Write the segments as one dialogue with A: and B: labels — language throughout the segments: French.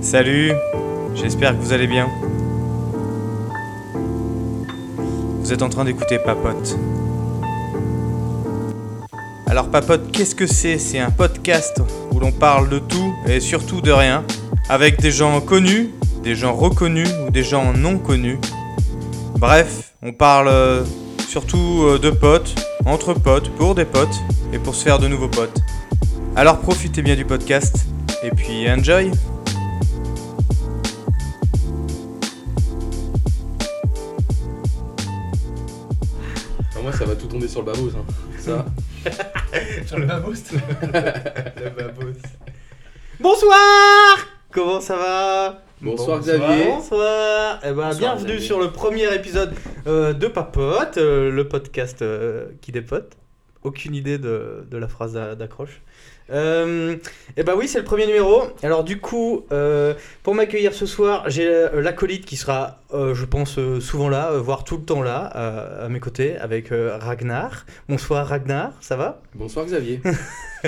A: Salut, j'espère que vous allez bien. Vous êtes en train d'écouter Papote. Alors Papote, qu'est-ce que c'est C'est un podcast où l'on parle de tout et surtout de rien, avec des gens connus, des gens reconnus ou des gens non connus. Bref, on parle euh, surtout euh, de potes, entre potes, pour des potes et pour se faire de nouveaux potes. Alors profitez bien du podcast et puis enjoy
B: Ah, moi, ça va tout tomber sur le babos. Hein. Ça.
C: Sur le babos
D: Bonsoir Comment ça va
B: Bonsoir,
C: Bonsoir.
B: Xavier.
D: Bonsoir Eh ben, Bienvenue
C: Xavier.
D: sur le premier épisode euh, de Papote, euh, le podcast euh, qui dépote. Aucune idée de, de la phrase d'a- d'accroche. Euh, eh ben oui, c'est le premier numéro. Alors du coup, euh, pour m'accueillir ce soir, j'ai euh, l'acolyte qui sera, euh, je pense, euh, souvent là, euh, voire tout le temps là, euh, à mes côtés, avec euh, Ragnar. Bonsoir Ragnar, ça va
B: Bonsoir Xavier.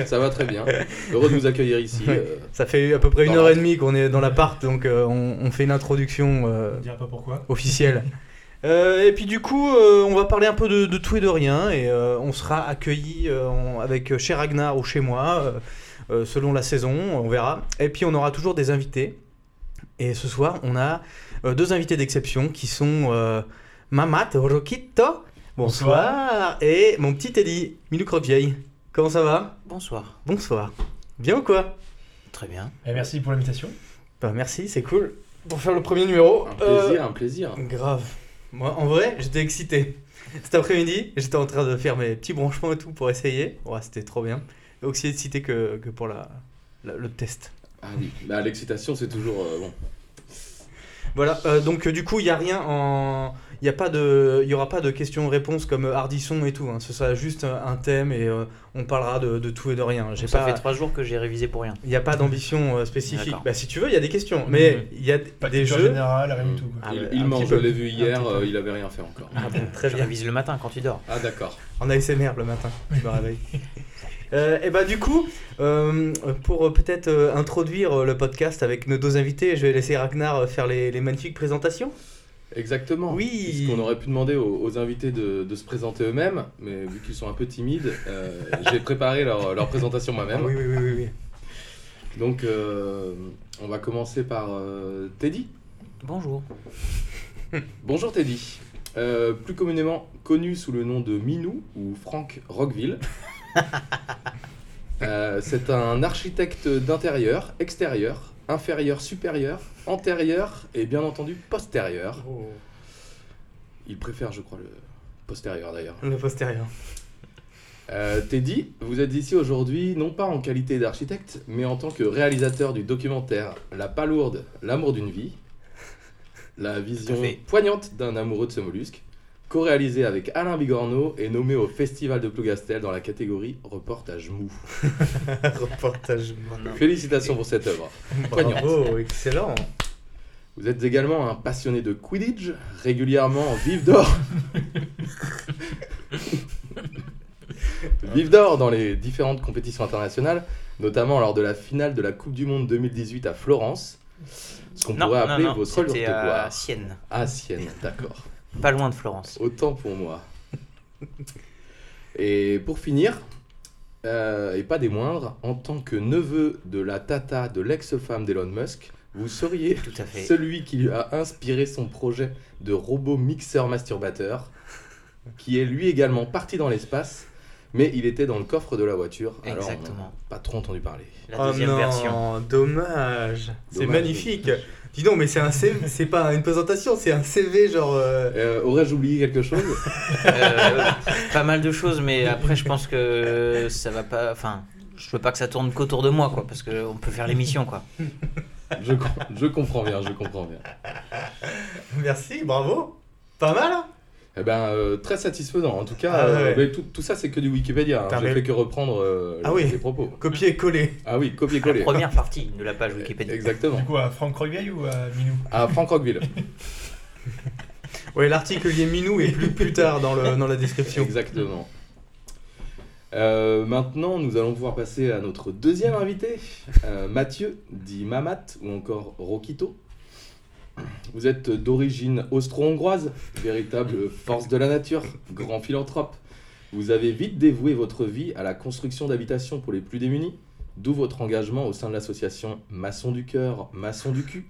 B: ça va très bien. Heureux de vous accueillir ici. euh,
D: Ça fait à peu près
B: Dans
D: une heure
B: la-
D: et demie qu'on est dans l'appart, donc euh, on, on fait une introduction euh,
C: On dira pas pourquoi.
D: officielle. Euh, et puis du coup, euh, on va parler un peu de, de tout et de rien, et euh, on sera accueilli avec euh, chez Ragnar ou chez moi, euh, euh, selon la saison, on verra. Et puis on aura toujours des invités. Et ce soir, on a euh, deux invités d'exception qui sont euh, Mamat Rokito, bonsoir, et mon petit Teddy, Milou Croquevieille. Comment ça va
E: Bonsoir.
D: Bonsoir. Bien ou quoi
E: Très bien.
C: Eh, merci pour l'invitation.
D: Bah merci, c'est cool. Pour faire le premier numéro.
B: Euh, un plaisir, un plaisir.
D: euh, grave. Moi, en vrai, j'étais excité. Cet après-midi, j'étais en train de faire mes petits branchements et tout pour essayer. Ouais, c'était trop bien. Aussi excité que, que pour la, la- le test.
B: Ah oui. Bah, l'excitation, c'est toujours euh, bon.
D: Voilà, euh, donc euh, du coup, il n'y a rien en... Il n'y a pas de, il y aura pas de questions-réponses comme euh, Hardisson et tout. hein. Ce sera juste euh, un thème et euh, on parlera de, de tout et de rien. J'ai
E: Ça
D: pas,
E: fait trois jours que j'ai révisé pour rien.
D: il n'y a pas d'ambition euh, spécifique.
E: D'accord. Mm-hmm.
D: Bah, si tu veux, il y a des questions, mais il y a
C: Pas
D: des jeux.
C: général, rien du tout. quoi.
D: Ah,
B: il
D: bah,
B: il
D: un
B: mange,
D: petit
B: je
D: peu.
B: l'ai vu hier,
D: Un petit peu.
B: euh, il avait rien fait encore.
D: Ah bon, très
E: je
D: bien.
E: révise le matin quand tu dors.
B: Ah d'accord.
D: En ASMR le matin, je me réveille. Euh, et bah du coup, euh, pour euh, peut-être euh, introduire euh, le podcast avec nos deux invités, je vais laisser Ragnar euh, faire les, les magnifiques présentations.
B: Exactement.
D: Oui.
B: Puisqu'on aurait pu demander aux, aux invités de, de se présenter eux-mêmes, mais vu qu'ils sont un peu timides, euh, j'ai préparé leur, leur présentation moi-même.
D: oui, oui, oui, oui.
B: Donc euh, on va commencer par euh, Teddy.
E: Bonjour.
B: Bonjour Teddy. Euh, plus communément connu sous le nom de Minou ou Frank Rockville. Euh, c'est un architecte d'intérieur, extérieur, inférieur, supérieur, antérieur et bien entendu postérieur. Il préfère, je crois, le postérieur d'ailleurs.
D: Le postérieur.
B: Euh, Teddy, vous êtes ici aujourd'hui non pas en qualité d'architecte, mais en tant que réalisateur du documentaire La palourde, l'amour d'une vie, la vision
E: Tout à fait.
B: poignante d'un amoureux de ce mollusque, co-réalisé avec Alain Bigorneau et nommé au Festival de Plougastel dans la catégorie reportage mou.
D: Reportage.
B: Félicitations pour cette œuvre.
D: Bravo, excellent.
B: Vous êtes également un passionné de Quidditch, régulièrement en vive d'or. vive d'or dans les différentes compétitions internationales, notamment lors de la finale de la Coupe du Monde 2018 à Florence, ce qu'on
E: Non,
B: pourrait
E: non,
B: appeler
E: non,
B: vos soldats de
E: c'était euh, à
B: gloire.
E: Sienne,
B: À Sienne, d'accord.
E: pas loin de Florence.
B: Autant pour moi. Et pour finir, euh, et pas des moindres, en tant que neveu de la tata de l'ex-femme d'Elon Musk, vous seriez
E: Tout à fait.
B: celui qui lui a inspiré son projet de robot mixeur masturbateur, qui est lui également parti dans l'espace, mais il était dans le coffre de la voiture. Alors,
E: Exactement.
B: on n'a pas trop entendu parler.
E: La
D: Oh
E: deuxième
D: non,
E: version.
D: dommage. C'est
B: Dommage.
D: magnifique. Dis donc, mais c'est un CV, c'est pas une présentation, c'est un CV genre. euh,
B: Euh, Aurais-je oublié quelque chose
E: Euh, pas mal de choses, mais après, je pense que ça va pas. Enfin, je veux pas que ça tourne qu'autour de moi, quoi, parce qu'on peut faire l'émission, quoi.
B: je, com- je comprends bien, je comprends bien.
D: Merci, bravo. Pas mal. hein
B: Eh ben, euh, très satisfaisant. En tout cas,
D: Ah ouais,
B: euh,
D: ouais.
B: mais tout, tout ça, c'est que du Wikipédia. hein.
D: Putain,
B: J'ai
D: mais-
B: fait que reprendre euh,
D: Ah
B: les,
D: oui.
B: les propos.
D: Copier coller.
B: Ah oui,
E: La
B: copier-coller.
E: première partie de la page Wikipédia.
B: Exactement.
C: Du coup, à Franck Rogueil ou à Minou
B: À Franck Rockville.
D: Ouais, l'article lié Minou est plus plus tard dans le dans la description.
B: Exactement. Euh, maintenant, nous allons pouvoir passer à notre deuxième invité, euh, Mathieu, dit Mamat ou encore Rokito. Vous êtes d'origine austro-hongroise, véritable force de la nature, grand philanthrope. Vous avez vite dévoué votre vie à la construction d'habitations pour les plus démunis, d'où votre engagement au sein de l'association Maçon du cœur, Maçon du cul.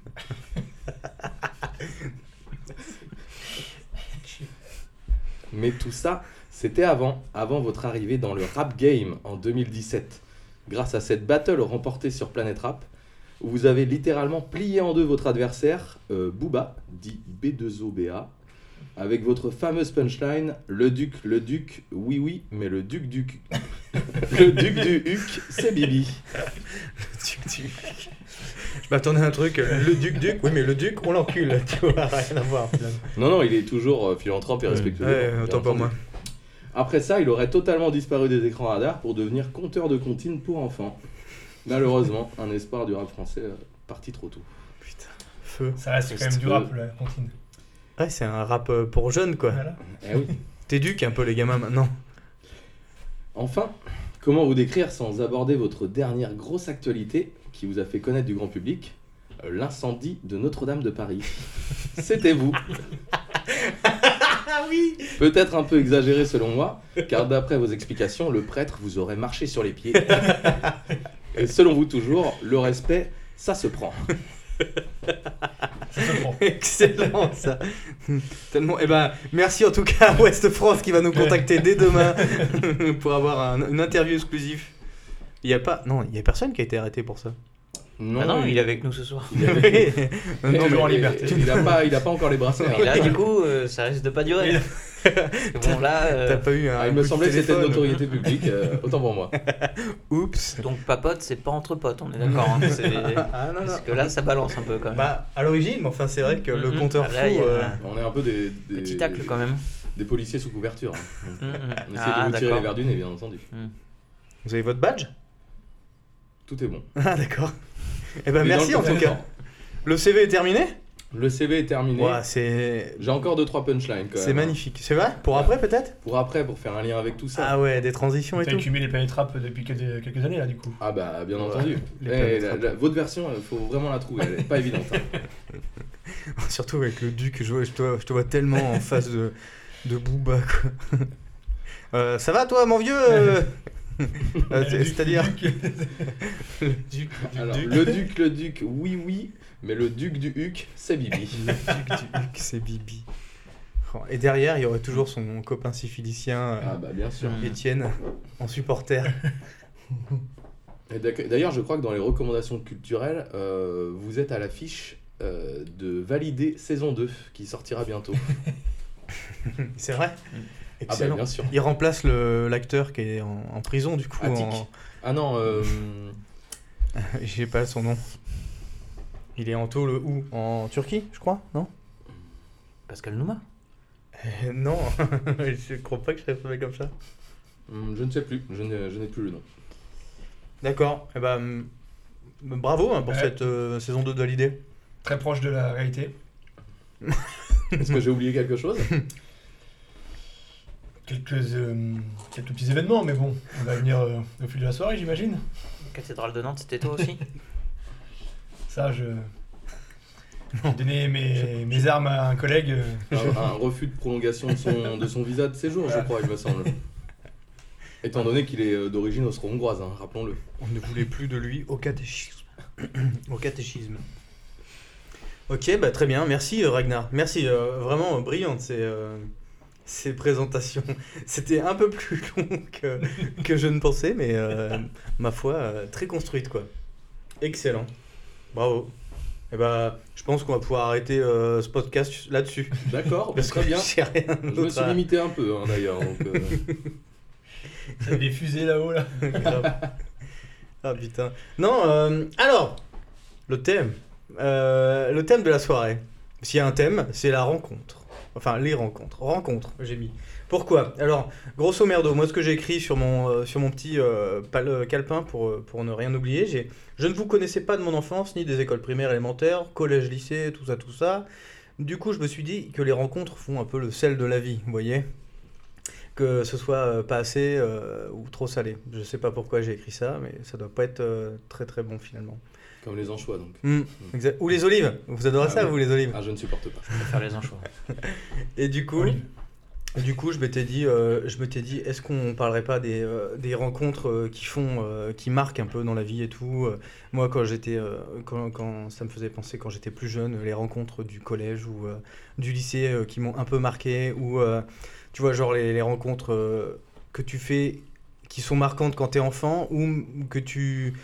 B: Mais tout ça, c'était avant, avant votre arrivée dans le rap game en 2017. Grâce à cette battle remportée sur Planet Rap, où vous avez littéralement plié en deux votre adversaire, euh, Booba, dit B2OBA, avec votre fameuse punchline Le duc, le duc, oui, oui, mais le duc du cul. le duc du huc, c'est Bibi.
D: Je m'attendais à un truc, euh, le duc duc, oui mais le duc on l'encule, tu vois, rien à voir.
B: Non, non, il est toujours euh, philanthrope et respectueux.
D: Ouais,
B: bien
D: autant pour
B: entendu.
D: moi.
B: Après ça, il aurait totalement disparu des écrans radars pour devenir conteur de comptines pour enfants. Malheureusement, un espoir du rap français euh, parti trop tôt.
D: Feu.
C: Ça reste quand
B: Juste,
C: même du
B: euh,
C: rap, la comptine.
D: Ouais, c'est un rap euh, pour jeunes quoi.
C: Voilà.
B: Eh oui.
D: T'éduques un peu les gamins maintenant.
B: Enfin, comment vous décrire sans aborder votre dernière grosse actualité qui vous a fait connaître du grand public euh, L'incendie de Notre-Dame de Paris. C'était vous. Ah Peut-être un peu exagéré selon moi, car d'après vos explications, le prêtre vous aurait marché sur les pieds. Et selon vous toujours, le respect, ça se prend.
C: Ça se prend.
D: Excellent ça. Tellement. Eh ben, merci en tout cas à Ouest France qui va nous contacter dès demain pour avoir un- une interview exclusive. Il y a pas, non, il y a personne qui a été arrêté pour ça.
B: Non,
E: Ah non, il est avec nous ce soir.
B: il avait-
D: Non,
B: Non,
D: mais-
B: mais
C: en liberté.
B: Il n'a pas, il a pas encore les bracelets.
E: Et là, du coup, euh, ça risque de pas durer. Parce que bon, là, euh,
D: T'as pas eu un.
B: Ah, il
D: coup
B: me
D: de
B: semblait que c'était de
D: téléphone.
B: notoriété publique, euh, autant pour moi.
D: Oups.
E: donc papote, c'est pas entre potes, on est d'accord. hein, c'est-
D: Ah non, non.
E: Parce que là, ça balance un peu quand même.
D: Bah, à l'origine, mais enfin, c'est vrai que le
E: Mhm.
D: compteur
E: Ah,
D: fou.
E: là, il y a-
D: euh,
B: On est un peu des, des,
E: Petit tacle quand même.
B: des policiers sous couverture. hein.
E: Mm, mm.
B: On essaie
E: Ah,
B: de vous tirer les
E: d'accord.
B: verres du nez, bien entendu.
D: Vous avez votre badge
B: Tout est bon.
D: Ah, d'accord. Eh ben,
B: Mais dans
D: merci
B: le
D: en tout
B: container.
D: cas. Le CV est terminé
B: Le CV est terminé.
D: Ouah, c'est.
B: J'ai encore 2-3 punchlines quand même.
D: C'est magnifique. C'est vrai Pour après, peut-être
B: Pour après, pour faire un lien avec tout ça. Ah,
D: Ah ouais, des transitions et
C: T'as
D: tout.
C: accumulé les Planet Rap depuis quelques quelques années, là, du coup.
B: bah, bien
D: Ouais.
B: entendu. Eh,
D: Les planètes
B: la-
D: rap.
B: la- votre version, il faut vraiment la trouver. Elle est pas évidente. hein.
D: Surtout avec le duc, je, vois- je te, vois- je te vois tellement en face de, de Booba. Quoi. Euh, ça va toi, mon vieux euh Euh, c'est- C'est-à-dire le duc, du
B: hein. Alors,
D: duc.
B: le duc, le duc, oui, oui. Mais le duc du Huc, c'est Bibi.
D: Le duc du duc, Ah, c'est Bibi. Oh, Et derrière, il y aurait toujours son copain syphilicien, euh,
B: Ah, bah, bien sûr.
E: Mm.
D: Étienne, en supporter.
B: Et d'ac- D'ailleurs, je crois que dans les recommandations culturelles, euh, vous êtes à l'affiche euh, de Valider saison 2 qui sortira bientôt.
D: C'est vrai
B: ah, bah,
D: Excellent.
B: bien sûr.
D: il remplace le- l'acteur qui est en, en prison, du coup.
B: Attic.
D: en-
B: Ah non, euh,
D: J'ai pas son nom. Il est en taule où En Turquie, je crois, non
E: Pascal Nouma.
D: Euh, Non, je crois pas que je serais trouvé comme ça.
B: hum, je ne sais plus. Je n'ai je n'ai plus le nom.
D: D'accord, et ben hum, bravo hein, pour
C: Ouais.
D: cette euh, saison 2 de l'idée.
C: Très proche de la réalité.
B: Est-ce que j'ai oublié quelque chose
C: Quelques, euh, quelques petits événements, mais bon, on va venir euh, au fil de la soirée, j'imagine.
E: Cathédrale de Nantes, c'était toi aussi
C: Ça, je. J'ai donné mes, mes armes à un collègue. euh,
B: un, un refus de prolongation de son, de son visa de séjour, je crois, il me semble. Étant donné qu'il est euh, d'origine austro-hongroise, hein, rappelons-le.
D: On ne voulait plus de lui au catéchisme. au catéchisme. Ok, bah très bien, merci euh, Ragnar. Merci, euh, vraiment euh, brillante ces, euh, ces présentations. C'était un peu plus long que, que je ne pensais, mais euh, ma foi, euh, très construite quoi. Excellent, bravo. Et bah, je pense qu'on va pouvoir arrêter euh, ce podcast là-dessus.
B: D'accord,
D: Parce que
B: très bien.
D: j'ai rien d'autre.
B: Je me suis
D: à-
B: limité un peu, hein, d'ailleurs. donc, euh,
C: Il y a des fusées là-haut, là.
D: Grave. ah putain. Non, euh, alors, le thème. Euh, le thème de la soirée. S'il y a un thème, c'est la rencontre. Enfin, les rencontres. Rencontres, j'ai mis. Pourquoi Alors, grosso merdo, moi, ce que j'ai écrit sur mon, euh, sur mon petit euh, pal- euh, calepin pour, euh, pour ne rien oublier, j'ai Je ne vous connaissais pas de mon enfance, ni des écoles primaires, élémentaires, collège, lycée, tout ça, tout ça. Du coup, je me suis dit que les rencontres font un peu le sel de la vie, vous voyez que ce soit euh, pas assez euh, ou trop salé. Je sais pas pourquoi j'ai écrit ça, mais ça doit pas être euh, très très bon finalement.
B: Comme les anchois, donc.
D: Hmm, exact. Ou les olives, vous adorez
C: Ah
D: ça,
C: ouais.
D: vous les olives.
B: Ah, je ne supporte pas.
E: Je préfère les anchois.
D: Et du coup,
C: Olive.
D: du coup, je m'étais dit, euh, je m'étais dit, est-ce qu'on parlerait pas des, euh, des rencontres euh, qui font, euh, qui marquent un peu dans la vie et tout. euh, moi, quand j'étais, euh, quand, quand ça me faisait penser quand j'étais plus jeune, les rencontres du collège ou euh, du lycée euh, qui m'ont un peu marqué, ou euh, tu vois, genre les, les rencontres euh, que tu fais qui sont marquantes quand t'es enfant, ou m- que tu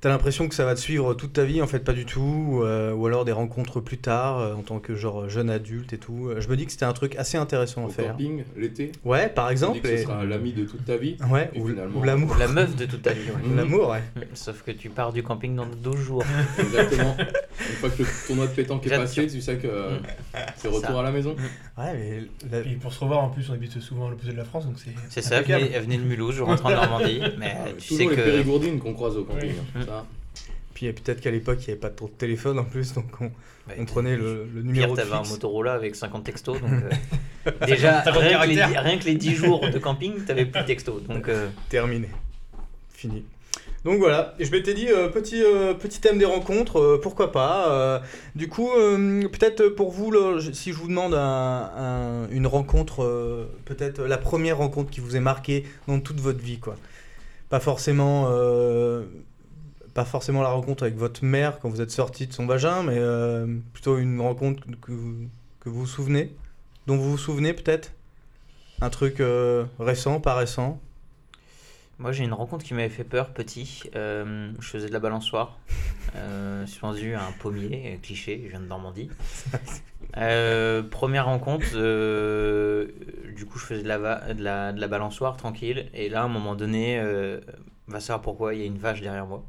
D: T'as l'impression que ça va te suivre toute ta vie, en fait, pas du tout, ou, euh, ou alors des rencontres plus tard, euh, en tant que genre jeune adulte et tout. Je me dis que c'était un truc assez intéressant à
B: Au
D: faire.
B: camping, l'été,
D: Ouais, par
B: on dit
D: exemple.
B: que ce
D: et-
B: sera l'ami de toute ta vie.
D: Ouais,
B: et
D: ou,
B: finalement-
D: ou l'amour.
E: La meuf de toute ta vie. ouais.
D: L'amour, ouais.
E: Mm. Sauf que tu pars du camping dans 12 jours.
B: Exactement. Une fois que le tournoi de pétanque est
E: J'attire.
B: passé, tu sais que euh,
E: Mm.
B: c'est retour
E: ça.
B: à la maison.
D: Ouais, mais la-
C: Puis pour se revoir, en plus, on habite souvent à l'opposé de la France, donc c'est.
E: C'est ça, elle venait, elle venait de Mulhouse, je rentre en Normandie. Mais
B: Ah, ouais,
E: Eh, tu sais
B: Toujours les
E: que.
B: périgourdines qu'on croise au camping. hein,
E: Mm.
B: Ça,
D: puis euh, peut-être qu'à l'époque, il n'y avait pas trop de téléphone en plus, donc on,
E: bah,
D: on prenait le, le
E: Pierre,
D: numéro de
E: t'avais un
D: fixe.
E: Motorola avec 50 textos. Donc, euh, déjà,
C: 50
E: rien que, les,
C: caractères.
E: rien que les 10 jours de camping, t'avais plus de textos. Donc, euh,
D: Terminé. Fini. Donc voilà, et je m'étais dit, euh, petit, euh, petit thème des rencontres, euh, pourquoi pas. euh, du coup, euh, peut-être pour vous, là, je- si je vous demande un- un- une rencontre, euh, peut-être la première rencontre qui vous ait marqué dans toute votre vie, quoi. Pas forcément, euh, pas forcément la rencontre avec votre mère quand vous êtes sorti de son vagin, mais euh, plutôt une rencontre que vous, que vous vous souvenez, dont vous vous souvenez peut-être. Un truc euh, récent, pas récent.
E: moi, j'ai une rencontre qui m'avait fait peur petit. Euh, je faisais de la balançoire, euh, suspendu à un pommier, euh, cliché, je viens de Normandie. Euh, première rencontre, euh, du coup, je faisais de la, va- de, la, de la balançoire tranquille. Et là, à un moment donné, euh, va savoir pourquoi, il y a une vache derrière moi.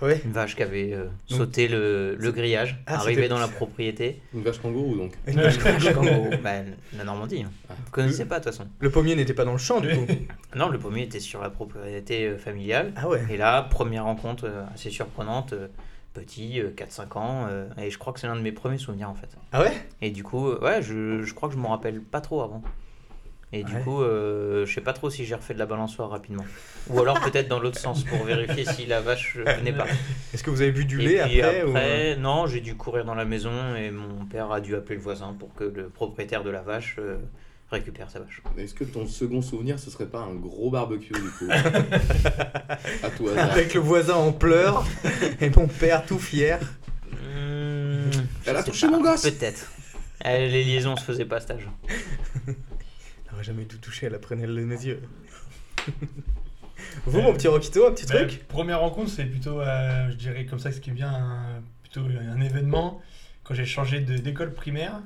D: Ah ouais
E: Une vache qui avait euh,
D: Donc-
E: sauté le, le grillage,
D: Ah,
E: arrivée
D: c'était-
E: dans la propriété.
B: une vache kangourou, donc.
E: Une vache kangourou. Bah, la Normandie. hein.
B: Ah.
E: Vous connaissez pas, de toute façon.
D: Le pommier n'était pas dans le champ du coup.
E: Non, le pommier était sur la propriété euh, familiale.
D: Ah ouais.
E: Et là, première rencontre euh, assez surprenante. euh, petit, euh, 4-5 ans. euh, et je crois que c'est l'un de mes premiers souvenirs, en fait.
D: Ah ouais
E: Et du coup, euh, ouais, je, je crois que je m'en rappelle pas trop avant. Et du
D: Ouais.
E: coup, euh, je sais pas trop si j'ai refait de la balançoire rapidement. Ou alors peut-être dans l'autre sens pour vérifier si la vache euh, venait pas.
D: Est-ce que vous avez bu du
E: Et
D: lait
E: puis
D: après, ou- euh,
E: après, non, j'ai dû courir dans la maison et mon père a dû appeler le voisin pour que le propriétaire de la vache euh, récupère sa vache.
B: Est-ce que ton second souvenir, ce serait pas un gros barbecue, du coup À tout hasard.
D: Avec le voisin en pleurs et mon père tout fier.
E: Hmm, je
B: Elle a
E: sais
B: touché
E: pas,
B: mon gosse
E: Peut-être. Eh, Les liaisons se faisaient pas à cet âge.
D: Elle n'aurait jamais tout touché, elle la prenait le mes yeux. vous, mon petit Roquito, un petit
C: Bah,
D: truc
C: Première rencontre, c'est plutôt, euh, je dirais comme ça, ce qui vient un, plutôt un événement. Quand j'ai changé de- d'école primaire,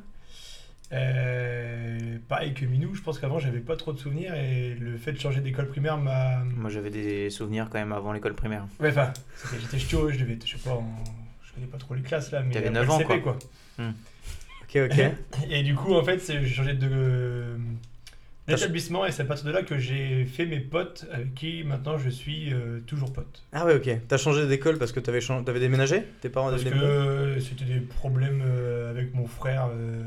C: euh, pareil que Minou, je pense qu'avant j'avais pas trop de souvenirs et le fait de changer d'école primaire m'a.
E: Moi j'avais des souvenirs quand même avant l'école primaire.
C: Ouais, enfin, c'était- j'étais chiot, je devais, être, je sais pas, en- je connais pas trop les classes là, mais euh,
E: T'avais
C: après
E: 9
C: le
E: ans,
C: CP, quoi.
D: Ok, ok.
C: Et du coup, en fait, c'est- j'ai changé de euh, d'établissement et c'est à partir de là que j'ai fait mes potes avec qui maintenant je suis euh, toujours pote.
D: Ah ouais, ok. T'as changé d'école parce que t'avais chan- t'avais déménagé Tes parents avaient
C: Parce que
D: déménagé
C: euh, c'était des problèmes euh, avec mon frère euh,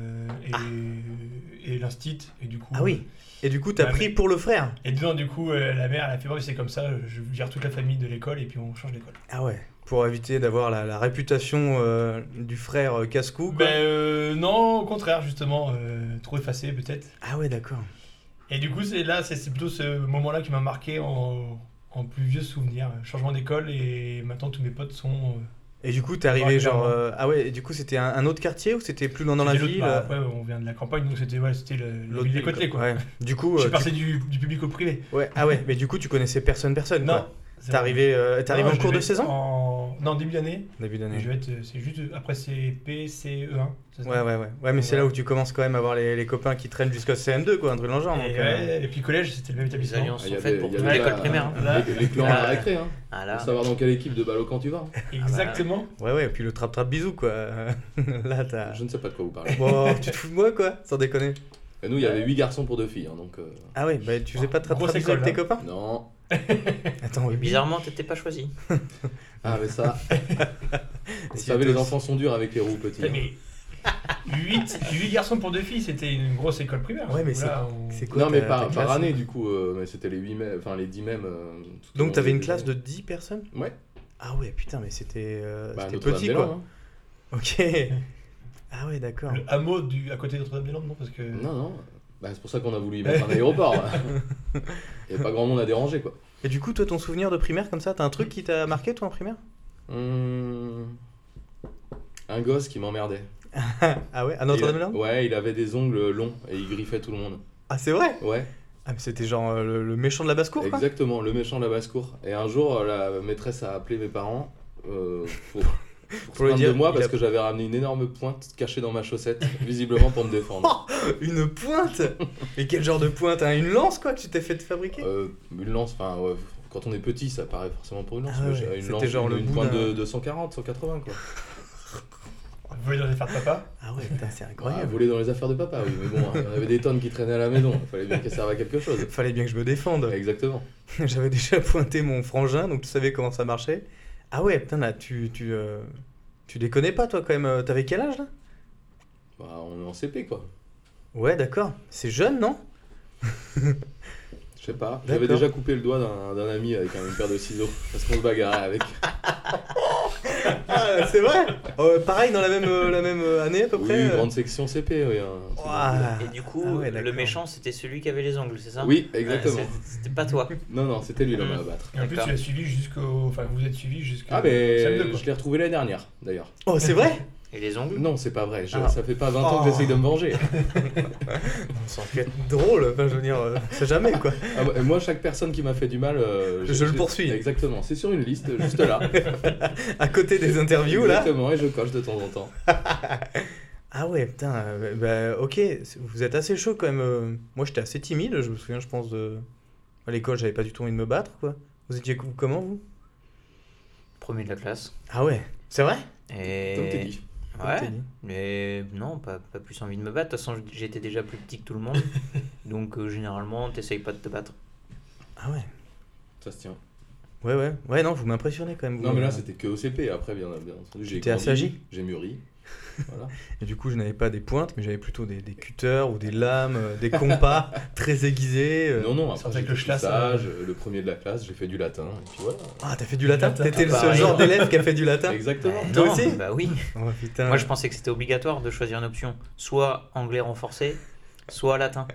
C: et, et l'instit. Et du coup.
D: Ah oui. Et du coup, t'as
C: Bah,
D: pris
C: mais-
D: pour le frère
C: Et dedans, du coup, euh, la mère, elle a fait bon, c'est comme ça, euh, je gère toute la famille de l'école et puis on change d'école.
D: Ah ouais. Pour éviter d'avoir la, la réputation euh, du frère euh, casse-cou, quoi.
C: Ben euh, non, au contraire, justement, euh, trop effacé peut-être.
D: Ah ouais, d'accord.
C: Et du coup, c'est là, c'est c'est plutôt ce moment-là qui m'a marqué en, en plus vieux souvenir. Changement d'école et maintenant tous mes potes sont. euh,
D: Et du coup, t'es arrivé
C: Ouais,
D: genre.
C: clairement.
D: euh, Ah ouais, et du coup, c'était un, un autre quartier ou c'était plus loin dans la
C: c'était l'autre-
D: ville
C: bah,
D: euh,
C: Après, on vient de la campagne, donc c'était ouais, c'était le- la
D: L'autre
C: ville des
D: ville,
C: côtelets quoi.
D: Ouais. Du coup,
C: Je suis
D: euh,
C: passé du, du public au privé.
D: tu- ouais. Ah ouais, mais du coup, tu connaissais personne, personne.
C: Non.
D: quoi. T'es arrivé, euh, t'es arrivé
C: Non,
D: en cours de
C: j'avais-
D: saison
C: en... Non, début d'année.
D: Début
C: Mais Je vais être, c'est juste après CP, CE1. c'est ça
D: Ouais, ouais, ouais. Ouais, mais c'est
C: Ouais.
D: là où tu commences quand même à voir les, les copains qui traînent jusqu'au CM2, quoi, un truc dans le genre.
C: Et,
D: donc, euh,
C: ouais, et puis collège, c'était le même
E: Les
C: établissement.
E: alliances
B: Ah, il y
E: sont
B: avait-
E: faites pour
B: il y
E: toute
B: avait
E: l'école
B: la-
E: primaire. hein.
C: Là.
B: Les, les clans à la
E: Ah.
B: récré, hein.
E: Ah
B: Pour
E: là.
B: savoir dans quelle équipe de ballot quand tu vas. hein.
C: Exactement.
D: euh, ouais, ouais, et puis le trap-trap bisou, quoi. là,
E: Ah.
D: t'as.
B: Je ne sais pas de quoi vous parlez.
D: Bon, oh, tu te fous de moi, quoi, sans déconner.
B: Et nous, il y
E: Ah.
B: avait 8 garçons pour 2 filles, hein, donc. euh,
D: Ah ouais, bah tu faisais pas de trap-trap
C: Grosse
D: bisou avec
C: école,
D: tes
E: Ah.
D: copains
B: Non.
D: Attends, oui,
E: Bizarrement, t'étais pas choisi.
B: Ah, mais ça. Vous
D: Si,
B: savez, les
D: tous. Ah bah.
B: enfants sont durs avec les roues petits.
C: Putain, Mais... 8, garçons pour deux filles, c'était une grosse école primaire.
D: Ouais, mais
C: Là, on-
D: C'est quoi
B: Non, mais
D: ta- ta
B: par, par
D: classe
B: année, du coup, euh, mais c'était les 8 mêmes, enfin les 10 mêmes. euh, tout au long
D: Donc t'avais
B: des-
D: une classe de 10 personnes
B: Ouais.
D: Ah ouais, putain, mais c'était euh,
B: Bah,
D: c'était
B: Notre-Dame
D: petit
B: des
D: quoi.
B: Landes, hein.
D: Ok. Ah ouais, d'accord.
C: Le hameau du, à côté de Notre-Dame-des-Landes, non Parce que.
B: Non, non. Bah, c'est pour ça qu'on a voulu y mettre un aéroport. Il n'y a pas grand monde à déranger, quoi.
D: Et du coup, toi, ton souvenir de primaire comme ça, t'as un truc qui t'a marqué toi en primaire
B: Hum, Un gosse qui m'emmerdait.
D: Ah
B: euh,
D: ouais, à Notre-Dame-des-Landes
B: Il- Ouais, il avait des ongles longs et il griffait tout le monde.
D: Ah c'est vrai
B: Ouais,
D: Ah mais c'était genre euh, le, le méchant de la basse-cour quoi
B: exactement, le méchant de la basse-cour. Et un jour, la maîtresse a appelé mes parents euh, pour, pour, se
D: lui
B: plaindre de
D: dire,
B: moi
D: il
B: parce
D: a-
B: que j'avais ramené une énorme pointe cachée dans ma chaussette, visiblement pour me défendre.
D: Une pointe Mais quel genre de pointe hein Une lance quoi que tu t'es fait fabriquer
B: Euh, une lance, enfin, ouais, quand on est petit, ça paraît forcément pour une lance.
D: Ah
B: mais
D: ouais,
B: j'ai- une
D: c'était
B: lance,
D: genre
B: une,
D: le
B: une
D: bout
B: pointe
D: d'un-
B: de, de 140, 180 quoi. Ah,
C: Vous voulez dans les faire papa
D: Ah ouais, putain, c'est
B: Ah,
D: incroyable.
B: voler dans les affaires de papa, oui, mais bon, il y en avait des tonnes qui traînaient à la maison, il fallait bien qu'elles servent à quelque chose.
D: Fallait bien que je me défende.
B: Exactement.
D: J'avais déjà pointé mon frangin, donc tu savais comment ça marchait. Ah ouais, putain, là, tu, tu, euh, tu déconnais pas, toi, quand même. euh, T'avais quel âge, là
B: Bah, on est en CP quoi.
D: Ouais, d'accord. C'est jeune, non
B: Je sais pas. J'avais
D: D'accord.
B: déjà coupé le doigt d'un d'un ami avec un- une paire de ciseaux parce qu'on se bagarrait avec.
D: Ah, c'est vrai Euh, Pareil, dans la même, euh, la même euh, année, à peu
B: oui,
D: près
B: une
D: euh.
B: grande section CP, oui. hein, un truc
D: Ouah.
E: Et du coup,
D: Ah ouais,
E: le
D: d'accord.
E: méchant, c'était celui qui avait les ongles, c'est
B: comme
E: ça
B: ça. Oui,
E: Ouais,
B: exactement.
E: c'est- c'était pas toi.
B: non, non, c'était lui
D: Ah.
B: l'homme
E: Mm.
B: à battre.
C: Et en plus,
E: D'accord.
C: tu l'as suivi jusqu'au. Enfin, vous êtes suivi jusqu'au.
B: Ah, mais
C: CM2, quoi.
B: je l'ai retrouvé l'année dernière, d'ailleurs.
D: Oh, c'est vrai
E: Et les ongles
B: Non, c'est pas vrai. je-
D: Mmh. Ah.
B: Ça fait pas 20 ans que
D: Oh.
B: j'essaye de me venger.
D: Ça aurait pu être drôle, enfin, je veux dire, euh, c'est jamais, quoi.
B: Ah, bah, moi, chaque personne qui m'a fait du mal, euh,
D: Je le poursuis.
B: Exactement. C'est sur une liste, juste là.
D: À côté des interviews, là
B: Exactement, et je coche de temps en temps.
D: Ah ouais, putain, euh, bah, ok, c'est- vous êtes assez chaud quand même. euh. Moi j'étais assez timide, je me souviens, je pense, de. À l'école, j'avais pas du tout envie de me battre, quoi. Vous étiez co- comment, vous
E: Premier de la classe.
D: Ah ouais, c'est vrai
E: Et...
B: Comme t'es dit.
D: Comme t'as
E: Ouais.
D: dit.
E: Mais non, pas, pas plus envie de me battre. De toute façon, j'étais déjà plus petit que tout le monde. donc, euh, généralement, t'essayes pas de te battre.
D: Ah ouais,
B: Ça se tient.
D: ouais, ouais, ouais, non, vous m'impressionnez quand même. vous.
B: Non, mais là, c'était que au CP. Après, bien, bien entendu, j'ai
D: T'es
B: grandi,
D: assagi.
B: J'ai mûri. Voilà.
D: Et du coup, je n'avais pas des pointes, mais j'avais plutôt des, des cutters ou des lames, euh, des compas très aiguisés. euh.
B: Non, non, après,
C: sortait
B: j'ai
C: avec le
B: été
C: schlass,
B: sage, le premier de la classe, j'ai fait du latin, et puis voilà.
D: Ah, t'as fait du latin
C: Latin.
D: T'étais le
E: Ah,
D: seul
E: pareil.
D: genre d'élève qui a fait du latin
B: Exactement.
E: Bah,
D: Toi
E: non,
D: aussi
E: Bah oui.
D: Oh putain.
E: Moi, je pensais que c'était obligatoire de choisir une option. Soit anglais renforcé, soit latin.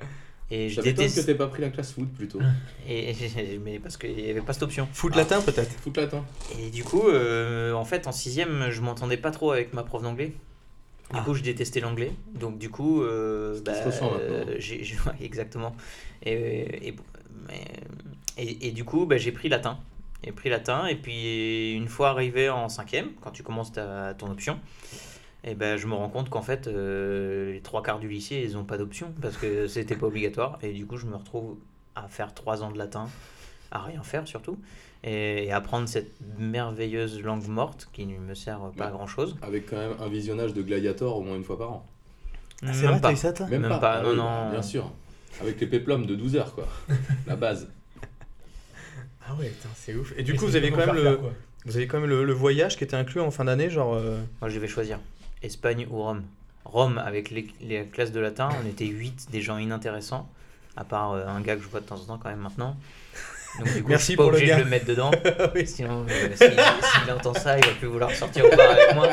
E: Et
B: Je
E: je
B: m'étonne que
E: déteste.
B: t'aies pas pris la classe foot plutôt.
E: Et, et- mais parce qu'il n'y avait pas cette option.
D: Foot latin peut-être
B: Foot latin.
E: Et du coup, euh, en fait, en sixième, je m'entendais pas trop avec ma prof d'anglais. Du
D: Ah.
E: coup, je détestais l'anglais. Donc, du coup, euh,
B: qui se ressent
E: euh,
B: maintenant.
E: j'ai- j'ai- ouais, exactement. Et, et, mais- et- et du coup, bah, j'ai pris latin. J'ai pris latin. Et puis, une fois arrivé en cinquième, quand tu commences ta, ton option, et ben, je me rends compte qu'en fait, euh, les trois quarts du lycée, ils ont pas d'option parce que c'était pas obligatoire. Et du coup, je me retrouve à faire trois ans de latin, à rien faire surtout, et, et apprendre cette merveilleuse langue morte qui ne me sert pas à
B: Ouais.
E: grand chose.
B: Avec quand même un visionnage de Gladiator au moins une fois par an.
D: Ah, C'est
E: Même
D: vrai,
E: pas.
D: t'as eu ça toi
B: Même,
E: Même
B: pas,
E: pas,
B: Ah
E: non,
B: oui,
E: non.
B: bah, Bien sûr. Avec les péplums de 12 heures, quoi. la base.
D: Ah ouais, putain, c'est ouf. Et
C: Et
D: du coup,
C: c'est
D: vous avez quand même
C: comment faire,
D: le.
C: quoi.
D: Vous avez quand même le, le voyage qui était inclus en fin d'année, genre. euh,
E: Moi, je vais choisir Espagne ou Rome. Rome, avec les, les classes de latin, on était 8 des gens inintéressants, à part euh, un gars que je vois de temps en temps quand même maintenant. Donc, du coup,
D: Merci
E: je suis pas
D: pour le
E: obligé
D: gars.
E: de le mettre dedans.
D: Oui.
E: Sinon, euh, si- s'il entend ça, il va plus vouloir sortir au bar avec moi.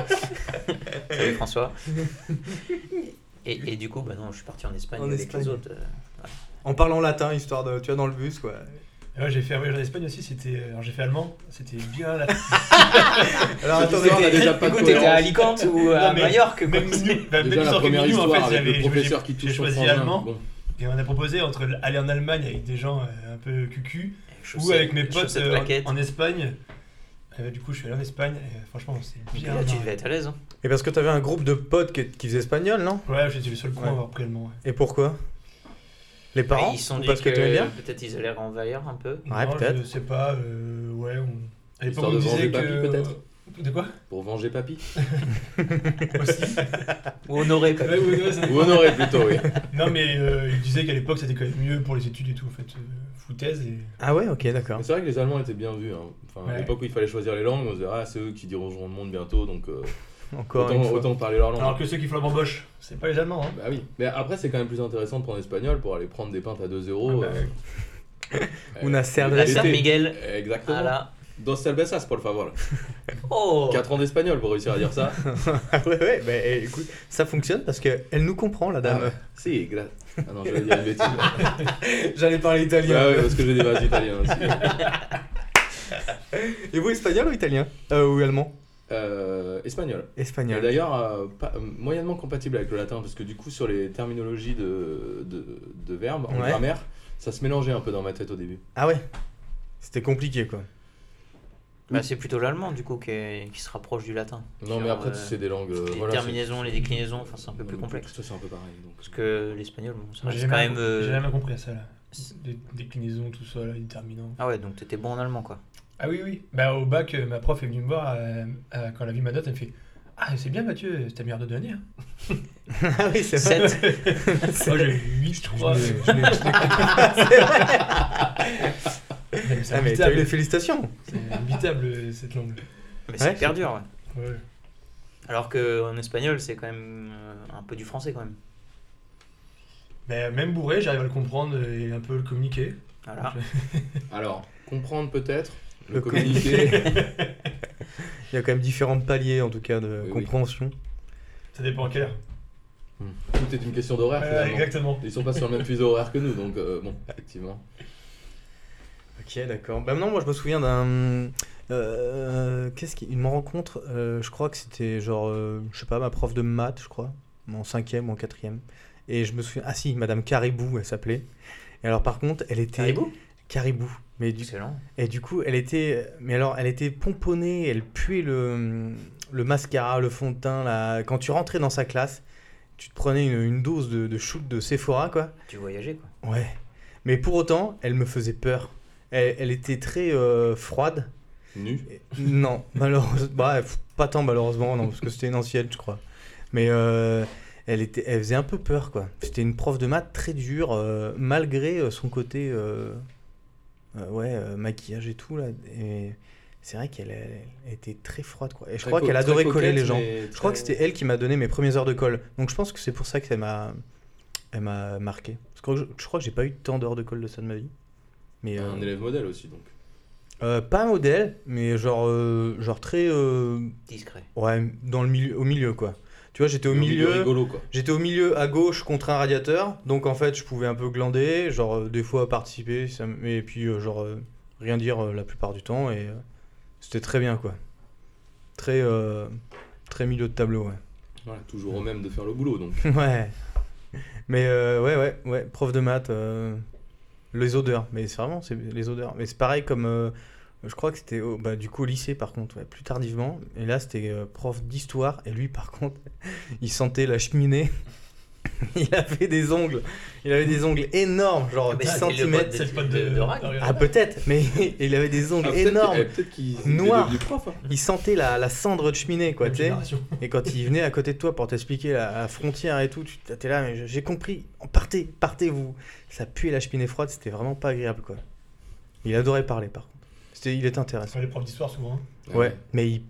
E: Salut François. Et, et du coup, bah non, je suis parti en Espagne
D: En
E: avec les
D: Espagne.
E: autres. euh.
D: En parlant latin, histoire de. Tu vois, dans le bus, quoi.
C: Et ouais, j'ai fait un voyage en Espagne aussi, c'était. Alors, j'ai fait allemand, c'était bien la
D: Alors
B: Cette
D: attendez,
B: histoire n'a déjà pas de
E: Du coup, t'étais à
B: cohérence.
E: Alicante ou à
C: Non, mais-
E: Majorque quoi.
C: Même
E: C'est-
C: nous, bah, même
B: Déjà,
C: sans
B: la
C: que
B: première
C: nous, en
B: histoire
C: fait,
B: avec
C: j'avais-
B: le professeur
C: j'ai-
B: qui touche
C: J'ai
B: son
C: choisi
B: frangin.
C: allemand
B: Bon.
C: et on a proposé entre aller en Allemagne avec des gens euh, un peu cucu ou
E: Chaussettes-
C: avec mes potes
E: chaussettes
C: euh,
E: plaquettes.
C: en, en Espagne. Euh, du coup, je suis allé en Espagne et euh, franchement, c'est
E: Et
C: bien.
E: là, tu
C: marré.
E: devais être à l'aise. hein.
D: Et parce que t'avais un groupe de potes qui, qui faisaient espagnol, non
C: Ouais, j'étais le seul con à
D: Ouais.
C: avoir pris allemand. ouais.
D: Et pourquoi Les parents
E: Ouais, Bah, Ils se sont
D: Ou
E: dit
D: parce que, t'aimais bien
E: peut-être ils allaient renvahir un peu.
D: Ouais,
C: Non,
D: peut-être.
C: Je sais pas, euh, ouais. On... À l'époque,
B: Histoire
C: on
B: de
C: me disait
B: venger
C: que.
B: papy, peut-être
C: De quoi
B: Pour venger papy.
C: Aussi.
E: Ou honoré, peut-être.
C: Ouais, ouais, ouais, ça-
B: Ou honoré plutôt, oui.
C: Non, mais euh, il disait qu'à l'époque, c'était quand même mieux pour les études et tout, en fait. euh, foutaise et.
D: Ah ouais, ok, d'accord.
B: Mais c'est vrai que les Allemands étaient bien vus. hein. Enfin, à
C: Ouais.
B: l'époque où il fallait choisir les langues, on se disait, ah, c'est eux qui dirigeront le monde bientôt, donc euh,
D: Encore
B: Autant,
D: une fois.
B: autant parler leur langue.
C: Alors que ceux qui flambent en boche, c'est pas les Allemands. Hein.
B: Bah oui. Mais après, c'est quand même plus intéressant de prendre espagnol pour aller prendre des pintes à 2
E: Oh,
B: euros.
C: Ah bah,
B: euh,
D: Una cerda.
E: La
B: L'été.
E: San Miguel.
B: Exactement.
E: Ah là.
B: Dos cervezas, por favor.
E: Oh
B: 4 ans d'espagnol pour réussir à dire ça.
D: Ah ouais, ouais, bah, eh, écoute, ça fonctionne parce qu'elle nous comprend, la dame.
B: Si, gra... Ah non, j'allais dire une bêtise. ah
D: J'allais parler italien.
B: ouais, parce que j'ai des bases italiennes aussi.
D: Et vous, espagnol ou italien euh, Ou allemand
B: Euh, espagnol. Et
D: Espagnol.
B: D'ailleurs, euh, pas- euh, moyennement compatible avec le latin, parce que du coup, sur les terminologies de, de, de verbes, en
D: Ouais.
B: grammaire, ça se mélangeait un peu dans ma tête au début.
D: Ah ouais C'était compliqué, quoi.
E: Bah, c'est plutôt l'allemand du coup qui, est- qui se rapproche du latin.
B: Non,
E: Sur,
B: mais après,
E: euh,
B: c'est des langues. euh,
E: les
B: voilà,
E: terminaisons, les déclinaisons, enfin c'est un
B: c'est-
E: peu plus complexe.
B: Ça, c'est un peu pareil. donc.
E: Parce que l'espagnol, bon, ça
C: Moi,
E: reste
C: J'ai
E: quand
C: jamais,
E: même.
C: j'ai
E: euh,
C: jamais compris ça là. Des déclinaisons, tout ça, là, déterminant.
E: Ah ouais, donc t'étais bon en allemand quoi.
C: Ah oui, oui. Bah, au bac, euh, ma prof est venue me voir euh, euh, quand elle a vu ma note. Elle me fait Ah, c'est bien, Mathieu, c'est ta meilleure de hein. dernier.
D: ah oui, c'est vrai.
E: 7
C: Moi, Oh, j'ai 8, je crois.
D: Je l'ai-
C: Mais C'est
D: Ah, mais t'as eu les
C: habitable.
D: félicitations.
C: C'est habitable euh, cette langue.
E: Mais c'est
D: Ouais,
E: hyper dur, ouais.
C: Ouais.
E: Alors qu'en espagnol, c'est quand même euh, un peu du français quand même.
C: Mais Bah, même bourré, j'arrive à le comprendre et un peu le communiquer.
E: Voilà.
B: Alors, comprendre peut-être, le,
D: Le
B: communiquer.
D: Il y a quand même différents paliers, en tout cas, de
B: Oui, oui.
D: compréhension.
C: Ça dépend à quelle heure.
B: Tout est une question d'horaire
C: Ouais,
B: finalement.
C: exactement.
B: Ils sont pas sur le même fuseau horaire que nous, donc euh, bon, effectivement.
D: Ok, d'accord. Bah non, moi je me souviens d'un. euh, Qu'est-ce qu'il me rencontre euh, Je crois que c'était genre, euh, je sais pas, ma prof de maths, je crois, en cinquième ou en quatrième. Et je me souviens, ah si, Madame Caribou, elle s'appelait. Et alors par contre, elle était Caribou. Mais du...
E: Excellent.
D: Et du coup, elle était, mais alors, elle était pomponnée, elle puait le, le mascara, le fond de teint. Là. Quand tu rentrais dans sa classe, tu te prenais une, une dose de, de shoot de Sephora, quoi.
E: Tu voyageais quoi.
D: Ouais. Mais pour autant, elle me faisait peur. Elle, elle était très euh, froide.
B: Nu.
D: Et- Non, malheureusement. bah, pff, pas tant, malheureusement, non, parce que c'était une ancienne, je crois. Mais euh, elle, était, elle faisait un peu peur, quoi. C'était une prof de maths très dure, euh, malgré euh, son côté. euh, euh, ouais, euh, maquillage et tout, là. Et c'est vrai qu'elle elle était très froide, quoi. Et je
B: Très
D: crois
B: co-
D: qu'elle
B: très
D: adorait coller
B: coquette,
D: les gens.
B: mais
D: Je crois que
B: très-
D: c'était elle qui m'a donné mes premières heures de colle. Donc je pense que c'est pour ça que ça m'a, elle m'a marqué. Parce que je, je crois que j'ai pas eu tant d'heures de colle de ça de ma vie. Mais euh,
B: un élève modèle aussi, donc.
D: euh, pas modèle, mais genre euh, genre très euh,
E: Discret.
D: ouais dans le milieu, au milieu quoi. Tu vois, j'étais au
B: Un
D: milieu.
B: rigolo quoi.
D: J'étais au milieu à gauche contre un radiateur, donc en fait je pouvais un peu glander, genre euh, des fois participer, ça m- et puis euh, genre euh, rien dire euh, la plupart du temps, et euh, c'était très bien quoi. Très, euh, très milieu de tableau, ouais.
B: Voilà, toujours au même de faire le boulot, donc.
D: Ouais. Mais euh, ouais, ouais, ouais, prof de maths, euh, les odeurs, mais c'est vraiment c'est les odeurs. Mais c'est pareil comme, euh, je crois que c'était au- bah, du coup au lycée par contre, ouais, plus tardivement. Et là c'était euh, prof d'histoire, et lui par contre, il sentait la cheminée. il avait des ongles, il avait des ongles énormes, genre
E: Ah, mais
D: 10
E: c'est le
D: cm.
E: pote
C: C'est le pote de,
E: de- de Rag.
D: Ah peut-être, mais il avait des ongles
B: Ah, peut-être
D: énormes.
B: qu'il- eh, peut-être qu'il était
D: Noir.
B: devenu prof. hein.
D: Il sentait la, la cendre de cheminée,
C: Ah,
D: quoi, tu sais.
C: Moi,
D: Et quand il venait à côté de toi pour t'expliquer la, la frontière et tout, tu t'es là, mais je- j'ai compris, partez, partez vous. Ça puait la cheminée froide, c'était vraiment pas agréable quoi. Il adorait parler par contre. C'était, il était intéressant.
C: les profs d'histoire souvent. hein.
E: Ah
D: Ouais, mais il,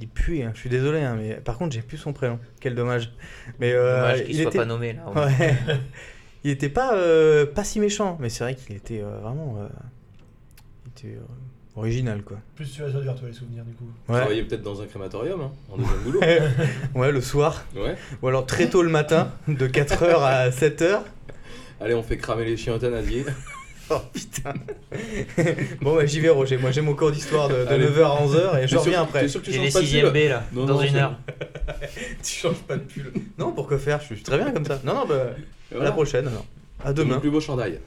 D: il puait, hein. je suis désolé, hein, mais par contre j'ai plus son prénom. Quel dommage. Mais euh,
E: Dommage qu'il
D: il,
E: soit
D: était...
E: pas nommé là. au moins.
D: Ouais. il était pas, euh, pas si méchant, mais c'est vrai qu'il était euh, vraiment. euh, il était euh, original quoi.
C: Plus sur les odeurs, toi, les souvenirs du coup.
D: Ouais.
B: Travaillait peut-être dans un crématorium, hein, en deuxième boulot.
D: ouais, le soir,
B: Ouais.
D: ou alors très tôt le matin, de 4h à 7h.
B: Allez, on fait cramer les chiens euthanasiés.
D: Oh putain Bon bah j'y vais Roger, moi j'ai mon cours d'histoire de,
B: Allez.
D: 9h à 11h et je
B: T'es sûr-
D: reviens
B: T'es
D: après.
B: sûr que tu
E: J'ai les
B: changes pas de
E: 6ème
B: pull
E: B là,
B: Non,
E: dans
B: non,
E: une
B: c'est-
E: heure.
D: Tu changes pas de pull. Non, pour que faire Je suis très bien comme ça. Non, non, bah à
B: Voilà.
D: la prochaine alors. À
B: Mon
D: demain.
B: plus beau chandail.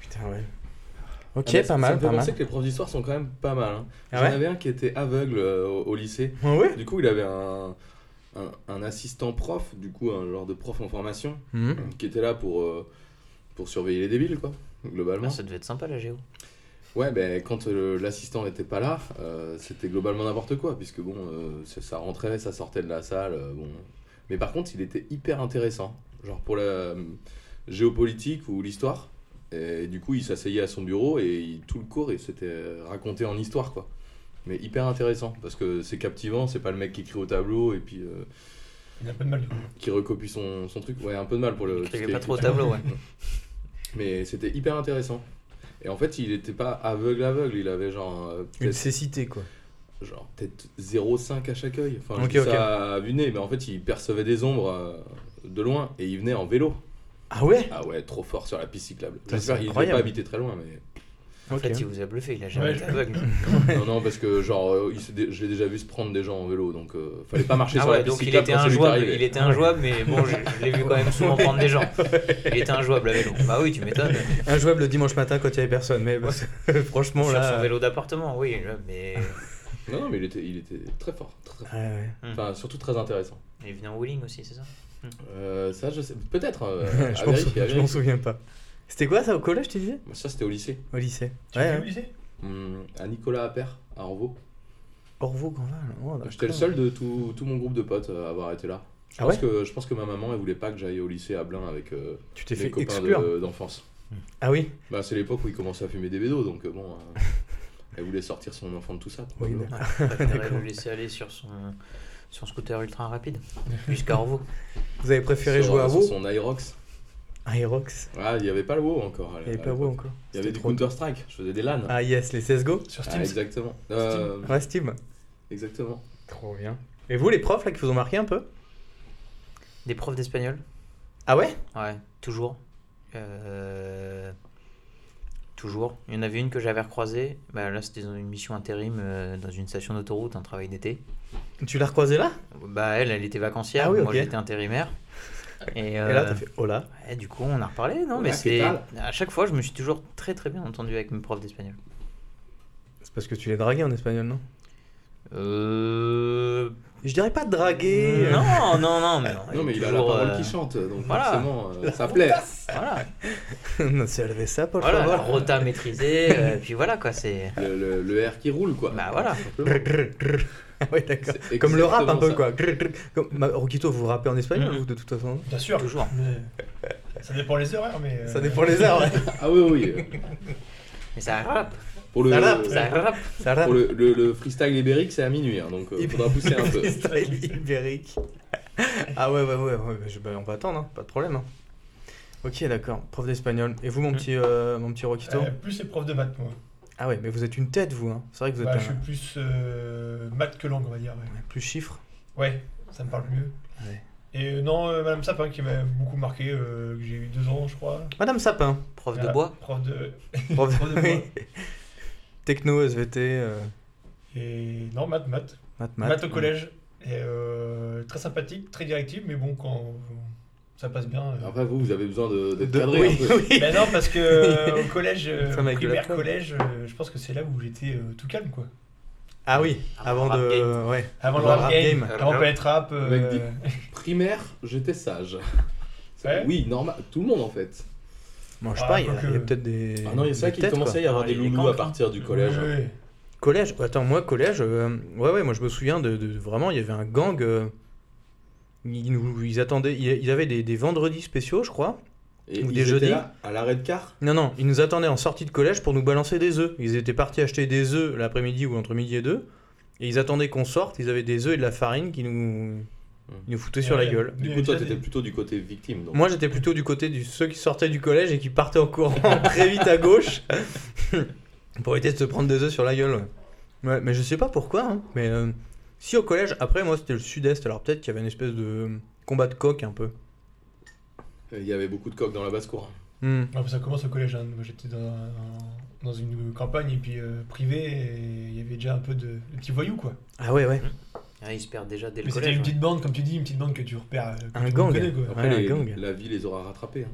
D: Putain, ouais.
B: Ah,
D: Ok,
B: mais
D: pas
B: Ça
D: mal,
B: me fait
D: pas mal.
B: penser que les profs d'histoire sont quand même pas mal. hein.
D: Ah
B: J'en
D: ouais
B: avais un qui était aveugle euh, au au lycée.
D: Ah ouais
B: Du coup, il avait un, un, un assistant prof, du coup, un genre de prof en formation,
D: Mhm.
B: qui était là pour, euh, pour surveiller les débiles, quoi, globalement.
E: Ah, ça devait être sympa la Géo.
B: Ouais, ben quand euh, l'assistant n'était pas là, euh, c'était globalement n'importe quoi, puisque bon, euh, ça- ça rentrait, ça sortait de la salle, euh, bon. Mais par contre, il était hyper intéressant, genre pour la euh, géopolitique ou l'histoire. Et du coup, il s'asseyait à son bureau et il- tout le cours, et c'était raconté en histoire, quoi. mais hyper intéressant parce que c'est captivant. C'est pas le mec qui écrit au tableau et puis euh,
C: Il a pas de mal du coup.
B: qui recopie son, son truc. Ouais, un peu de mal pour le. Euh, tout ce
E: Il
B: qui
E: pas
B: est
E: trop au tableau, ouais.
B: Mais c'était hyper intéressant. Et en fait, il était pas aveugle aveugle, il avait genre euh,
D: Une
B: peut-être
D: cécité, quoi.
B: genre peut-être 0,5 à chaque œil. Enfin, je
D: Ok,
B: dis
D: ok.
B: ça à vue de nez, mais en fait, il percevait des ombres euh, de loin et il venait en vélo.
D: Ah ouais
B: Ah ouais, trop fort sur la piste cyclable.
D: Ça,
B: J'espère
D: c'est
B: qu'il devait
D: incroyable.
B: pas habiter très loin, mais
E: En
D: Ok.
E: fait, il vous a bluffé, il a jamais
C: Ouais,
E: été
C: je-
E: aveugle.
B: non non parce que genre euh, il s'est dé- je l'ai déjà vu se prendre des gens en vélo, donc euh, fallait pas marcher
E: Ah
B: sur
E: ouais,
B: la piste
E: donc il
B: cyclable
E: était
B: quand c'est lui qui
E: injouable,
B: arrivait.
E: il était injouable, mais bon, je, je l'ai vu quand même souvent prendre des gens. Il était injouable à vélo. Bah oui, tu m'étonnes.
D: Injouable le dimanche matin quand il y avait personne, mais parce que, franchement,
E: Sur
D: là.
B: euh,
E: son vélo d'appartement, oui, mais
B: Non non, mais il était il était très fort, très, très fort.
D: ah Ouais, ouais.
B: Enfin surtout très intéressant.
E: il venait en wheeling aussi, c'est ça
B: Euh, ça je sais peut-être. euh, à
D: je
B: vérifier,
D: m'en
B: à
D: souviens, je m'en
B: vérifier.
D: souviens pas. C'était quoi ça au collège, tu disais
B: Ça c'était au lycée.
D: Au lycée.
C: Tu
D: Ouais, hein.
C: l'as vu au
D: ouais.
C: lycée
B: Hum, à Nicolas Appert, à Orvaux.
D: Orvaux, quand même. Oh, d'accord.
B: J'étais le seul de tout, tout mon groupe de potes à avoir été là. Je,
D: Ah
B: pense
D: ouais
B: que, je pense que ma maman, elle voulait pas que j'aille au lycée à Blain avec euh,
D: Tu t'es
B: mes
D: fait
B: copains
D: exclure.
B: de- d'enfance.
D: Ah oui
B: bah, c'est l'époque où ils commençaient à fumer des bédos, donc euh, bon, euh, elle voulait sortir son enfant de tout ça.
D: Oui,
B: probablement.
E: Je préférais le laisser aller sur son, son scooter ultra rapide jusqu'à Orvaux.
D: Vous avez préféré
B: Sur-
D: jouer à
B: sur
D: WoW
B: Son Aerox.
D: À Aerox
B: Ah, il y avait pas le WoW encore. à
D: Il n'y avait
B: à
D: pas WoW
B: l'époque.
D: encore.
B: Il y avait
D: C'était
B: du
D: trop tôt.
B: Counter-Strike, je faisais des LAN.
D: Ah yes, les CSGO
C: Sur
B: Ah,
C: Steam c'est-
B: exactement. Euh,
D: Ouais, Steam.
B: exactement.
D: Trop bien. Et vous, les profs, là, qui vous ont marqué un peu
E: Des profs d'espagnol
D: Ah ouais
E: Ouais, toujours. Euh, Toujours. Il y en avait une que j'avais recroisée. Bah, là, c'était dans une mission intérim euh, dans une station d'autoroute, un travail d'été.
D: Tu l'as recroisé là
E: Bah, elle, elle était vacancière,
D: Ah oui,
E: moi
D: ok.
E: j'étais intérimaire. Et,
D: Et là,
E: euh,
D: t'as fait oh là.
E: ouais, du coup, on a reparlé, non
B: Ouais,
E: Mais
B: que
E: c'est
B: dalle.
E: à chaque fois, je me suis toujours très très bien entendu avec mes profs d'espagnol.
D: C'est parce que tu l'as dragué en espagnol, non
E: Euh...
D: Je dirais pas draguer. euh,
E: Non, non, non, mais non,
B: non, mais il a la
E: toujours,
B: parole
E: euh,
B: qui chante, donc
E: voilà.
B: forcément, euh, ça plaît.
E: Voilà,
D: non, Oh c'est levé ça, Paul
E: voilà la
D: Favre.
E: rota maîtrisée, euh, puis voilà quoi, c'est.
B: Le, le- le R qui roule, quoi.
E: Bah voilà.
B: Simplement.
D: Ah ouais, d'accord.
B: C'est
D: Comme le rap un peu
B: exactement
D: quoi. Grrr, grrr. Comme... Bah, Rokito, vous rappez en espagnol
E: Mhm.
D: vous de toute façon
C: Bien sûr.
E: Toujours.
C: Mais Ça dépend les horaires, mais. euh,
D: Ça dépend les heures. ouais.
B: ça. Ah oui, oui. euh,
E: Mais ça rappe,
B: Pour le,
D: Ça rappe,
E: ça rappe.
D: Ça rappe.
B: Pour le, le- le freestyle ibérique, c'est à minuit, hein, donc euh,
D: Il-
B: faudra pousser un peu.
D: Freestyle ibérique. ah ouais, ouais, ouais. ouais, je- bah, on va attendre, hein, pas de problème. hein. Ok, d'accord. Prof d'espagnol. Et vous,
C: Mmh.
D: mon petit, euh, mon petit Rokito
C: euh, plus c'est prof de maths, moi.
D: Ah ouais, mais vous êtes une tête, vous. Hein. C'est vrai que vous êtes
C: Bah,
D: un-
C: je suis plus euh, maths que langue, on va dire. ouais.
D: plus chiffre.
C: Ouais, ça me parle mieux.
D: Ouais.
C: Et euh, non, euh, Madame Sapin qui m'a beaucoup marqué, euh, que j'ai eu deux ans, je crois.
D: Madame Sapin.
E: Prof de
C: Voilà,
E: bois.
C: Prof de.
D: Prof
C: Prof de bois.
D: Techno, SVT, euh,
C: Et non, maths, maths.
D: maths,
C: Maths,
D: maths.
C: au collège. Et euh, très sympathique, très directive, mais bon, quand euh, ça passe bien. euh.
B: Après, vous, vous avez besoin de, d'être
D: De-
B: cadré
D: oui,
B: un peu.
D: oui.
C: Ben non, parce que euh, au collège, euh,
D: Ça m'a gueulé
C: primaire,
D: après.
C: collège, euh, je pense que c'est là où j'étais euh, tout calme, quoi.
D: Ah oui,
E: Avant
D: avant,
E: le
D: de.
E: rap
D: Ouais.
C: Avant le
D: Avant
C: rap game, avant Planète Rap. euh,
B: Avec des- Primaire, j'étais sage. C'est-
C: Ouais.
B: Oui, normal. Tout le monde, en fait.
D: Mange
C: Ah,
D: pas, il y a,
C: quoique-
D: il y a peut-être des.
B: Ah non, il y a ça
D: des
B: qui
D: têtes,
B: commençait à
D: quoi.
B: y avoir
E: Ah,
B: des
E: les- les
B: loulous à
E: cancres.
B: partir du
C: oui,
B: collège. hein.
C: oui.
D: Collège Attends, moi, collège. euh, ouais, ouais, moi je me souviens de. de- vraiment, il y avait un gang. euh, ils, nous, ils attendaient. Ils, ils avaient des, des vendredis spéciaux, je crois.
B: Et
D: Ou
B: ils
D: des
B: étaient
D: jeudis.
B: là, à l'arrêt de car.
D: Non, non, ils nous attendaient en sortie de collège pour nous balancer des œufs. Ils étaient partis acheter des œufs l'après-midi ou entre midi et deux. Et ils attendaient qu'on sorte. Ils avaient des œufs et de la farine qui nous. Ils nous foutaient sur la
C: Ouais.
D: gueule.
B: Du
C: Il y
B: coup,
C: avait
B: toi,
C: déjà
B: t'étais
C: des-
B: plutôt du côté victime. Donc.
D: Moi, j'étais plutôt du côté de ceux qui sortaient du collège et qui partaient en courant très vite à gauche pour éviter de se prendre des œufs sur la gueule. ouais. Ouais, mais je sais pas pourquoi. hein, Mais euh, si au collège, après, moi, c'était le sud-est, alors peut-être qu'il y avait une espèce de combat de coq un peu.
B: Il y avait beaucoup de coqs dans la basse-cour.
D: Hmm.
C: Ouais, ça commence au collège. hein. Moi, j'étais dans, un- dans une campagne et puis euh, privée, et il y avait déjà un peu de, de petits voyous quoi.
D: Ah ouais, ouais.
E: Ah, il se perd déjà dès le
C: Mais c'était
E: collège. hein.
C: une
E: ouais.
C: petite bande, comme tu dis, une petite bande que tu repères. euh, que
D: Un
C: tu
D: gang.
C: reconnais, quoi.
D: Ouais,
B: Après,
D: un
B: les-
D: gang.
B: la vie les aura rattrapés.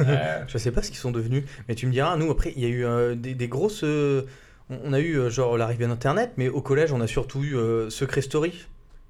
B: hein.
C: Ouais.
D: Je sais pas ce qu'ils sont devenus. Mais tu me diras, nous, après, il y a eu euh, des, des grosses. euh, on on a eu euh, genre l'arrivée d'Internet, mais au collège, on a surtout eu euh, Secret Story.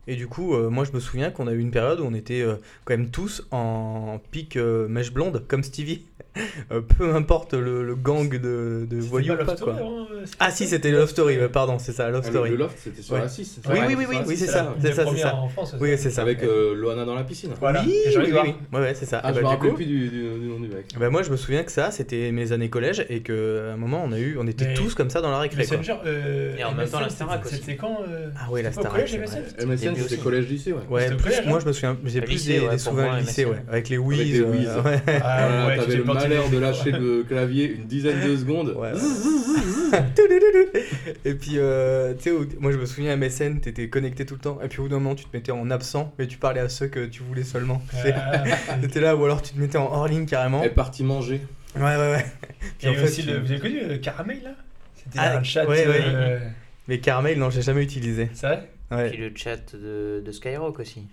D: Et du coup, euh, moi je me souviens qu'on a eu une période où on était euh, quand même tous en pique euh, mèche blonde, comme Stevie. Euh, peu importe le, le gang de, de voyous ou pas, quoi.
C: hein,
D: Ah si, c'était Love Story, ouais, pardon, c'est ça,
B: hein
D: Love
B: Ah, le-
D: Story.
B: Le loft, c'était sur
D: Ouais.
B: la 6.
D: Oui,
C: Ouais,
D: oui, oui, oui, oui, c'est ça, c'est ça, c'est ça.
C: En France,
D: Oui, c'est ça.
B: Avec
D: Et-
B: euh, Loana dans la piscine.
C: Voilà.
D: Oui,
C: Et
D: oui,
C: Jean-Edouard.
D: oui, oui. Ouais, c'est ça.
B: Ah,
D: Et
B: je
D: bah,
B: me
D: du
B: rappelle
D: coup-
B: plus du, du- du nom du mec.
D: bah, moi je me souviens que ça, c'était mes années collège et que à un moment on a eu, on était
C: Mais-
D: tous comme ça dans la récré. quoi.
C: Messenger. euh,
E: Et en même temps, la Starac aussi.
C: C'était quand euh,
D: Ah oui, la
C: c'était au
D: Starac,
C: collège,
D: c'est
C: MSN?
D: vrai.
B: MSN,
E: début
B: c'était
E: aussi.
B: collège lycée, ouais.
D: Ouais,
C: C'était au
D: plus-
C: collège,
D: moi
C: hein
D: je me souviens, j'ai
E: Au
D: plus
E: lycée,
D: des,
E: ouais,
D: des
E: pour
D: souvenirs
E: moi,
D: du lycée,
E: MSN.
D: ouais, avec les
B: Avec
D: Wiz.
B: les
D: euh,
B: Wiz.
D: ouais.
C: Ah,
B: Voilà,
C: ouais,
B: Euh, T'avais
C: j'étais
B: le
C: parti-
B: malheur de lâcher le clavier une dizaine de secondes.
D: Ouais, ouais. Touloulou. et puis, euh, tu sais, au- moi je me souviens, MSN, t'étais connecté tout le temps. Et puis au bout d'un moment, tu te mettais en absent, mais tu parlais à ceux que tu voulais seulement. tu sais.
C: Ah, et-
D: T'étais là, ou alors tu te mettais en hors ligne carrément.
B: Elle est partie manger.
D: Ouais, ouais, ouais. Puis
C: Et
D: en fait,
C: aussi,
D: tu-
C: le- vous avez connu le caramel là C'était
D: Ah,
C: un chat.
D: ouais, ouais.
C: euh,
D: Mais Carmel, non, j'ai jamais utilisé.
C: C'est vrai
E: Puis
D: Ouais.
E: le chat de, de Skyrock aussi.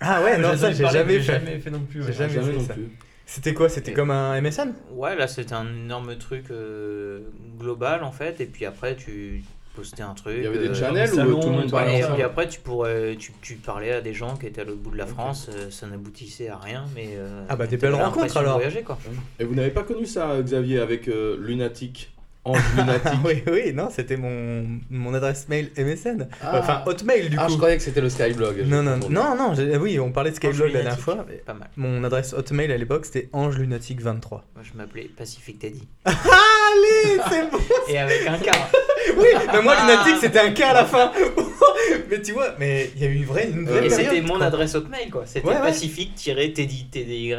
D: Ah ouais, non,
C: J'en
D: ça
C: ai
D: j'ai
C: parlé,
D: jamais
C: mais
D: fait.
C: jamais fait non plus.
D: J'ai
C: ouais.
D: jamais fait
B: non
D: ça.
B: plus.
D: C'était quoi C'était
E: Et-
D: comme un MSN
E: Ouais, là c'était un énorme truc euh, global en fait. Et puis après, tu postais un truc.
B: Il y avait
E: euh,
B: des
C: dans
B: channels où
C: les
B: tout
C: salons,
B: le monde
C: tout
E: Et
B: parlait
C: ça.
E: puis
B: ensemble.
E: après, tu, pourrais, tu, tu parlais à des gens qui étaient à l'autre bout de la France, euh, ça n'aboutissait à rien, mais. euh,
D: Ah bah, des
E: t'avais
D: belles rencontres,
E: l'impression de
D: alors.
E: voyager, quoi.
B: Et vous n'avez pas connu ça, Xavier, avec euh, Lunatic Ange
D: Ah
B: Lunatic
D: oui, oui, non, c'était mon, mon adresse mail MSN.
B: Ah.
D: Enfin, Hotmail du
B: Ah, je
D: coup.
B: croyais que c'était le Skyblog.
D: non, non, non, non, j'ai- eh oui, on parlait de Skyblog la dernière fois. mais
E: Pas mal.
D: Mon adresse Hotmail à l'époque c'était angelunatic23.
E: Moi, je m'appelais Pacific Teddy.
D: Allez, c'est bon Ah.
E: Et avec un car.
D: Oui, mais moi, Lunatic c'était un K à la fin. mais tu vois, mais il y a eu une vraie. Une vraie
E: Et
B: Euh,
D: période,
E: c'était mon
D: quoi.
E: adresse hotmail, quoi. C'était
D: Ouais, ouais.
E: pacific-teddy, tdy.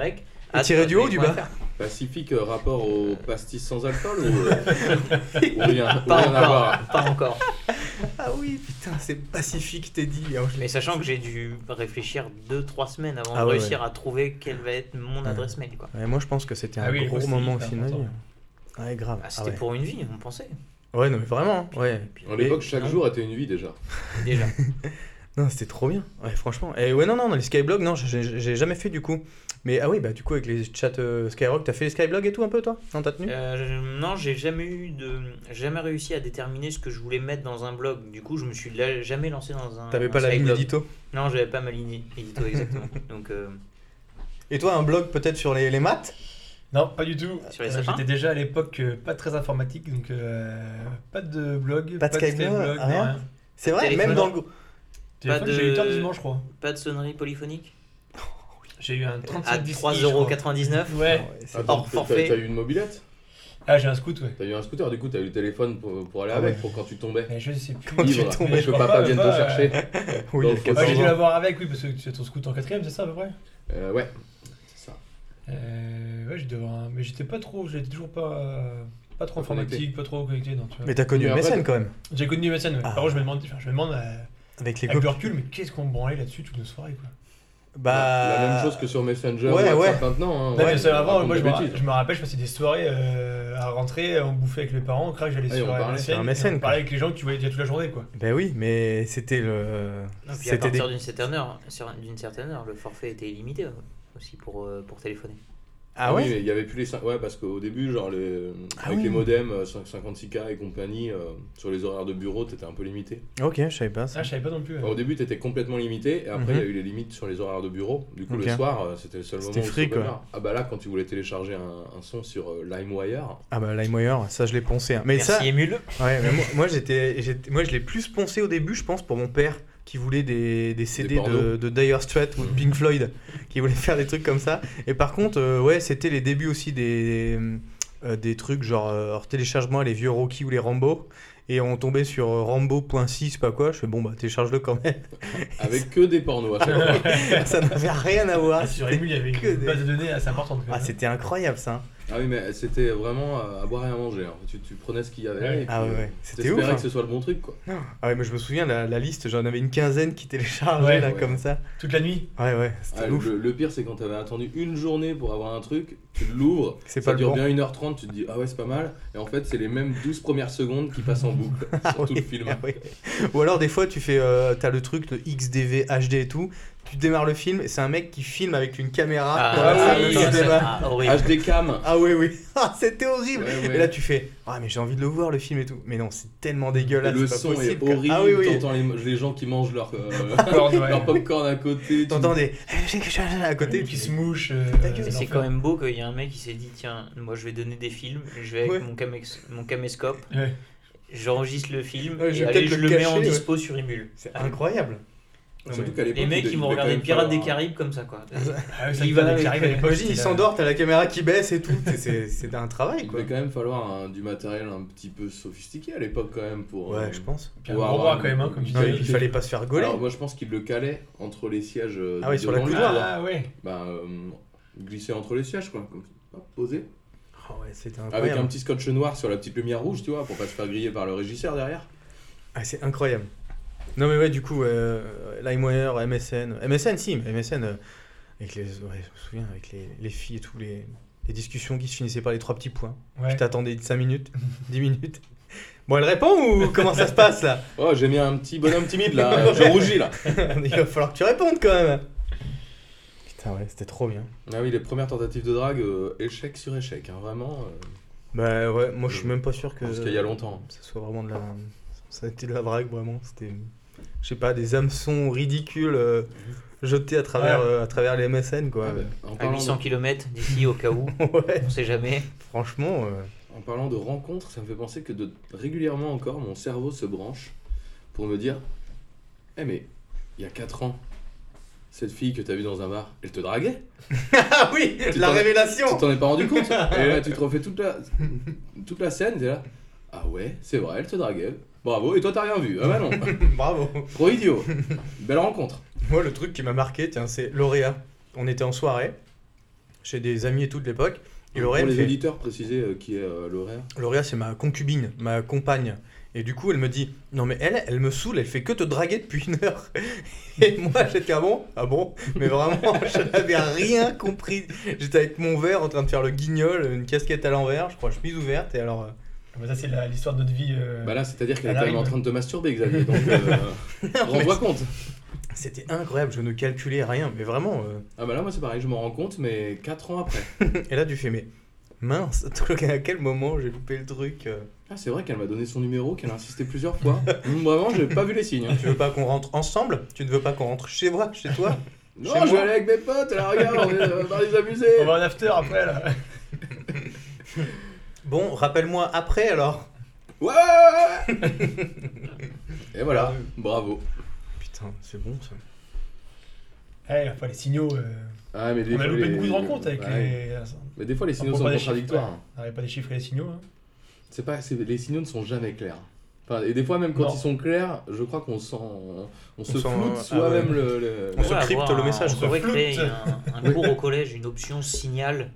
D: Et tiré du haut, du bas.
B: Pacifique, euh, rapport au pastis sans alcool ou, euh, ou rien, ou
E: Pas
B: rien à voir.
E: encore. Pas encore.
D: Ah oui, putain, c'est Pacifique Teddy. Alors, je l'ai-
E: Mais sachant que j'ai dû réfléchir 2-3 semaines avant
D: Ah
E: de
D: ouais,
E: réussir à trouver quelle va être mon
D: Ouais.
E: adresse mail, quoi.
D: Ouais, moi, je pense que c'était un
C: Ah oui,
D: gros
C: aussi,
D: moment
C: c'est
D: aussi de ma vie.
C: important.
D: Ouais, grave.
E: Ah,
D: Ah
E: c'était
D: ouais.
E: pour une vie, on pensait.
D: ouais, non, mais vraiment. hein. Ouais.
E: Puis,
B: À l'époque, chaque
E: Non.
B: jour était une vie déjà.
E: Déjà.
D: Non, c'était trop bien. Ouais, franchement. Et ouais, non, non, dans les Skyblog, non, j'ai- j'ai j'ai jamais fait du coup. Mais ah oui, bah du coup, avec les chats euh, Skyrock, t'as fait les Skyblog et tout un peu, toi Non, t'as tenu
E: Euh, je- non, j'ai jamais eu de, jamais réussi à déterminer ce que je voulais mettre dans un blog. Du coup, je me suis la- jamais lancé dans un.
D: T'avais
E: un
D: pas la ligne
E: blog.
D: édito.
E: Non, j'avais pas ma ligne édito exactement. Donc, euh,
D: Et toi, un blog peut-être sur les, les maths
C: Non, pas du tout.
E: Sur les
C: Euh,
E: sapins
C: J'étais déjà à l'époque euh, pas très informatique, donc euh, pas de blog,
D: Pas de ah Skyblog,
C: Skyblog,
D: rien.
C: rien.
D: C'est vrai,
E: Téléphone.
D: même dans le groupe.
C: Téléphone,
E: de-
C: J'ai eu tort du dimanche, je crois.
E: pas de sonnerie polyphonique
C: J'ai eu un
E: à
C: 37
E: 3,99€.
C: Ouais.
D: Ouais, c'est-
B: Attends,
E: hors
B: t'as-
E: forfait.
B: T'as eu une mobilette
C: Ah, j'ai un scout, ouais.
B: T'as eu un scooter, du coup, t'as eu le téléphone pour, pour aller
D: Ah
B: avec,
D: ouais.
B: pour quand tu tombais.
C: Mais je sais plus.
D: Quand tu
B: Libre,
D: tombais,
B: que papa vienne te chercher.
D: Oui,
B: dans
D: il y a
B: le
C: Ouais,
D: 14
C: j'ai dû
D: ans.
C: l'avoir avec, oui, parce que tu as ton scout en quatrième, c'est ça à peu près
B: Euh, ouais, c'est ça.
C: Euh, Ouais, j'ai dû avoir un. Mais j'étais pas trop, j'étais toujours pas. euh, Pas trop
B: Pas connecté.
C: informatique, pas trop connecté, non, tu vois.
D: Mais t'as connu
B: Mais après,
D: MSN quand même.
C: J'ai connu MSN, ouais.
D: Ah.
C: Par contre, je me demande, enfin, je me demande euh,
D: Avec les
C: avec le
D: copies.
C: recul, mais qu'est-ce qu'on branlait là-dessus toute nos soirées, quoi.
D: Bah.
B: La même chose que sur Messenger
D: ouais,
B: ou WhatsApp
D: ouais.
B: maintenant. Hein,
C: Non,
B: Ouais,
C: mais ça,
B: on
C: avant,
B: raconte
C: moi, je
B: des
C: me,
B: bêtises.
C: ra- je me rappelle, je passais des soirées euh, à rentrer, on bouffait avec les parents, crac, j'allais
B: Ah, et
C: sur
B: on parlait.
C: MSN,
D: Sur MSN,
C: et on
D: quoi.
C: parlait avec les gens que tu voyais déjà toute la journée, quoi.
D: Bah oui, mais c'était le.
E: Non, puis à
D: C'était des.
E: partir d'une certaine heure, sur- d'une certaine heure, le forfait était illimité euh, aussi pour euh, pour téléphoner.
D: Ah
B: Oui,
D: ouais
B: mais il y avait plus les. cin- Ouais, parce qu'au début, genre, les...
D: Ah
B: avec
D: oui.
B: les modems euh, 5- 56K et compagnie, euh, sur les horaires de bureau, t'étais un peu limité.
D: Ok, je savais pas ça.
C: Ah, je savais pas non plus. ouais.
B: Enfin, au début, t'étais complètement limité, et après, il
D: Mhm.
B: y a eu les limites sur les horaires de bureau. Du coup,
D: Ok.
B: le soir, euh, c'était le seul moment
D: C'était
B: où tu
D: free,
B: pouvais
D: quoi.
B: voir. Ah bah là, quand tu voulais télécharger un, un son sur euh, LimeWire,
D: Ah bah LimeWire, ça je l'ai poncé. hein. Mais
E: Merci
D: ça,
E: Emule.
D: Ouais, mais moi, moi, j'étais, j'étais- moi je l'ai plus poncé au début, je pense, pour mon père qui voulait des, des CD de,
B: pornos.
D: de Dire Straits ou de Pink Floyd, qui voulait faire des trucs comme ça. Et par contre, euh, ouais, c'était les débuts aussi des, euh, des trucs genre euh, hors téléchargement, les vieux Rocky ou les Rambo. Et on tombait sur euh, Rambo.6, je sais pas quoi. Je fais bon, bah télécharge-le quand même.
B: avec que des pornos à chaque fois.
D: ça n'avait rien à voir.
C: Ah, sur
D: C'était-
C: Emule, il y avait
D: que
C: une
D: des-
C: base de données assez importante. quand
D: Ah,
C: même.
D: c'était incroyable ça.
B: Ah oui, mais c'était vraiment euh, à boire et à manger. hein. Tu, tu prenais ce qu'il y avait.
C: Ouais.
B: et
D: Ah
B: puis,
D: ouais,
B: euh,
D: ouais. c'était ouf.
B: T'espérais
D: hein.
B: que ce soit le bon truc, quoi.
D: Ah ouais, mais je me souviens, la, la liste, j'en avais une quinzaine qui téléchargeaient
C: Ouais.
D: là
B: Ouais.
D: comme ça.
C: Toute la nuit.
D: Ouais, ouais, c'était
B: Ah,
D: ouf.
B: le, le pire, c'est quand t'avais attendu une journée pour avoir un truc, tu l'ouvres,
D: C'est
B: ça
D: pas le
B: dure
D: bon.
B: bien 1h30, tu te dis ah ouais, c'est pas mal, et en fait, c'est les mêmes 12 premières secondes qui passent en boucle sur
D: Ah
B: tout
D: oui,
B: le film.
D: ah oui. Ou alors des fois tu fais, euh, t'as le truc de XDV HD et tout, tu démarres le film et c'est un mec qui filme avec une caméra.
E: Ah,
D: dans la
B: oui,
D: salle de
B: oui,
E: ça,
B: c'est
D: cinéma.
E: ah, horrible.
B: HD Cam.
D: Ah oui, oui. Ah, c'était horrible.
B: Ouais, ouais.
D: Et là, tu fais Ah, mais j'ai envie de le voir le film et tout. Mais non, c'est tellement dégueulasse.
B: le
D: c'est pas
B: son
D: possible,
B: est
D: quoi.
B: horrible.
D: Ah oui, oui.
B: T'entends les, les gens qui mangent leur, euh,
C: Popcorn, ouais.
B: leur popcorn à côté. tu-
D: T'entends des Eh, à côté.
C: qui se mouche. euh,
E: Mais C'est
C: l'enfer.
E: quand même beau qu'il y a un mec qui s'est dit tiens, moi je vais donner des films, je vais avec
D: Ouais.
E: mon, camex- mon caméscope,
C: Ouais.
E: j'enregistre le film
D: Ouais, je
E: et
D: vais
E: allez,
D: peut-être
E: je
D: le
E: le mets en
D: cacher, ouais.
E: dispo sur Emule.
D: C'est
E: Allez.
D: incroyable.
C: Non,
B: Surtout
C: mais-
B: qu'à l'époque,
E: Les mecs
B: il-
E: ils
B: il devait
E: vont
B: quand
E: regarder
B: même
E: Pirates
B: falloir-
E: des Caribes comme ça quoi.
C: Ah oui, c'est vrai
E: Il
C: que
E: va
C: les
E: avec-
C: Caribes, à l'époque,
D: Imagine, il
C: c'était-
D: s'endort, t'as la caméra qui baisse et tout. C'est- C'est c'est un travail,
B: Il
D: quoi.
B: devait quand même falloir un- du matériel un petit peu sophistiqué à l'époque, quand même. Pour, euh,
D: Ouais, je pense.
C: Puis un
B: pour
C: gros
B: avoir
C: bras, quand même, hein, comme tu
D: Non,
C: dis.
D: et puis il fallait pas se faire gauler.
B: Alors, moi, je pense qu'ils le calaient entre les sièges. euh,
D: Ah ouais,
B: du
D: sur la
B: devant et du
D: coudoir.
B: derrière.
C: Ah ouais.
B: Bah, euh, glisser entre les sièges, quoi. Comme, hop, posé.
D: Ah ouais, c'était
B: Avec un
D: incroyable.
B: petit scotch noir sur la petite lumière rouge, tu vois, pour pas se faire griller par le régisseur derrière.
D: Ah, c'est incroyable. Non, mais ouais, du coup, euh, LimeWire, MSN. MSN, si, mais MSN. euh, avec les, ouais, je me souviens, avec les, les filles et tout, les, les discussions qui se finissaient par les trois petits points.
C: Ouais.
D: Je t'attendais 5 minutes, 10 minutes. Bon, elle répond ou comment ça se passe là
B: Oh, j'ai mis un petit bonhomme timide là, je rougis là.
D: Il va falloir que tu répondes quand même. Putain, ouais, c'était trop bien.
B: Ah oui, les premières tentatives de drague, euh, échec sur échec, hein, vraiment. euh,
D: Bah ouais, moi je suis même pas sûr que.
B: Jusqu'à il y a longtemps.
D: Ça soit vraiment de la. Ça a été de la drague, vraiment. C'était. Je sais pas, des hameçons ridicules euh, jetés à travers,
C: Ouais.
D: euh, à travers les MSN quoi.
B: en,
E: À
B: parlant
E: 800 km d'ici au cas où,
D: ouais,
E: on sait jamais.
D: franchement. euh,
B: de, en parlant de rencontres, ça me fait penser que de, régulièrement encore, mon cerveau se branche pour me dire Eh, mais il y a 4 ans, cette fille que t'as vue dans un bar, elle te draguait
D: Ah oui,
B: Tu
D: la
B: t'en-
D: révélation
B: Tu t'en es pas rendu compte Et là, tu te refais toute la, toute la scène, t'es là Ah ouais, c'est vrai, elle te draguait. Bravo, et toi t'as rien vu Ah bah non,
D: Bravo.
B: trop idiot Belle rencontre
D: Moi, le truc qui m'a marqué, tiens, c'est Lauréat. On était en soirée chez des amis et tout de l'époque. Et
B: Ah, Pour
D: Lauréat, me
B: les
D: fait-
B: auditeurs, préciser euh, qui est euh, l'horaire.
D: Lauréat, c'est ma concubine, ma compagne. Et du coup, elle me dit Non, mais elle, elle me saoule, elle fait que te draguer depuis une heure. Et moi, j'étais Ah bon Ah bon Mais vraiment, je n'avais rien compris. J'étais avec mon verre en train de faire le guignol, une casquette à l'envers, je crois, chemise ouverte. Et alors. euh,
C: Ah bah ça, c'est la- l'histoire de notre vie. euh,
B: Bah là, c'est-à-dire qu'elle est
C: Elle
B: quand même en
C: arrive.
B: train de te masturber, Xavier. Donc, euh, rends-toi compte.
D: C'était incroyable, je ne calculais rien, mais vraiment. euh,
B: Ah bah là, moi, c'est pareil, je m'en rends compte, mais 4 ans après.
D: Et là, tu fais Mais mince, à quel moment j'ai loupé le truc euh,
B: Ah, c'est vrai qu'elle m'a donné son numéro, qu'elle a insisté plusieurs fois. Hum, Vraiment, j'ai pas vu les signes. hein.
D: Tu veux pas qu'on rentre ensemble Tu ne veux pas qu'on rentre chez moi, chez toi
B: Non,
D: Chez
B: je vais
D: moi.
B: aller avec mes potes, là, regarde, on est euh, dans les amusés.
C: On va en after après là.
D: Bon, rappelle-moi après alors.
B: Ouais Et
C: Ah
B: voilà, bravo.
D: Putain, c'est bon ça.
C: Eh, enfin, les signaux. euh,
B: Ah, mais des
C: On a
B: fois,
C: loupé
B: les-
C: beaucoup de rencontres avec
B: Ouais.
C: les.
B: Mais des fois, les signaux
C: On
B: sont
C: prend pas les chiffres,
B: contradictoires. hein.
C: On n'arrive pas à déchiffrer les signaux. hein.
B: C'est pas, c'est- les signaux ne sont jamais clairs. Enfin, et des fois, même quand
C: Non.
B: ils sont clairs, je crois qu'on sent, on, se
D: sent-
B: floute
D: ah
B: soi-même
D: ouais.
B: le- le.
D: On se crypte le message,
E: On
C: on
E: pourrait
C: se floute.
E: créer un, un cours au collège, une option signal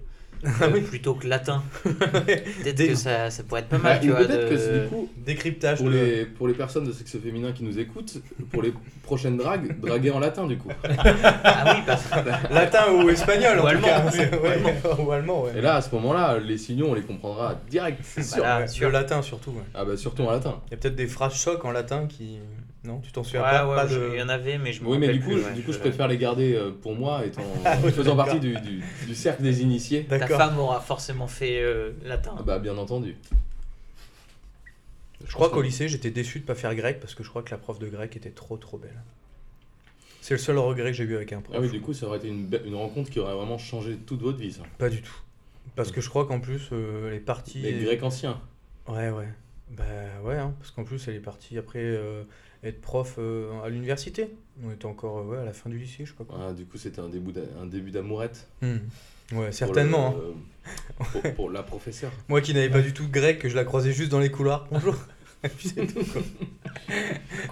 E: euh, plutôt que latin. Peut-être
D: Des-
E: que ça, ça pourrait être pas
B: Bah,
E: mal.
B: ou
E: tu vois,
B: peut-être
E: de-
B: que c'est du coup,
D: Décryptage
B: pour
D: de-
B: les, pour les personnes de sexe féminin qui nous écoutent, pour les prochaines dragues, draguer en latin du coup.
E: Ah oui, parce que
D: latin ou espagnol
E: Ou
D: en
E: allemand,
D: tout cas.
E: oui.
D: C'est- ouais, ou allemand, ouais.
B: Et là, à ce moment-là, les signaux, on les comprendra direct, c'est sûr.
E: Voilà.
D: Ouais,
E: sûr.
D: Le latin surtout. ouais.
B: Ah bah surtout en latin.
D: Il y a peut-être des phrases chocs en latin qui. Non, tu t'en souviens
E: Ouais,
D: pas,
E: ouais,
D: pas
E: je-
D: de-
E: il y en avait, mais je me
B: Oui, mais
E: rappelle
B: du coup,
E: plus,
B: je-
E: ouais,
B: du coup, je
E: l'avais.
B: préfère les garder euh, pour moi, étant
D: oui,
B: faisant
D: d'accord.
B: partie du, du- du cercle des initiés.
E: Ta
D: D'accord.
E: femme aura forcément fait euh, latin.
B: Ah bah bien entendu.
D: Je crois
B: pense
D: qu'au
B: que-
D: lycée, j'étais déçu de pas faire grec parce que je crois que la prof de grec était trop trop belle. C'est le seul regret que j'ai eu avec un prof.
B: Ah oui, du coup, ça aurait été une, be- une rencontre qui aurait vraiment changé toute votre vie, ça.
D: Pas du tout. Parce que je crois qu'en plus, euh, elle est partie.
B: Les Grecs anciens.
D: Ouais, ouais. Bah ouais, hein, parce qu'en plus, elle est partie après euh, être prof euh, à l'université. On était encore euh, ouais, à la fin du lycée, je sais pas quoi.
B: Ah, du coup, c'était un début d'a- un début d'amourette.
D: Hmm. Ouais,
B: pour le-
D: certainement. hein.
B: euh, pour, pour la professeure.
D: Moi qui n'avais pas du tout de grec, que je la croisais juste dans les couloirs. Bonjour. Et puis c'est tout, quoi.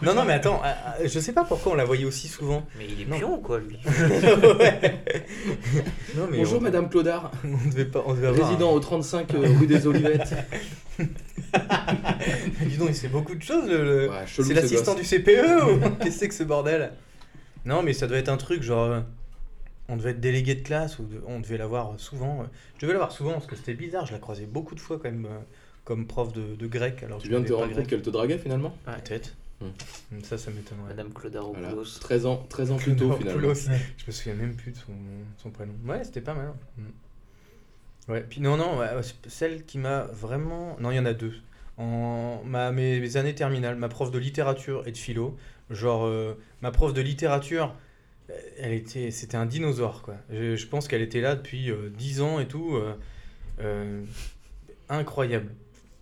D: non,
B: hein.
D: non, mais attends, ah, ah, je sais pas pourquoi on la voyait aussi souvent.
E: Mais il est
D: Non.
E: pion ou quoi, lui euh,
D: Ouais. non, mais
B: Bonjour,
D: on,
B: Madame Claudard,
D: on devait pas. hein. On devait avoir un-
B: résident au 35 euh, rue des Olivettes.
D: Dis donc, il sait beaucoup de choses. le- le-
B: Ouais, chelou,
D: Euh,
B: ce
D: C'est l'assistant
B: gosse.
D: du CPE ou qu'est-ce que c'est que ce bordel Non, mais ça devait être un truc genre. euh, On devait être délégué de classe ou de- on devait l'avoir souvent. euh. Je devais l'avoir souvent parce que c'était bizarre. Je la croisais beaucoup de fois quand même euh, comme prof de, de grec. Alors que
B: Tu
D: je
B: viens de te rendre
D: n'avais pas
B: compte Hmm.
D: grec.
B: qu'elle te draguait finalement
E: Ouais.
D: Peut-être. Ça, ça m'étonnerait.
E: Madame Claude
B: Voilà.
E: Aropoulos.
B: 13 ans, 13 ans plus tôt finalement.
D: Clodoropoulos. Je me souviens même plus de son, son prénom. Ouais, c'était pas mal. hein. Mm. Ouais, puis non, non, ouais, ouais, c'est- celle qui m'a vraiment. Non, il y en a deux. En ma, mes, mes années terminales, ma prof de littérature et de philo, genre, euh, ma prof de littérature, euh, elle était, c'était un dinosaure, quoi. Je, je pense qu'elle était là depuis euh, 10 ans et tout. euh, euh, incroyable.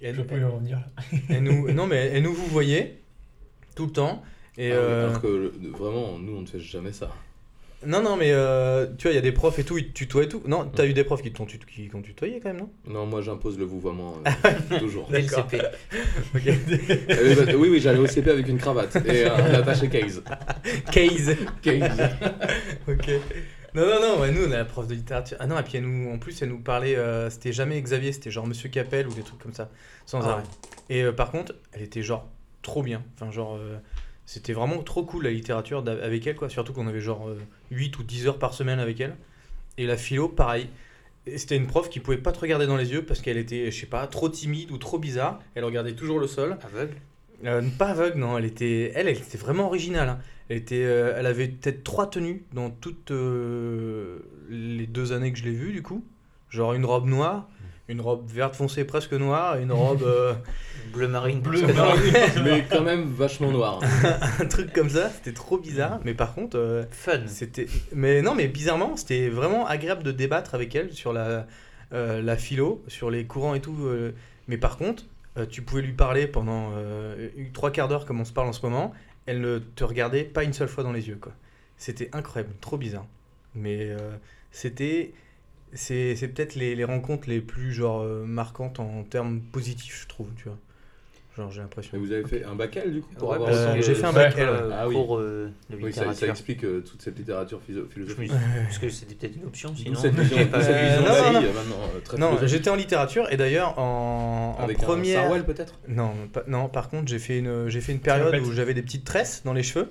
D: Elle,
C: Je peux y revenir.
D: elle nous, non, mais elle, elle nous vous voyait tout le temps.
B: Ah oui,
D: Et, euh,
B: Alors que le- vraiment, nous on ne fait jamais ça.
D: Non, non, mais euh, tu vois, il y a des profs et tout, ils te tutoient et tout. Non, t'as eu des profs qui t'ont tut- qui t'ont tutoyé quand même, non
B: Non, moi j'impose le vouvoiement euh, toujours.
E: Dès le CP.
B: Euh, bah, oui, oui, j'allais au CP avec une cravate et euh, un attaché case.
D: Case
B: Case.
D: Ok. Non, non, non, ouais, nous, on a la prof de littérature. Ah non, et puis elle nous, en plus, elle nous parlait, euh, c'était jamais Xavier, c'était genre Monsieur Capel ou des trucs comme ça, sans
E: Ah.
D: arrêt. Et euh, par contre, elle était genre trop bien. Enfin, genre, euh, c'était vraiment trop cool la littérature d'a- avec elle, quoi. Surtout qu'on avait genre euh, 8 ou 10 heures par semaine avec elle. Et la philo, pareil. Et C'était une prof qui pouvait pas te regarder dans les yeux parce qu'elle était, je sais pas, trop timide ou trop bizarre. Elle regardait toujours le sol.
E: Aveugle.
D: Euh, pas aveugle, non. Elle était, elle, elle était vraiment originale. hein. Elle, était, euh, elle avait peut-être trois tenues dans toutes euh, les deux années que je l'ai vue, du coup. Genre une robe noire, une robe verte foncée presque noire, et une robe euh,
E: Bleu marine.
C: Bleu,
E: parce que-
C: marron,
B: Mais quand même vachement noir.
D: un truc comme ça. C'était trop bizarre. Mais par contre, euh,
E: Fun.
D: c'était. Mais non, mais bizarrement, c'était vraiment agréable de débattre avec elle sur la, euh, la philo, sur les courants et tout. euh. Mais par contre, euh, tu pouvais lui parler pendant euh, une- trois quarts d'heure comme on se parle en ce moment. Elle ne te regardait pas une seule fois dans les yeux, quoi. C'était incroyable, trop bizarre. Mais euh, c'était. C'est c'est peut-être les, les rencontres les plus genre euh, marquantes en termes positifs, je trouve, tu vois. Genre, j'ai l'impression.
B: Mais vous avez fait un bacal du coup pour
E: Ouais,
B: avoir
E: parce
B: autant
E: que
B: de-
D: j'ai fait un
E: c'est
D: bac
E: pas,
D: L,
E: euh,
B: Ah oui.
E: cours euh, de
B: Oui, ça, ça
E: littérature.
B: explique euh, toute cette littérature philo-
E: Je
B: philosophique.
E: me dis- Parce que c'était peut-être une option,
B: D'où
E: sinon
B: cette vision,
E: j'ai pas
B: d'où cette
D: Euh,
B: vision de
D: non,
B: la
D: non,
B: vie, euh, maintenant euh, très
D: Non,
B: philosophique.
D: j'étais en littérature et d'ailleurs en, en
B: avec un
D: première.
B: Sarwell peut-être.
D: Non, pas- non, par contre, j'ai fait une, j'ai fait une période
C: répètes.
D: où j'avais des petites tresses dans les cheveux.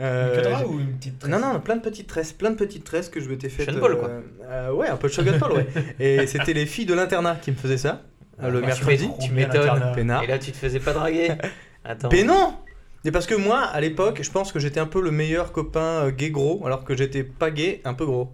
C: Une
D: Euh,
C: cadra
D: j'ai-
C: ou une petite tresse
D: non, non, plein de petites tresses, plein de petites tresses que je m'étais faites.
E: Sean Paul, quoi.
D: euh, ouais, un peu de Shogun Paul, ouais. Et c'était les filles de l'internat qui me faisaient ça, euh, le
E: Tu
D: mercredi.
E: m'étonnes, tu
C: bien
E: m'étonnes.
C: l'internat.
D: Peinard.
E: Et Ah, bah, là, tu te faisais pas draguer. Attends.
D: Mais non Mais parce que moi, à l'époque, je pense que j'étais un peu le meilleur copain euh, gay gros, alors que j'étais pas gay, un peu gros.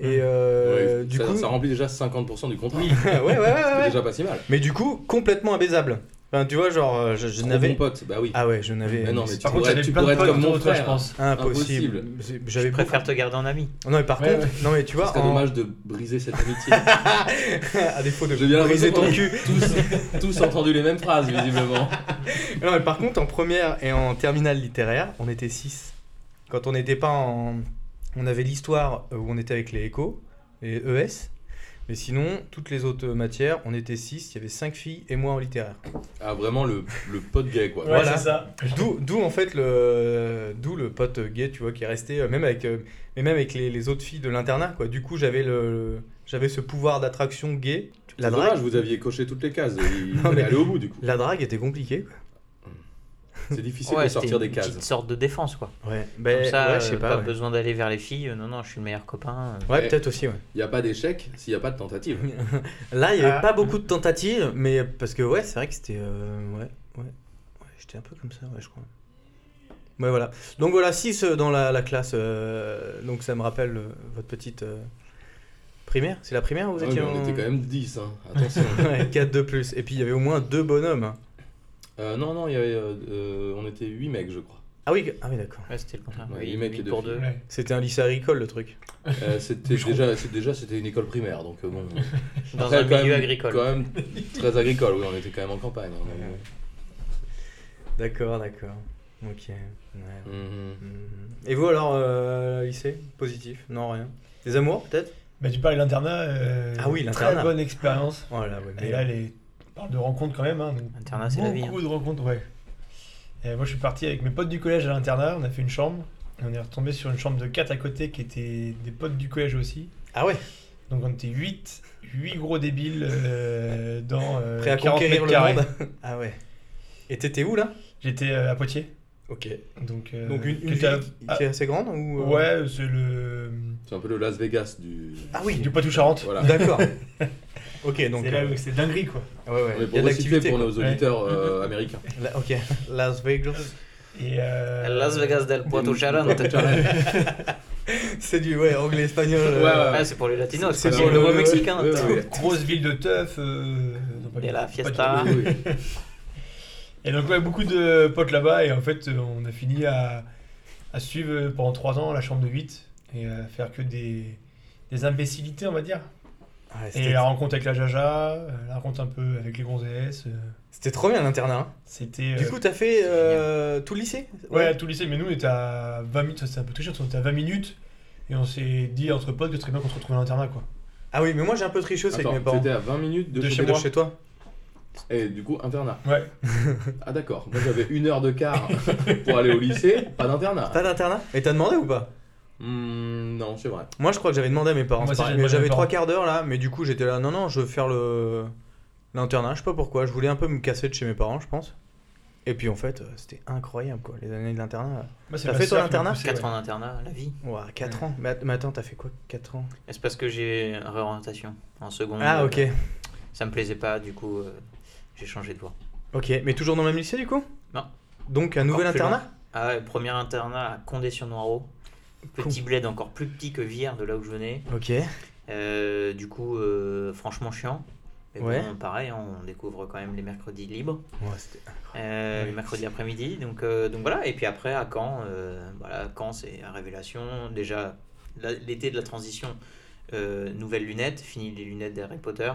D: Et euh,
B: Ouais,
D: du
B: ça,
D: coup.
B: ça remplit déjà 50% du contrat.
D: ouais, ouais, ouais, ouais,
B: C'est
D: ouais.
B: déjà pas si mal.
D: Mais du coup, complètement abaisable. Enfin, tu vois, genre, euh, je, je
B: Trop
D: n'avais.
B: bon pote, bah oui.
D: Ah ouais, je n'avais.
B: Mais non, mais tu
C: Par contre,
B: pourrais,
C: j'avais
B: tu
C: plein
B: pourrais
C: de
B: être
C: potes
B: comme
C: autour
B: mon
C: de toi, hein. je
B: frère.
C: pense.
D: Impossible. J'avais
E: Je préfère te garder en ami.
D: Non, mais par
C: Ouais,
D: contre, non, mais tu
B: Ce
D: vois,
B: serait
D: en-
B: dommage de briser cette amitié.
D: à défaut de
B: J'ai bien
D: briser
B: l'impression
D: ton
B: qu'on
D: cul.
B: tous, tous entendu les mêmes phrases, visiblement.
D: Non, mais par contre, en première et en terminale littéraire, on était 6. Quand on n'était pas en. On avait l'histoire euh, où on était avec les échos, les ES. Mais sinon, toutes les autres matières, on était 6, il y avait 5 filles et moi en littéraire.
B: Ah, vraiment le, le pote gay, quoi.
C: Ouais,
D: Voilà.
C: c'est ça.
D: D'où, d'où, en fait le, d'où le pote gay, tu vois, qui est resté, euh, même avec, euh, mais même avec les, les autres filles de l'internat, quoi. Du coup, j'avais le, j'avais ce pouvoir d'attraction gay. La
B: C'est
D: drague,
B: dommage, vous aviez coché toutes les cases. Il
D: Non, mais-
B: fallait aller au bout, du coup.
D: la drague était compliquée. quoi.
B: C'est difficile de
E: c'était
B: sortir des
E: une
B: cases.
E: petite sorte de défense, quoi.
D: Ouais. Ben,
E: Comme ça,
D: ouais, je sais
E: euh,
D: pas.
E: pas
D: ouais.
E: besoin d'aller vers les filles. euh, Non, non, je suis le meilleur copain. euh.
D: Ouais,
B: Ouais.
D: peut-être aussi. Ouais.
B: Il n'y a pas d'échec s'il n'y a pas de tentative.
D: Là, il y avait
C: Ah.
D: pas beaucoup de tentatives, mais parce que ouais, c'est vrai que c'était, euh, ouais, ouais, ouais, j'étais un peu comme ça, ouais, je crois. Ouais, voilà. Donc voilà, 6 dans la, la classe. euh, donc ça me rappelle euh, votre petite euh, primaire. C'est la primaire, où vous
B: Ah oui,
D: étiez
B: mais on
D: en-
B: était quand même 10, hein. attention.
D: Ouais, 4 de plus. Et puis il y avait au moins deux bonhommes. hein.
B: Euh, non, non, il y avait, euh, euh, on était 8 mecs, je crois.
D: Ah oui, que- ah oui d'accord.
E: Ouais, c'était le contraire.
B: Ouais,
E: Oui,
B: les mecs
E: huit
B: et deux
E: pour
B: filles.
E: deux.
C: Ouais.
D: C'était un lycée agricole le truc.
B: Euh, c'était déjà, c'est- déjà c'était une école primaire, donc euh, bon.
E: Dans
B: Après,
E: un
B: quand
E: milieu
B: même-
E: agricole.
B: Quand même très agricole, oui, on était quand même en campagne. hein, mais bon.
D: D'accord, d'accord. Ok. ouais.
B: Mhm.
D: Mhm. Et vous alors, euh, lycée Positif Non, rien. Des amours peut-être
C: Bah, tu parlais de l'internat. euh,
D: Ah oui, l'internat.
C: Très bonne expérience.
D: Oh là, ouais, mais-
C: Et là, les... on parle de rencontres quand même. Hein, donc
E: Internat, c'est la vie. hein.
C: Beaucoup de rencontres, ouais. Et moi, je suis parti avec mes potes du collège à l'internat. On a fait une chambre. Et on est retombé sur une chambre de 4 à côté qui étaient des potes du collège aussi.
D: Ah ouais
C: Euh, Donc, on était 8, 8 gros débiles euh, dans euh,
D: Prêt à
C: 40
D: conquérir
C: mètres
D: le
C: carrés.
D: monde Ah ouais. Et t'étais où là
C: J'étais euh, à Poitiers.
D: Ok.
C: Donc, euh,
D: Donc une,
C: qui
D: une
C: était à-
D: ville qui- qui est assez grande ou
C: à-
D: euh,
C: Ouais, c'est le.
B: C'est un peu le Las Vegas du.
D: Ah oui.
C: Du Poitou-Charentes.
B: Voilà.
D: D'accord. ok, donc.
C: C'est là
D: euh,
C: où c'est dinguerie, quoi.
D: ouais, ouais.
B: Mais
D: Il y a
B: pour
D: de
B: vous citer
D: l'activité.
B: pour
D: quoi.
B: nos auditeurs euh, américains.
D: La- ok. Las Vegas.
C: Et, euh,
E: Las Vegas del Puerto Charan.
D: C'est du ouais, anglais, espagnol. euh.
B: Ouais, ouais,
E: Ah, c'est pour les latinos,
D: C'est
E: c'est
D: pour
E: pour
D: le-
E: les mexicains.
B: ouais, ouais.
C: Grosse ville de teuf. euh, non, pas
E: Et
C: du
E: la
C: tout, pas
D: Ah.
E: fiesta.
C: du tout.
B: Oui, oui.
C: Et donc, ouais, beaucoup de potes là-bas. Et en fait, euh, on a fini à, à suivre euh, pendant 3 ans la chambre de 8 et à faire que des, des imbécilités, on va dire.
D: Ah Ouais,
C: Et
D: c'était-
C: la rencontre avec la Jaja, euh, la rencontre un peu avec les gonzesses. euh,
D: C'était trop bien l'internat. hein.
C: C'était.
D: Du
C: euh,
D: coup, t'as fait euh, tout le lycée
C: Ouais, à tout lycée, mais nous on était à 20 minutes, ça, c'est un peu triché, on était à 20 minutes et on s'est dit entre potes que très bien qu'on se retrouve à l'internat quoi.
D: Ah oui, mais moi j'ai un peu triché aussi avec mes
B: Attends,
D: parents.
B: c'était à 20 minutes de,
C: De
B: chez,
C: chez
D: De
C: moi.
D: chez toi
B: Et du coup, internat.
C: Ouais,
B: Ah d'accord. Moi j'avais une heure de quart pour aller au lycée, pas d'internat.
D: Pas d'internat Et t'as demandé ou pas
B: Hmm, non, c'est vrai.
D: Moi je crois que j'avais demandé à mes parents.
C: Moi
D: c'est
C: aussi,
D: pareil. mais
C: j'ai demandé à
D: j'avais
C: mes
D: trois
C: parents.
D: quarts d'heure là, mais du coup j'étais là, non, non, je veux faire le l'internat, je sais pas pourquoi. Je voulais un peu me casser de chez mes parents, je pense. Et puis en fait, euh, c'était incroyable quoi, les années de l'internat.
C: moi c'est
D: T'as
C: ma
D: fait, toi,
C: sœur qui m'a
D: l'internat
C: poussé,
E: 4
C: ouais.
E: ans d'internat, la vie.
D: Ouah, 4 ans. Mais, att- mais attends, t'as fait quoi 4 ans
E: Et C'est parce que j'ai réorientation en seconde.
D: Ah ok.
E: Ça me plaisait pas, du coup, euh, j'ai changé de voie.
D: Ok, mais toujours dans le même lycée du coup
E: Non.
D: Donc un nouvel
E: plus
D: internat
E: Ah ouais, premier internat à Condé-sur-Noireau. Petit bled encore plus petit que Vire, de là où je venais.
D: Ok.
E: Euh, du coup, euh, franchement chiant. Mais
D: Ouais.
E: bon, pareil, hein, on découvre quand même les mercredis libres,
D: Ouais, c'était-
E: euh,
D: Ouais.
E: les mercredis après-midi. Donc, euh, donc voilà, et puis après à Caen, euh, voilà, Caen c'est la révélation. Déjà, la- l'été de la transition, euh, nouvelles lunettes, fini les lunettes d'Harry Potter.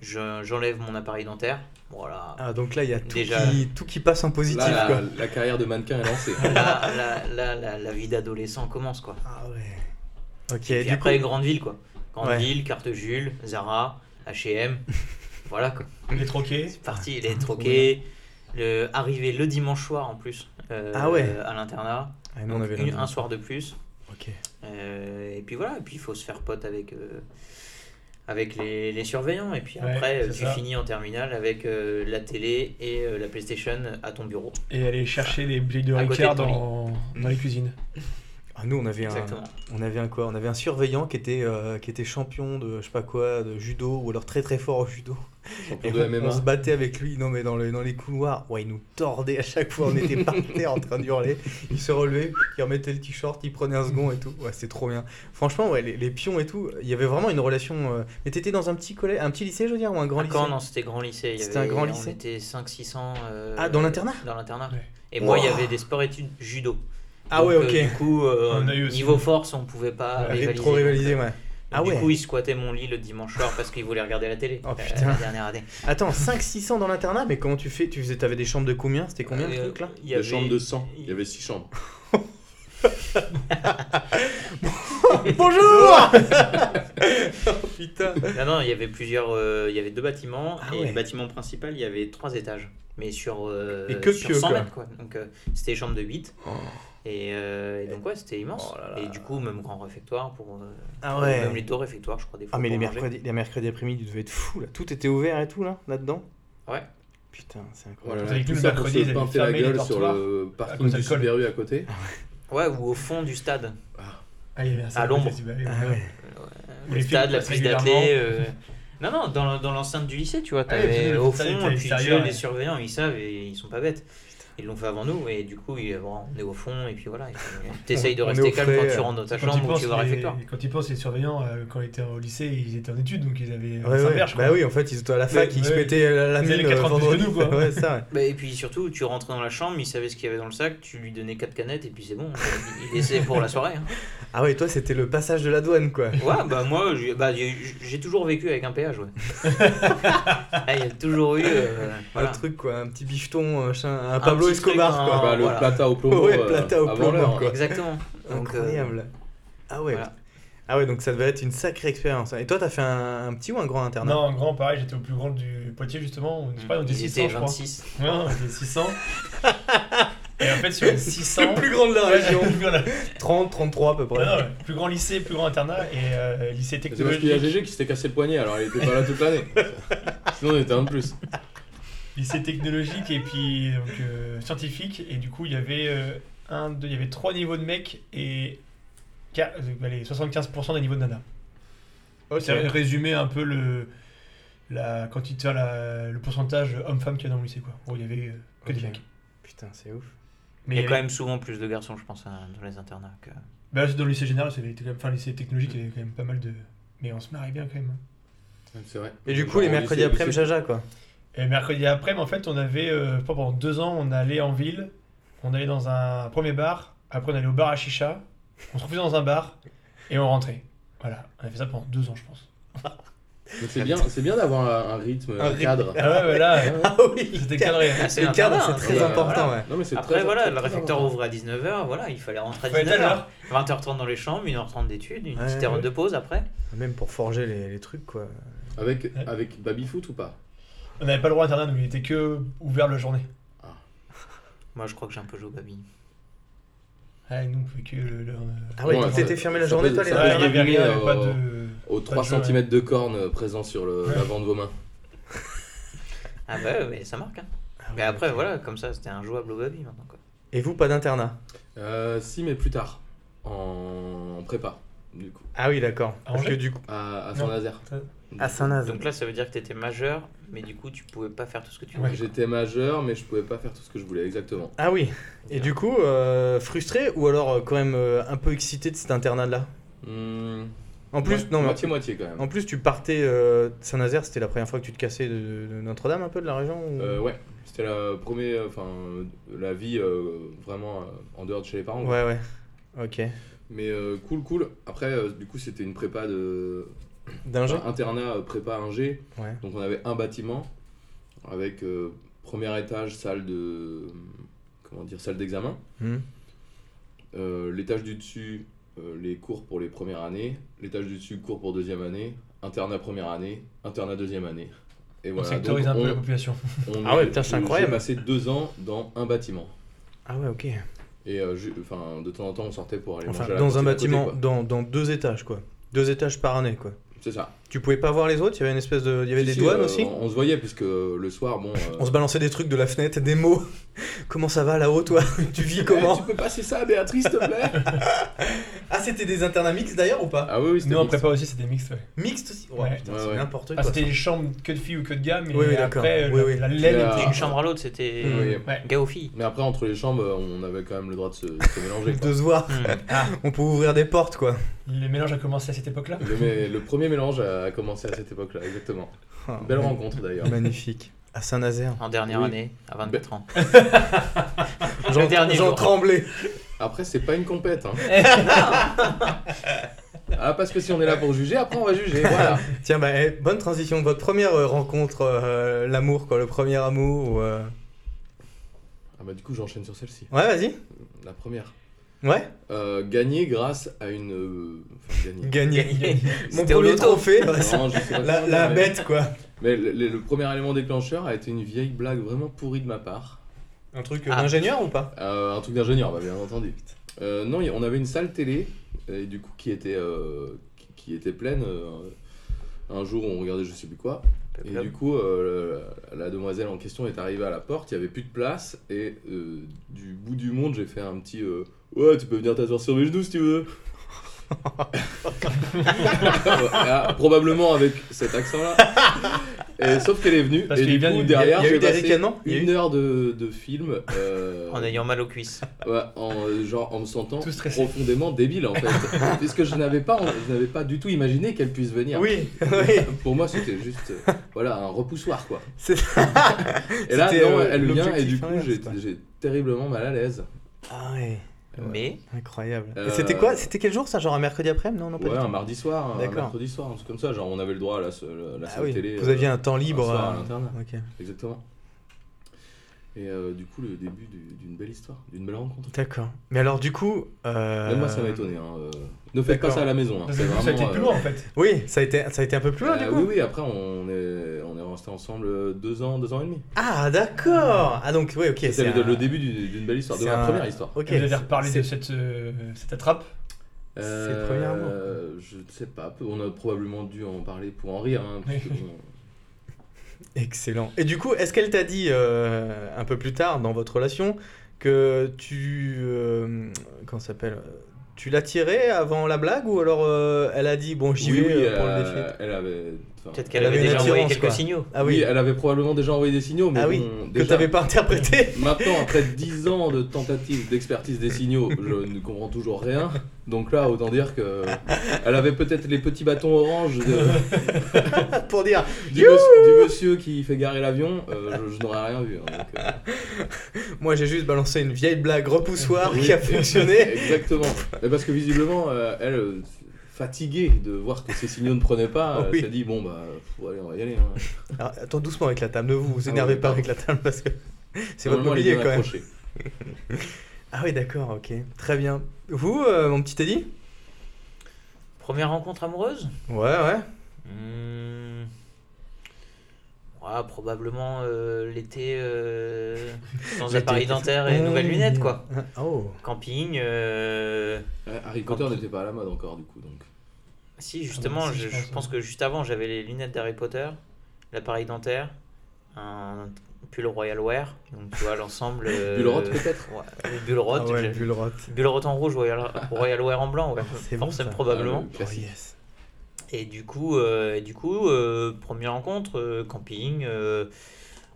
E: Je- J'enlève mon appareil dentaire. Voilà.
D: Ah donc là il y a tout,
E: Déjà-
D: qui, tout qui passe en positif
B: Là, la,
D: quoi.
B: la carrière de mannequin est lancée. hein,
E: Là, la, la, la- la vie d'adolescent commence quoi.
D: Ah ouais. Ok,
E: Et,
D: du
E: puis après,
D: coup,
E: grande ville quoi. Grande
D: Ouais.
E: ville, carte Jules, Zara, HM. voilà quoi.
C: Les troqués.
E: parti,
D: Ah,
E: il est troqué. Le, arrivé le dimanche soir en plus euh,
D: Ah ouais.
E: à l'internat.
D: Ah, nous, on
E: Donc,
D: avait
E: une-
D: le-
E: un soir de plus.
D: Ok.
E: Euh, et puis voilà, et puis il faut se faire pote avec, euh, avec les, les surveillants. Et puis
C: Ouais,
E: après,
C: c'est
E: euh, tu
C: ça.
E: finis en terminale avec euh, la télé et euh, la PlayStation à ton bureau.
C: Et aller chercher les bouteilles de
E: À côté
C: Ricard
E: de ton lit. Mmh.
C: dans, dans les cuisines.
D: Ah, nous on avait un,
E: Exactement.
D: on avait un quoi On avait un surveillant qui était euh, qui était champion de je sais pas quoi de judo ou alors très très fort au judo.
B: Champion
D: Et
B: de
D: on, on se
B: MMA.
D: battait avec lui, non mais dans, le, dans les couloirs, ouais, il nous tordait à chaque fois, on était par terre en train de hurler, il se relevait, il remettait le t-shirt, il prenait un second et tout, ouais c'est trop bien. Franchement ouais, les, les pions et tout, il y avait vraiment une relation... euh, Mais t'étais dans un petit collège, un petit lycée je veux dire, ou un grand
E: À
D: lycée
E: Caen, Ah, non, c'était grand lycée. Il y
D: C'était un
E: avait-
D: grand
E: On
D: lycée
E: était 500-600.
D: Ah, dans l'internat
E: euh, Dans l'internat.
C: Ouais.
E: Et moi, il y
D: Wouah.
E: avait des sports études judo.
D: Ah
E: Donc,
D: ouais
E: euh,
D: ok,
E: du coup, euh,
C: On a eu aussi.
E: niveau force, on pouvait pas
C: Ouais,
E: rivaliser.
D: trop rivalisé
E: Donc, euh,
D: ouais.
E: donc
D: Ah
E: du
D: ouais.
E: coup, il squattait mon lit le dimanche soir parce qu'il voulait regarder la télé.
D: Oh,
E: euh,
D: putain.
E: la dernière année.
D: Attends, 5-600 dans l'internat, mais comment tu fais Tu faisais, t'avais des chambres de combien C'était combien le
E: Euh,
D: truc là
E: il y
B: Il y avait...
E: avait...
B: chambres de 100. Il y avait 6 chambres.
D: Bonjour Putain
E: Non, non, il y avait plusieurs. euh, il y avait deux bâtiments.
D: Ah
E: et
D: ouais.
E: le bâtiment principal, il y avait trois étages. Mais sur, euh,
D: Et que
E: sur
D: pieux,
E: 100
D: quoi.
E: mètres, quoi. Donc, euh, c'était les chambres de 8.
D: Oh.
E: Et, euh, et donc, ouais, c'était immense.
D: Oh là là.
E: Et du coup, même grand réfectoire pour. euh,
D: Ah
E: pour- Même
D: ouais
E: les taux réfectoires, je crois, des
D: Ah
E: fois.
D: mais
E: pour
D: les
E: manger.
D: mercredis, les mercredis après-midi, tu devais être fou là, tout était ouvert et tout là, là-dedans
E: Ouais.
D: Putain, c'est incroyable.
B: Voilà,
C: Vous avez
B: tout
C: vu le
B: ça pour
C: mercredi, ils
B: se
C: avaient
B: pinter la
C: fermé les
B: gueule sur le
C: à cause
B: parking du
C: d'alcool.
B: Super U à côté.
E: Ouais, ou au fond du stade.
C: Ah, il y avait un cercle
E: l'ombre.
C: festival,
D: Ah ouais.
E: le
C: les filles
E: stade, la
C: passent
E: piste
C: régulièrement.
E: d'athlé. euh, Non, non, dans, dans l'enceinte du lycée, tu vois,
C: Ah oui, parce
E: t'avais
C: que
E: au
C: ça, il
E: fond,
C: était
E: et puis
C: extérieur,
E: tu vois,
C: ouais.
E: les surveillants, ils savent et ils sont pas bêtes. Ils l'ont fait avant nous, et du coup, ils- bon, on est au fond, et puis voilà. et puis, euh, T'essayes de
D: On est
E: rester
D: au
E: calme
D: frais,
E: quand tu
D: euh,
E: rentres dans ta
C: Quand ils
E: chambre ou
C: pensent,
E: tu vas au
C: les,
E: réfectoire.
C: quand ils pensent, les surveillants, euh, quand ils étaient au lycée, ils étaient en études, donc ils avaient
D: Ouais,
C: 25
D: ouais.
C: verges, je crois.
D: Bah oui, en fait, ils étaient à la fac,
C: Ouais,
D: ils se
C: ouais.
D: mettaient la, la
C: Ils avaient
D: mine
C: les
D: euh,
C: 40 plus que
D: vendredi.
C: nous, quoi.
D: ouais, ça, ouais.
E: Bah, et puis surtout, tu rentrais dans la chambre, il savait ce qu'il y avait dans le sac, tu lui donnais quatre canettes, et puis c'est bon, il- il laissait pour la soirée. hein.
D: Ah ouais, toi, c'était le passage de la douane, quoi.
E: Ouais, bah moi, j'ai bah, j'ai- j'ai toujours vécu avec un péage, ouais. Ah, Il y a toujours eu. euh, voilà.
D: Un truc, quoi, un petit bifton, un, chien- un Pablo
E: petit truc,
D: Escobar,
E: un-
C: Ah,
D: quoi.
B: Bah, le
E: voilà.
B: plata au plomo.
D: Ouais,
B: euh,
D: plata au
B: avant
D: plomo,
B: l'heure.
D: quoi.
E: Exactement. Donc, euh,
D: Incroyable. Ah ouais.
E: voilà.
D: Ah ouais, donc ça devait être une sacrée expérience. Et toi, t'as fait un, un petit ou un grand internat
C: Non, en grand, pareil, j'étais au plus grand du Poitiers, justement. On, je sais pas, on était
E: Ils
C: 600,
E: étaient
C: je crois.
E: 26.
C: Ouais, on était 600. Et en fait, sur les 600.
D: grand de la
C: Ouais, plus grand-
D: 30, 33 à peu près.
C: Non, non, plus grand lycée, plus grand internat et euh, lycée
B: C'est parce qu'il y a
C: technologique.
B: GG qui s'était cassé le poignet, alors il était pas là toute l'année. Sinon, on était un de plus.
C: Lycée technologique et puis donc, euh, scientifique. Et du coup, il y avait euh, un, deux, il y avait trois niveaux de mecs et qua- euh, allez, 75% des niveaux de nana.
D: Ok.
C: C'est résumer un peu le la quantité, la- le pourcentage homme-femme qu'il y a dans le lycée quoi. Bon, il y avait euh, que
D: Ok.
C: des mecs.
D: Putain, c'est ouf.
E: Il
C: Mais
E: y a quand même souvent plus de garçons, je pense, hein, dans les internats. Que...
C: Bah, c'est dans le lycée général, c'est quand même... enfin, le lycée technologique, il y avait quand même pas mal de. Mais on se marrait bien quand même. hein.
B: C'est vrai.
D: Et du coup,
B: Genre,
D: les
B: au
D: mercredis
B: lycée-
D: après,
B: lycée-
D: Jaja, quoi.
C: Et mercredi après, mais en fait, on avait, euh, je sais pas, pendant deux ans, on allait en ville, on allait dans un premier bar, après on allait au bar à chicha, on se retrouvait dans un bar, et on rentrait. Voilà, on a fait ça pendant deux ans, je pense.
B: Mais C'est bien, c'est bien d'avoir un, un rythme, un,
D: rythme.
B: cadre.
C: Ah ouais, voilà,
B: hein.
D: Ah oui
C: c'était cadré.
E: c'est
D: Le
E: un
D: cadre,
E: cadre,
D: c'est
E: hein,
D: très
E: c'est-
D: important,
E: voilà.
D: ouais.
B: Non, mais c'est
E: Après,
B: très-
E: voilà,
B: très-
E: le
B: très
E: réfecteur
B: important.
E: ouvrait à 19h, voilà, il fallait rentrer à
C: Faut être à
E: 19h.
C: l'heure.
E: 20h30 dans les chambres, 1h30 d'études, une
D: Ouais,
E: petite heure
C: ouais.
E: de pause après.
D: Même pour forger les, les trucs, quoi.
B: Avec, avec Babyfoot ou pas
C: On n'avait pas le droit à Internet, donc il était que ouvert la journée.
E: Moi, je crois que j'ai un peu joué au baby.
C: Ah, nous, on pouvait que le. le-
D: Ah ouais,
B: Bon,
D: tout
B: ça-
D: était fermé la
B: ça
D: journée,
B: peut-
D: toi, les
C: Ouais,
B: ça
C: il n'y
B: peut-
D: derniers.
C: avait rien, il n'y avait
B: euh,
C: pas de.
B: Aux
C: de
B: 3
C: jeu, ouais.
B: cm de corne présents sur le-
C: Ouais.
B: l'avant de vos mains.
E: Ah bah ouais, mais ça marque. Hein. mais après, voilà, comme ça, c'était injouable au baby maintenant. Quoi.
D: Ah Et vous, pas d'internat
B: Euh, si, mais plus tard. En, en prépa, du coup.
D: Ah oui, d'accord.
C: À
D: Parce que
C: Angers
D: du coup.
B: À, à
C: Non.
B: Saint-Nazaire.
D: À Saint-Nazaire.
E: Donc là, ça veut dire que t'étais majeur, mais du coup, tu pouvais pas faire tout ce que tu
C: Ouais.
E: voulais.
B: J'étais majeur, mais je pouvais pas faire tout ce que je voulais, exactement.
D: Ah oui. Et du coup, euh, frustré ou alors euh, quand même euh, un peu excité de cet internat-là
B: Hmm,
D: En plus,
B: mo-
D: non, mais
B: Moitié-moitié quand même.
D: en plus, tu partais euh, de Saint-Nazaire, c'était la première fois que tu te cassais de, de Notre-Dame, un peu de la région ou-
B: Euh, ouais, c'était la première. Enfin, la vie euh, vraiment euh, en dehors de chez les parents.
D: Ouais, ouais. Ok.
B: Mais euh, cool, cool. Après, euh, du coup, c'était une prépa de.
D: D'ingé
B: enfin, internat euh, prépa ingé.
D: Ouais.
B: Donc, on avait un bâtiment avec euh, premier étage, salle de. Comment dire Salle d'examen.
D: Hmm.
B: Euh, l'étage du dessus, euh, les cours pour les premières années. L'étage du dessus, cours pour deuxième année. Internat première année. Internat deuxième année. Et
C: On
B: voilà.
C: sectorisait un
B: Donc,
C: peu
B: on-
C: la population.
B: on
D: Ah ouais,
B: est-
D: putain, c'est
B: j'ai-
D: incroyable.
B: J'ai passé deux ans dans un bâtiment.
D: Ah ouais, ok.
B: Et euh, ju- enfin, de temps en temps, on sortait pour aller
D: Enfin,
B: manger à la
D: dans un
B: cantine à côté,
D: bâtiment,
B: quoi.
D: dans, dans deux étages, quoi. Deux étages par année, quoi.
B: C'est ça.
D: Tu pouvais pas voir les autres, il y avait une espèce de. Il y avait
B: Si,
D: des
B: si,
D: douanes
B: euh,
D: aussi
B: On on se voyait, puisque euh, le soir, bon. euh,
D: On se balançait des trucs de la fenêtre, des mots. comment ça va là-haut, toi Tu vis
B: Eh,
D: comment
B: tu peux passer ça à Béatrice, s'il te plaît
D: Ah, c'était des internats mixtes d'ailleurs ou pas
B: Ah oui, oui, c'était
C: Nous, en
B: mixte.
C: prépa aussi, c'était mixte, ouais.
D: Mixtes aussi Ouais,
C: Ouais.
D: putain,
B: Ouais,
D: c'est
B: ouais.
D: n'importe
C: Ah,
D: quoi.
C: c'était des chambres que de filles ou que de gars, mais
D: Oui, oui, d'accord.
C: après,
D: Oui,
C: la-
D: oui.
C: la laine
B: Ah.
C: était
E: D'une chambre à l'autre, c'était
D: Mm.
B: Oui.
C: Ouais.
E: gars ou fille.
B: Mais après, entre les chambres, euh, on avait quand même le droit de se, se mélanger. quoi.
D: De se voir,
E: Mm.
D: on peut ouvrir des portes quoi.
C: Les mélanges ont commencé à cette époque-là.
B: Le, mais- le premier mélange a commencé à cette époque-là, exactement.
D: Ah,
B: Belle rencontre d'ailleurs.
D: Magnifique. À Saint-Nazaire.
E: En dernière
B: Oui.
E: année, à
D: Bah.
E: 24 ans.
D: Jean,
E: Le dernier
D: Jean
E: jour.
D: Tremblay.
B: Après, c'est pas une compète. Hein. ah, parce que si on est là pour juger, après on va juger. Voilà.
D: Tiens, bah, eh, bonne transition. Votre première euh, rencontre, euh, l'amour quoi, le premier amour. ou, euh,
B: Ah, bah du coup, j'enchaîne sur celle-ci.
D: Ouais, vas-y.
B: La première.
D: Ouais,
B: Euh, gagner grâce à une. euh, Enfin, gagner.
D: gagné. Mon
E: C'était au
D: premier
E: loto.
D: trophée, ouais, ça-
B: Non, je sais pas
D: la,
B: si-
D: la
B: mais-
D: bête quoi.
B: Mais le, le- le premier élément déclencheur a été une vieille blague vraiment pourrie de ma part.
D: Un truc
E: Ah.
D: d'ingénieur ou pas
B: Euh, un truc d'ingénieur, bah, bien entendu. Euh, non, y- on avait une salle télé, et du coup, qui était, euh, qui, qui était pleine. euh, un jour, on regardait je sais plus quoi. Et du coup, euh, la, la demoiselle en question est arrivée à la porte, il n'y avait plus de place, et euh, du bout du monde, j'ai fait un petit euh, Ouais, tu peux venir t'asseoir sur mes genoux si tu veux. Ah, probablement avec cet accent-là. Et, sauf qu'elle est venue,
C: Parce
B: et
C: qu'il
B: du
C: vient
B: coup,
C: du-
B: derrière,
D: il y a eu
B: j'ai
D: des
B: passé
D: ricanements Il y a
B: une heure de, de film. euh,
E: En ayant mal aux cuisses.
B: ouais, en, euh, genre, en me sentant
C: Tout stressé.
B: profondément débile, en fait. Puisque je n'avais pas, je n'avais pas du tout imaginé qu'elle puisse venir.
D: Oui, oui.
B: Pour moi, c'était juste euh, voilà, un repoussoir, quoi.
D: C'est-
B: Et là,
D: C'était,
B: non,
D: euh,
B: elle vient et
D: l'objectif
B: du coup,
D: inverse,
B: j'ai
D: quoi.
B: j'ai terriblement mal à l'aise.
D: Ah ouais,
B: Ouais.
E: Mais
D: incroyable.
B: Euh,
D: Et c'était quoi C'était quel jour ça Genre un mercredi après-midi Non, non, pas
B: Ouais,
D: du tout.
B: un mardi soir, un
D: D'accord.
B: mercredi soir, un truc comme ça. Genre, on avait le droit à la, se- la
D: Ah
B: salle
D: oui,
B: télé.
D: Vous
B: euh,
D: aviez un temps libre.
B: soir à
D: euh,
B: l'internat.
D: ok.
B: Exactement. Et euh, du coup, le début du- d'une belle histoire, d'une belle rencontre.
D: D'accord. Mais alors du coup. euh,
B: Même moi, ça m'a étonné. hein, euh, Ne faites pas
D: D'accord.
B: ça à la maison. hein,
C: Parce que
B: c'est
C: du coup, ça a
B: vraiment,
C: été plus
B: euh,
C: loin en fait.
D: Oui, ça a été, ça a été un peu plus loin
B: euh,
D: du coup.
B: oui, oui, après, on est, on est resté ensemble euh, deux ans, deux ans et demi.
D: Ah d'accord. Ah donc oui, ok.
B: C'était
D: un-
B: le, le début du- d'une belle histoire, de
D: c'est
B: ma
D: un-
B: première histoire.
D: Ok.
C: Vous avez reparlé
D: c'est-
C: de cette, euh, cette attrape.
D: C'est le premier amour, quoi.
B: Euh, Je ne sais pas, peu- on a probablement dû en parler pour en rire. hein, parce que bon,
D: Excellent. Et du coup, est-ce qu'elle t'a dit euh, un peu plus tard dans votre relation que tu, euh, comment ça s'appelle, euh, Tu l'as tirée avant la blague ou alors euh, elle a dit bon j'y
B: Oui,
D: vais
B: oui,
D: euh, pour le
B: euh,
D: défi
B: elle avait. enfin,
E: Peut-être qu'elle
D: Elle
E: avait
D: avait une
E: déjà envoyé
D: attirance,
E: quelques
D: quoi.
E: signaux.
D: Ah
B: oui,
D: oui,
B: elle avait probablement déjà envoyé des signaux, mais
D: Ah
B: bon,
D: oui, que
B: déjà,
D: t'avais pas interprété.
B: Maintenant, après 10 ans de tentatives d'expertise des signaux, je ne comprends toujours rien. Donc là, autant dire que elle avait peut-être les petits bâtons oranges de-
D: pour dire
B: du, mos- du monsieur qui fait garer l'avion. euh, je je n'aurais rien vu. hein, donc, euh,
D: moi j'ai juste balancé une vieille blague repoussoire
B: Oui.
D: qui a fonctionné.
B: Exactement. Mais parce que visiblement, euh, elle, euh, fatiguée de voir que ses signaux ne prenaient pas,
D: Oh
B: elle
D: oui.
B: s'est dit bon bah pff, allez on va y aller. Hein.
D: Alors, attends doucement avec la table, ne vous
B: Ah
D: énervez
B: oui,
D: pas
B: pardon.
D: avec la table parce que c'est votre
B: Normalement, elle est
D: mobilier
B: bien
D: quand même.
B: accrochée.
D: Ah oui d'accord, ok, très bien. Vous, euh, mon petit Teddy
E: Première rencontre amoureuse
D: Ouais ouais.
E: Hmm. Ouais, probablement euh, l'été euh, sans
D: L'été.
E: appareil dentaire et
D: Ouais,
E: nouvelles
D: ouais,
E: lunettes
D: ouais.
E: quoi.
D: Oh.
E: Camping. euh,
B: Euh, Harry Potter n'était pas à la mode encore du coup donc.
D: Ah bah,
E: Si justement,
C: si, je
E: je, je
C: pense,
E: pense
C: ouais.
E: que juste avant j'avais les lunettes d'Harry Potter, l'appareil dentaire, un pull Royal Wear, donc tu vois l'ensemble. euh,
B: Bulle rotte, peut-être
E: Ouais, le bulle rotte,
D: ah ouais,
E: j'ai-
D: vu le rot.
E: Bulle rotte en rouge, Royal, Royal Wear en blanc, ouais.
D: C'est bon,
E: forcément
D: ça.
E: probablement.
B: Ah, classique.
D: Oh, yes.
E: Et du coup, euh, et du coup euh, première rencontre, euh, camping, euh,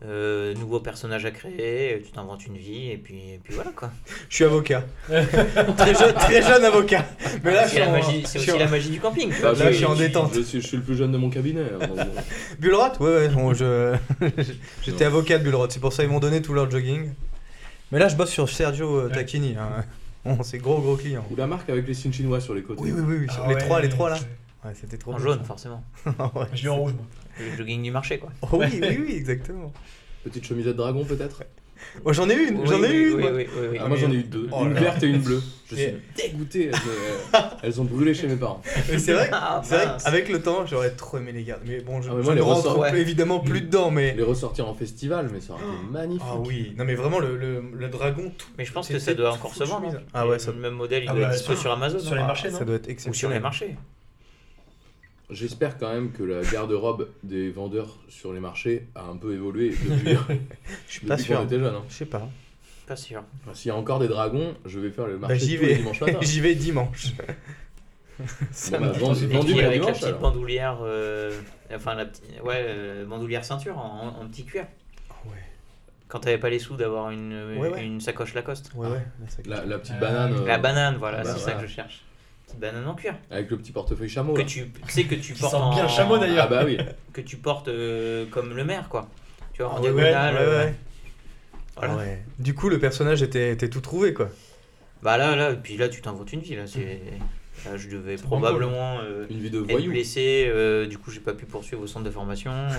E: euh, nouveau personnage à créer, euh, tu t'inventes une vie, et puis, et puis voilà quoi.
D: Je suis avocat. très, jeune, très jeune avocat. Mais là, je
E: c'est
D: suis
E: la
D: en-
E: magie-
D: je
E: c'est aussi
D: suis en-
E: la magie du camping. tu
B: Bah,
E: vois.
D: Là, je suis en détente.
B: Je suis, je suis le plus jeune de mon cabinet. hein, donc, bon.
D: Bullrot Ouais, ouais, bon, je... j'étais avocat de Bullrot, c'est pour ça qu'ils m'ont donné tout leur jogging. Mais là, je bosse sur Sergio euh, Tacchini. hein. Bon, c'est gros, gros client.
B: Ou la marque avec les signes chinois sur les côtés.
D: Oui, oui, oui, oui, sur
C: Ah
D: les
C: ouais,
D: trois, les trois là.
C: c'est-
D: Ouais, c'était trop
E: En
D: bien,
E: jaune,
D: ça.
E: forcément.
D: Ouais.
C: Je l'ai en rouge, moi.
E: Le jogging du marché, quoi.
D: Oh, oui, oui, oui, exactement.
B: Petite chemisette dragon peut-être
D: Oh, j'en ai une, j'en ai
E: Oui, oui,
D: une.
E: oui,
D: moi.
E: oui, oui, oui.
B: Ah, Moi j'en ai eu deux.
D: Oh
B: une
D: là.
B: verte et une bleue. Je suis
D: Et-
B: dégoûté. Elles, euh, elles ont brûlé chez mes parents.
D: Mais C'est vrai, que-
E: Ah,
D: c'est vrai
E: mince.
D: qu'avec le temps, j'aurais trop aimé les garder. Mais bon, je,
B: Ah, mais
D: je
B: moi,
D: ne
B: les
D: rentre
B: ressorts, Mm.
E: ouais.
D: évidemment plus dedans, mais.
B: Les ressortir en festival, mais ça aurait été magnifique.
D: Ah oui, non mais vraiment le, le, le dragon tout.
E: Mais je pense
D: C'est-
E: que ça
D: c'est
E: doit
D: tout
E: encore
D: fou
E: se
D: de
E: vendre.
D: chemise.
E: hein.
D: Ah ouais, ça-
E: Le même modèle, il
C: Ah
E: doit
C: bah,
E: être dispo
C: sur-
E: sur Amazon.
C: sur les
E: hein.
C: marchés, non
D: Ah, Ça doit être
E: Ou sur les
D: exceptionnel.
E: marchés.
B: J'espère quand même que la garde-robe des vendeurs sur les marchés a un peu évolué depuis,
D: Je suis pas
B: depuis qu'on
D: sûr.
B: était jeune. hein.
D: Je sais pas.
E: Pas sûr.
B: Enfin, S'il y a encore des dragons, je vais faire le marché
D: Bah, j'y
B: tous les
D: vais.
B: dimanches matin.
D: J'y vais dimanche. Ça
B: Bon, bah,
D: me-
B: vend- vendu
E: Et puis
B: pour
E: avec la
B: dimanche,
E: petite
B: alors.
E: bandoulière, euh, enfin la petite, ouais, euh, bandoulière ceinture en, en- en petit cuir.
D: ouais.
E: Quand t'avais pas les sous d'avoir une, euh,
D: Ouais, ouais.
E: une sacoche Lacoste.
D: Ouais, ouais, là, ça-
B: La, la petite
C: Ah,
B: banane euh,
E: La banane, voilà,
B: bah,
E: c'est ça
B: voilà.
E: que je cherche. Petite banane en cuir.
B: avec le petit portefeuille chameau.
E: Que
B: là.
E: tu, tu sais que tu
C: Qui
E: portes
C: sent
E: en-
C: bien le chameau, d'ailleurs.
B: Ah bah oui.
E: Que tu portes euh, comme le maire, quoi. Tu vois, en
C: Ah ouais,
E: diagonale.
D: Ouais,
E: euh,
D: ouais.
E: voilà.
D: Ah ouais. Du coup, le personnage était, était tout trouvé quoi.
E: Bah là, là, et puis là, tu t'inventes une vie, là. c'est- là, je devais
C: C'est
E: probablement. euh,
B: Une vie de
E: être
B: voyou.
E: blessé, euh, du coup j'ai pas pu poursuivre au centre de formation, euh,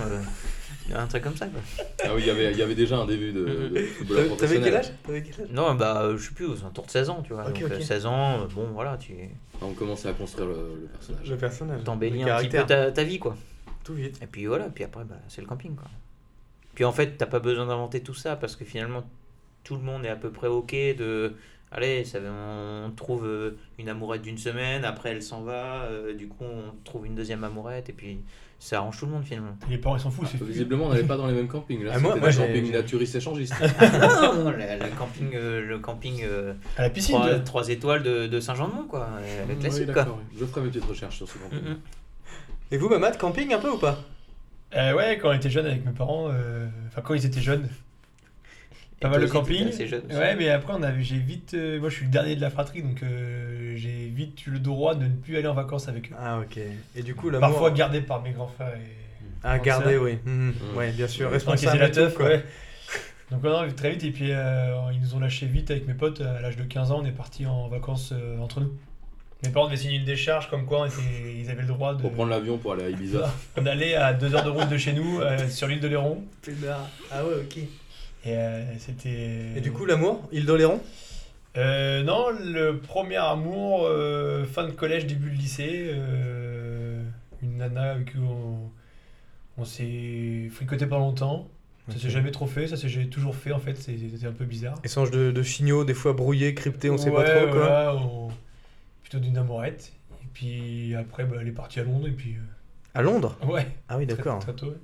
E: un truc comme ça. quoi.
B: Ah oui, il y avait- il y avait déjà un début de, de footballeur
D: T'avais- T'avais
B: professionnel.
D: quel âge T'avais quel âge
E: Non, bah euh, je suis plus aux alentours de 16 ans, tu vois.
D: Ok,
E: donc euh,
D: ok.
E: 16 ans, euh, bon voilà, tu
B: On commençait à construire le, le personnage.
D: Le personnage.
E: t'embellis
D: Le
E: un petit peu
D: caractère.
E: ta, ta vie, quoi.
D: Tout vite.
E: Et puis voilà, puis après, bah, c'est le camping, quoi. Puis en fait, t'as pas besoin d'inventer tout ça parce que finalement, tout le monde est à peu près ok de. Allez, ça, va, on trouve euh, une amourette d'une semaine, après elle s'en va, euh, du coup on trouve une deuxième amourette, et puis ça arrange tout le monde finalement.
C: Les parents, ils s'en foutent, c'est fini.
B: Ah, Visiblement, on n'allait pas dans les mêmes campings. Là,
D: Ah, moi-
B: c'était
D: moi,
B: des
D: j'ai-
B: campings
D: j'ai-
B: naturistes échangistes.
E: Ah, non, le, le camping, euh, le camping euh,
C: À la piscine,
E: trois,
C: toi.
E: trois étoiles de, de Saint-Jean-de-Mont, quoi. Euh, Le
B: Oui,
E: classique, quoi.
B: d'accord, oui. Je ferai mes petites recherches sur ce camping.
E: Mm, mm.
D: Et vous, Mamad, camping un peu ou pas
C: Euh, ouais, quand on était jeune avec mes parents, euh, enfin quand ils étaient jeunes, pas
E: Et
C: mal
E: toi
C: le
E: aussi,
C: camping.
E: t'étais assez jeune aussi.
C: Ouais, mais après on avait, j'ai vite, euh, moi je suis le dernier de la fratrie, donc euh, j'ai vite eu le droit de ne plus aller en vacances avec eux.
D: Ah ok. Et du coup, l'amour.
C: Parfois gardé par mes grands frères et
D: Ah garder, oui. Mhm. Ouais, bien sûr.
C: Enfin, qui
D: Responsable.
C: était la
D: et tout,
C: teuf,
D: quoi.
C: ouais. Donc on a très vite et puis euh, ils nous ont lâché vite avec mes potes à l'âge de 15 ans, on est parti en vacances euh, entre nous. Mes parents devaient signer une décharge comme quoi on était- ils avaient le droit de
B: Pour prendre l'avion pour aller à Ibiza.
C: on allait à 2 heures de route de chez nous euh, sur l'île de Léron
D: Ah ouais, ok.
C: et euh, c'était
D: Et du coup, l'amour, île d'Oléron
C: Euh, non, le premier amour, euh, fin de collège, début de lycée, euh, une nana avec qui on, on s'est fricoté pas longtemps. Ça
D: Ok.
C: s'est jamais trop fait, ça s'est jamais toujours fait en fait, c'est- c'était un peu bizarre.
D: Échange de, de signaux, des fois brouillés, cryptés, on sait pas
C: Ouais,
D: trop quoi.
C: voilà, on- Plutôt d'une amourette. Et puis après, bah, elle est partie à Londres et puis. euh,
D: À Londres
C: Ouais,
D: Ah oui,
C: très-
D: d'accord.
C: Très, tôt. ouais.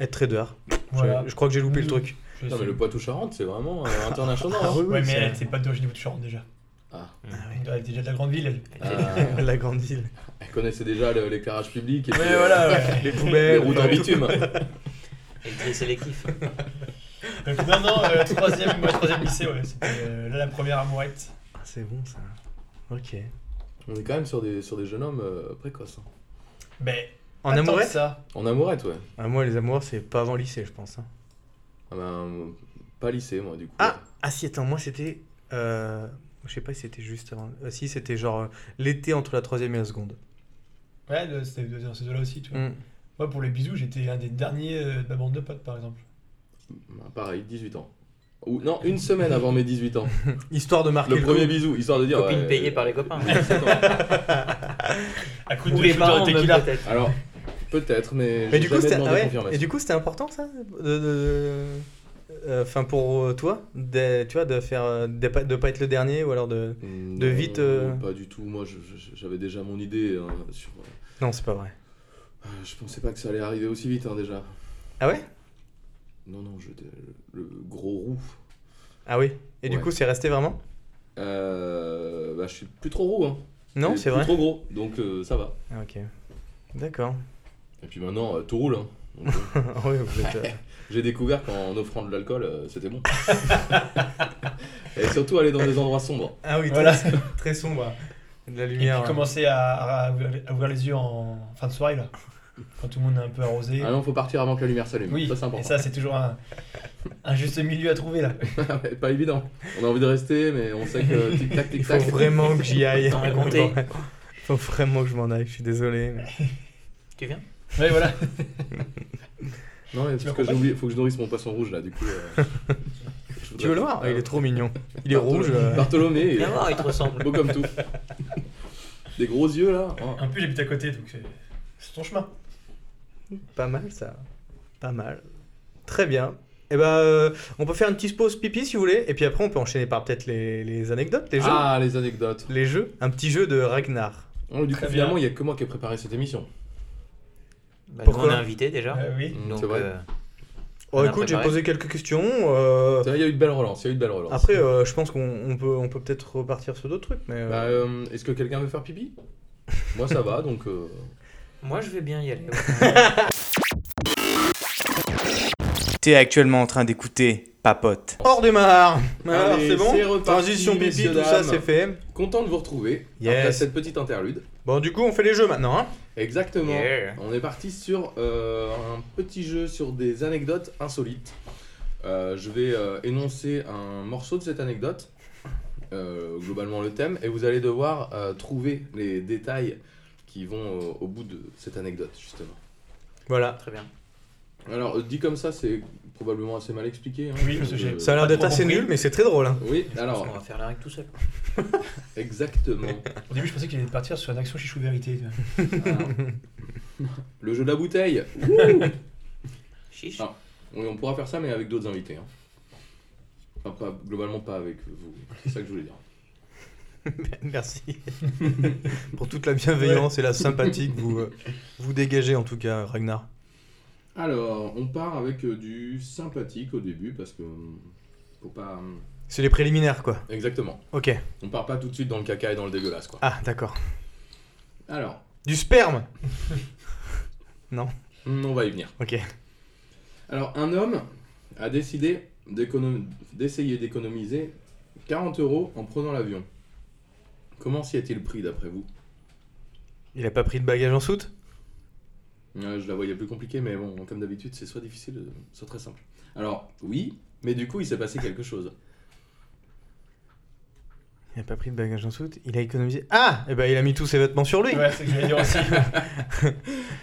D: Être trader. Je-
C: Voilà.
D: Je, crois que j'ai loupé le truc.
C: je
B: Non,
C: sais.
B: mais le Poitou-Charentes, c'est vraiment euh, international. hein.
D: oui,
C: Ouais, mais
D: c'est-
C: elle, c'est pas d'origine de Charente déjà.
B: Ah.
D: Ah oui.
C: Donc elle était déjà de la grande ville, elle.
D: Ah la grande ville.
B: Euh, Elle connaissait déjà le- l'éclairage public et
C: Oui,
B: puis, euh,
C: voilà, ouais.
D: Les
B: les
D: poubelles.
B: routes en bitume.
E: Et le tri sélectif.
C: Donc, non, non, euh, troisième, moi, troisième lycée, ouais, c'était euh, là la première amourette.
D: Ah, c'est bon ça. Ok.
B: On est quand même sur des, sur des jeunes hommes euh, précoces. hein.
C: Mais
D: En
C: pas tant
D: amourette
C: que ça.
B: En amourette, ouais.
D: Ah, Moi, les amoureux, c'est pas avant lycée, je pense. hein.
B: Ah ben, pas lycée, moi, du coup.
D: Ah Ah si, attends, moi c'était... euh, Je sais pas si c'était juste avant... Ah, si, c'était genre euh, l'été entre la troisième et la seconde.
C: Ouais, le- c'était dans ces deux-là aussi, tu vois.
D: Mm.
C: Moi, pour les bisous, j'étais un des derniers euh, de ma bande de potes, par exemple.
B: Ben, pareil, 18 ans. Ou, non, une semaine avant mes 18 ans.
D: Histoire de marquer
B: Le
D: le,
B: premier
D: Ah, coup.
B: bisou, histoire de dire.
E: Copine
B: ouais,
E: payée
B: euh,
E: par les copains.
B: euh, 17 ans.
C: À coup de
E: Ou les
C: shooter de
E: parents, même,
C: tequila.
E: peut-être.
B: Alors, peut-être, mais.
D: Mais
B: j'ai
D: du coup,
B: jamais
D: c'était...
B: demandé
D: ah ouais,
B: confirmation.
D: Et du coup, c'était important ça de, de- euh, Enfin, pour euh, toi, de, tu vois, de faire, euh, de, pas, de pas être le dernier ou alors de...
B: Mm,
D: de
B: non,
D: vite, euh,
B: Pas du tout. Moi, je- je- j'avais déjà mon idée. hein, sur...
D: Non, c'est pas vrai.
B: euh, Je pensais pas que ça allait arriver aussi vite, hein, déjà.
D: Ah ouais
B: Non, non, je... le gros roux.
D: Ah oui. Et du
B: Ouais.
D: coup, c'est resté vraiment
B: Euh, bah, je suis plus trop roux, hein.
D: Non,
B: Et
D: c'est
B: plus
D: vrai.
B: trop gros, donc euh, ça va.
D: Ah, ok. D'accord.
B: Et puis maintenant, euh, tout roule. hein. Donc, euh,
D: Ah oui, vous êtes, euh,
B: J'ai découvert qu'en offrant de l'alcool, euh, c'était bon. Et surtout aller dans des endroits sombres.
D: Ah oui, très,
C: Voilà.
D: très sombre. De la
C: Et puis
D: lumière. euh,
C: commencer à, à ouvrir, à ouvrir les yeux en fin de soirée, là. Quand tout le monde est un peu arrosé.
B: Ah non, faut partir avant que la lumière s'allume.
C: oui,
B: ça c'est
C: et
B: important.
C: ça, c'est toujours un, un juste milieu à trouver, là.
B: Ouais, pas évident. On a envie de rester, mais on sait que tic tac
D: Il
B: tic
D: faut
B: tac.
D: vraiment que j'y aille.
E: T'en as compté
D: Faut vraiment que je m'en aille, je suis désolé. mais-
E: Tu viens
C: Ouais, voilà.
B: Non, mais parce
C: Tu
B: que
C: m'accompagnes
B: j'oublie, faut que je nourrisse mon poisson rouge là. Du coup. euh, je
D: Tu veux le voir
B: voudrais-
D: Ah, Il est trop mignon. Il est
B: Bartholo-
D: rouge. euh,
B: Bartholomé, il est
E: Viens voir, il te ressemble.
B: beau comme tout. Des gros yeux là. Oh.
C: En plus, j'habite à côté, donc c'est c'est ton chemin.
D: Pas mal ça. Pas mal. Très bien. Et ben, euh, on peut faire une petite pause pipi si vous voulez. Et puis après, on peut enchaîner par peut-être les, les anecdotes, les jeux.
B: Ah, les anecdotes.
D: Les jeux. Un petit jeu de Ragnar.
B: Oh, du
C: Très
B: coup,
C: bien.
B: finalement, il y a que moi qui ai préparé cette émission.
E: Bah, nous,
D: Pourquoi
E: on est invité déjà.
C: Euh, oui.
B: Mm,
E: Donc,
B: c'est vrai.
E: euh,
D: Oh,
E: On a
D: écoute, j'ai
E: préparé.
D: posé quelques questions. euh,
B: Ça, Il y a eu de belles relances. Il y a eu de belles relances.
D: Après, euh, je pense qu'on on peut on peut peut-être repartir sur d'autres trucs. Mais euh,
B: Bah, euh, est-ce que quelqu'un veut faire pipi Moi, ça va, donc. euh,
E: moi, je vais bien y aller. ouais.
A: T'es actuellement en train d'écouter Papote.
D: hors démarre. Alors,
B: Allez,
D: c'est bon.
B: Ah, c'est reparti,
D: Transition pipi,
B: messieurs,
D: tout ça,
B: dames.
D: c'est fait.
B: Content de vous retrouver après
D: Yes.
B: cette petite interlude.
D: Bon, du coup, on fait les jeux maintenant. hein.
B: Exactement.
E: Yeah.
B: On est parti sur euh, un petit jeu sur des anecdotes insolites. Euh, je vais euh, énoncer un morceau de cette anecdote, euh, globalement le thème, et vous allez devoir euh, trouver les détails qui vont euh, au bout de cette anecdote, justement.
D: Voilà.
E: Ah, Très bien.
B: Alors, euh, dit comme ça, c'est probablement assez mal expliqué. hein.
C: Oui, parce que j'ai-
D: Ça a l'air
C: Pas
D: d'être
C: trop
D: assez
C: compris.
D: nul, mais c'est très drôle. hein.
B: Oui,
E: Alors, on
B: alors,
E: va faire la règle tout seul.
B: exactement.
C: Au début, je pensais qu'il allait partir sur une action chichou vérité.
B: Le jeu de la bouteille.
E: Chiche.
B: Ah. Oui, on pourra faire ça, mais avec d'autres invités. hein. Enfin, pas, globalement, pas avec vous. C'est ça que je voulais dire.
D: Merci pour toute la bienveillance et la sympathie que vous, euh, vous dégagez en tout cas, Ragnar.
B: Alors, on part avec euh, du sympathique au début, parce que. euh, Faut pas. euh,
D: C'est les préliminaires quoi.
B: Exactement.
D: Ok.
B: On part pas tout de suite dans le caca et dans le dégueulasse, quoi.
D: Ah d'accord.
B: Alors,
D: Du sperme.
B: hmm, on va y venir.
D: Ok.
B: Alors, un homme a décidé d'économ- d'essayer d'économiser 40 euros en prenant l'avion. Comment s'y est-il pris, d'après vous
D: Il a pas pris de bagage en soute
B: Euh, je la voyais plus compliquée, mais bon, comme d'habitude, c'est soit difficile, euh, soit très simple. Alors, oui, mais du coup, il s'est passé quelque chose.
D: Il a pas pris de bagage en soute. Il a économisé. Ah Et ben il a mis tous ses vêtements sur lui.
C: Ouais, c'est ce que j'allais dire aussi.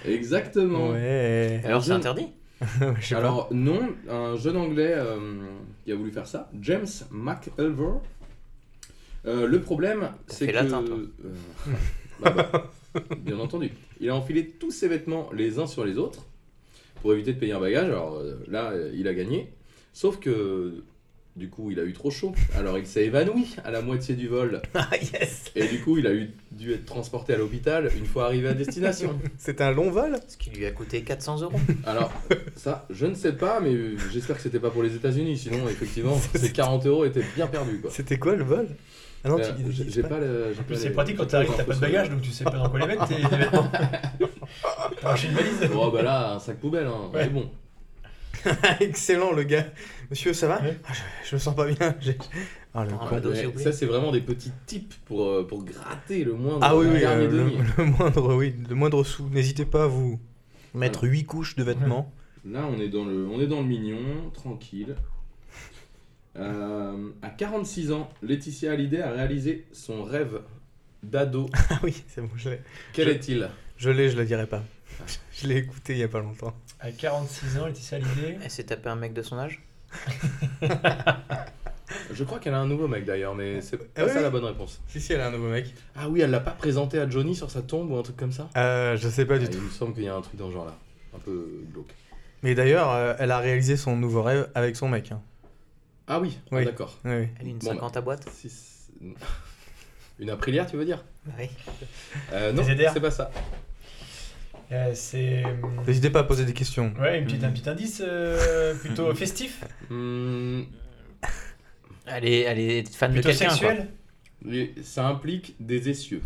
B: Exactement.
D: Ouais.
E: Alors, c'est
B: Je-
E: interdit
D: Je sais pas.
B: Alors, non, un jeune anglais euh, qui a voulu faire ça, James McElver. Euh, le problème, c'est
E: fait
B: que.
E: latin, toi.
B: euh, bah, bah, bien entendu. Il a enfilé tous ses vêtements les uns sur les autres pour éviter de payer un bagage. Alors euh, là, euh, il a gagné. Sauf que. Du coup, il a eu trop chaud. Alors, il s'est évanoui à la moitié du vol.
D: Ah yes.
B: Et du coup, il a eu, dû être transporté à l'hôpital une fois arrivé à destination.
D: C'est un long vol.
E: Ce qui lui a coûté 400 euros.
B: Alors, ça, je ne sais pas, mais euh, j'espère que c'était pas pour les États-Unis. Sinon, effectivement, ces 40 euros étaient bien perdus. Quoi.
D: C'était quoi le vol Ah non,
B: Euh,
D: tu-
B: j'ai-
D: tu-
B: j'ai pas le. j'ai
C: En plus,
B: pas
C: c'est
B: les-
C: pratique quand
B: j'ai pas les
C: t'arrives, t'as pas de
B: infos
C: bagages, donc tu sais pas dans quoi les mettre tes tes vêtements. T'as acheté une valise.
B: sur le- Oh bah là, un sac poubelle, hein.
C: Ouais.
B: c'est bon.
D: Excellent le gars. Monsieur, ça va
C: Ouais.
D: Ah, je, je me sens pas bien. j'ai- Ah, le
E: Ah,
D: con.
E: le dos,
B: Ouais,
E: s'il vous plaît.
B: ça, c'est vraiment des petits tips pour, euh, pour gratter le moindre
D: Ah oui, oui,
B: dernier
D: euh, le,
B: denier.
D: le moindre, oui, le moindre sou. N'hésitez pas à vous Euh, mettre huit couches de vêtements.
B: Là, on est dans le, on est dans le mignon, tranquille. Euh, à 46 ans, Laetitia Hallyday a réalisé son rêve d'ado.
D: Ah oui, c'est bon, je l'ai.
B: Quel
D: Je-
B: est-il
D: Je l'ai, je le dirai pas. Je l'ai écouté il y a pas longtemps.
C: À 46 ans, Laetitia Hallyday.
E: Elle s'est tapée un mec de son âge
B: Je crois qu'elle a un nouveau mec d'ailleurs, mais c'est pas
D: Ah oui,
B: ça
D: oui.
B: la bonne réponse.
D: Si, si, elle a un nouveau mec.
B: Ah oui, elle l'a pas présenté à Johnny sur sa tombe ou un truc comme ça
D: Euh, je sais pas du
B: Ah,
D: tout.
B: Il me semble qu'il y a un truc dans ce genre là. Un peu glauque.
D: Mais d'ailleurs, euh, elle a réalisé son nouveau rêve avec son mec. hein.
B: Ah oui, ah,
D: Oui.
B: d'accord.
D: Oui, oui.
E: Elle est une
B: Bon, bah.
E: 50 à boîte
B: Six- Une aprilière, tu veux dire
E: Bah Oui.
B: Euh, Non,
C: Des ZR.
B: c'est pas ça.
C: Euh, C'est.
D: N'hésitez pas à poser des questions.
C: Ouais, une petite, un petit indice euh, plutôt festif,
B: Hmm,
E: Elle est, elle est fan
C: plutôt
E: de quelqu'un. quoi.
C: sexuel.
B: les- ça implique des essieux.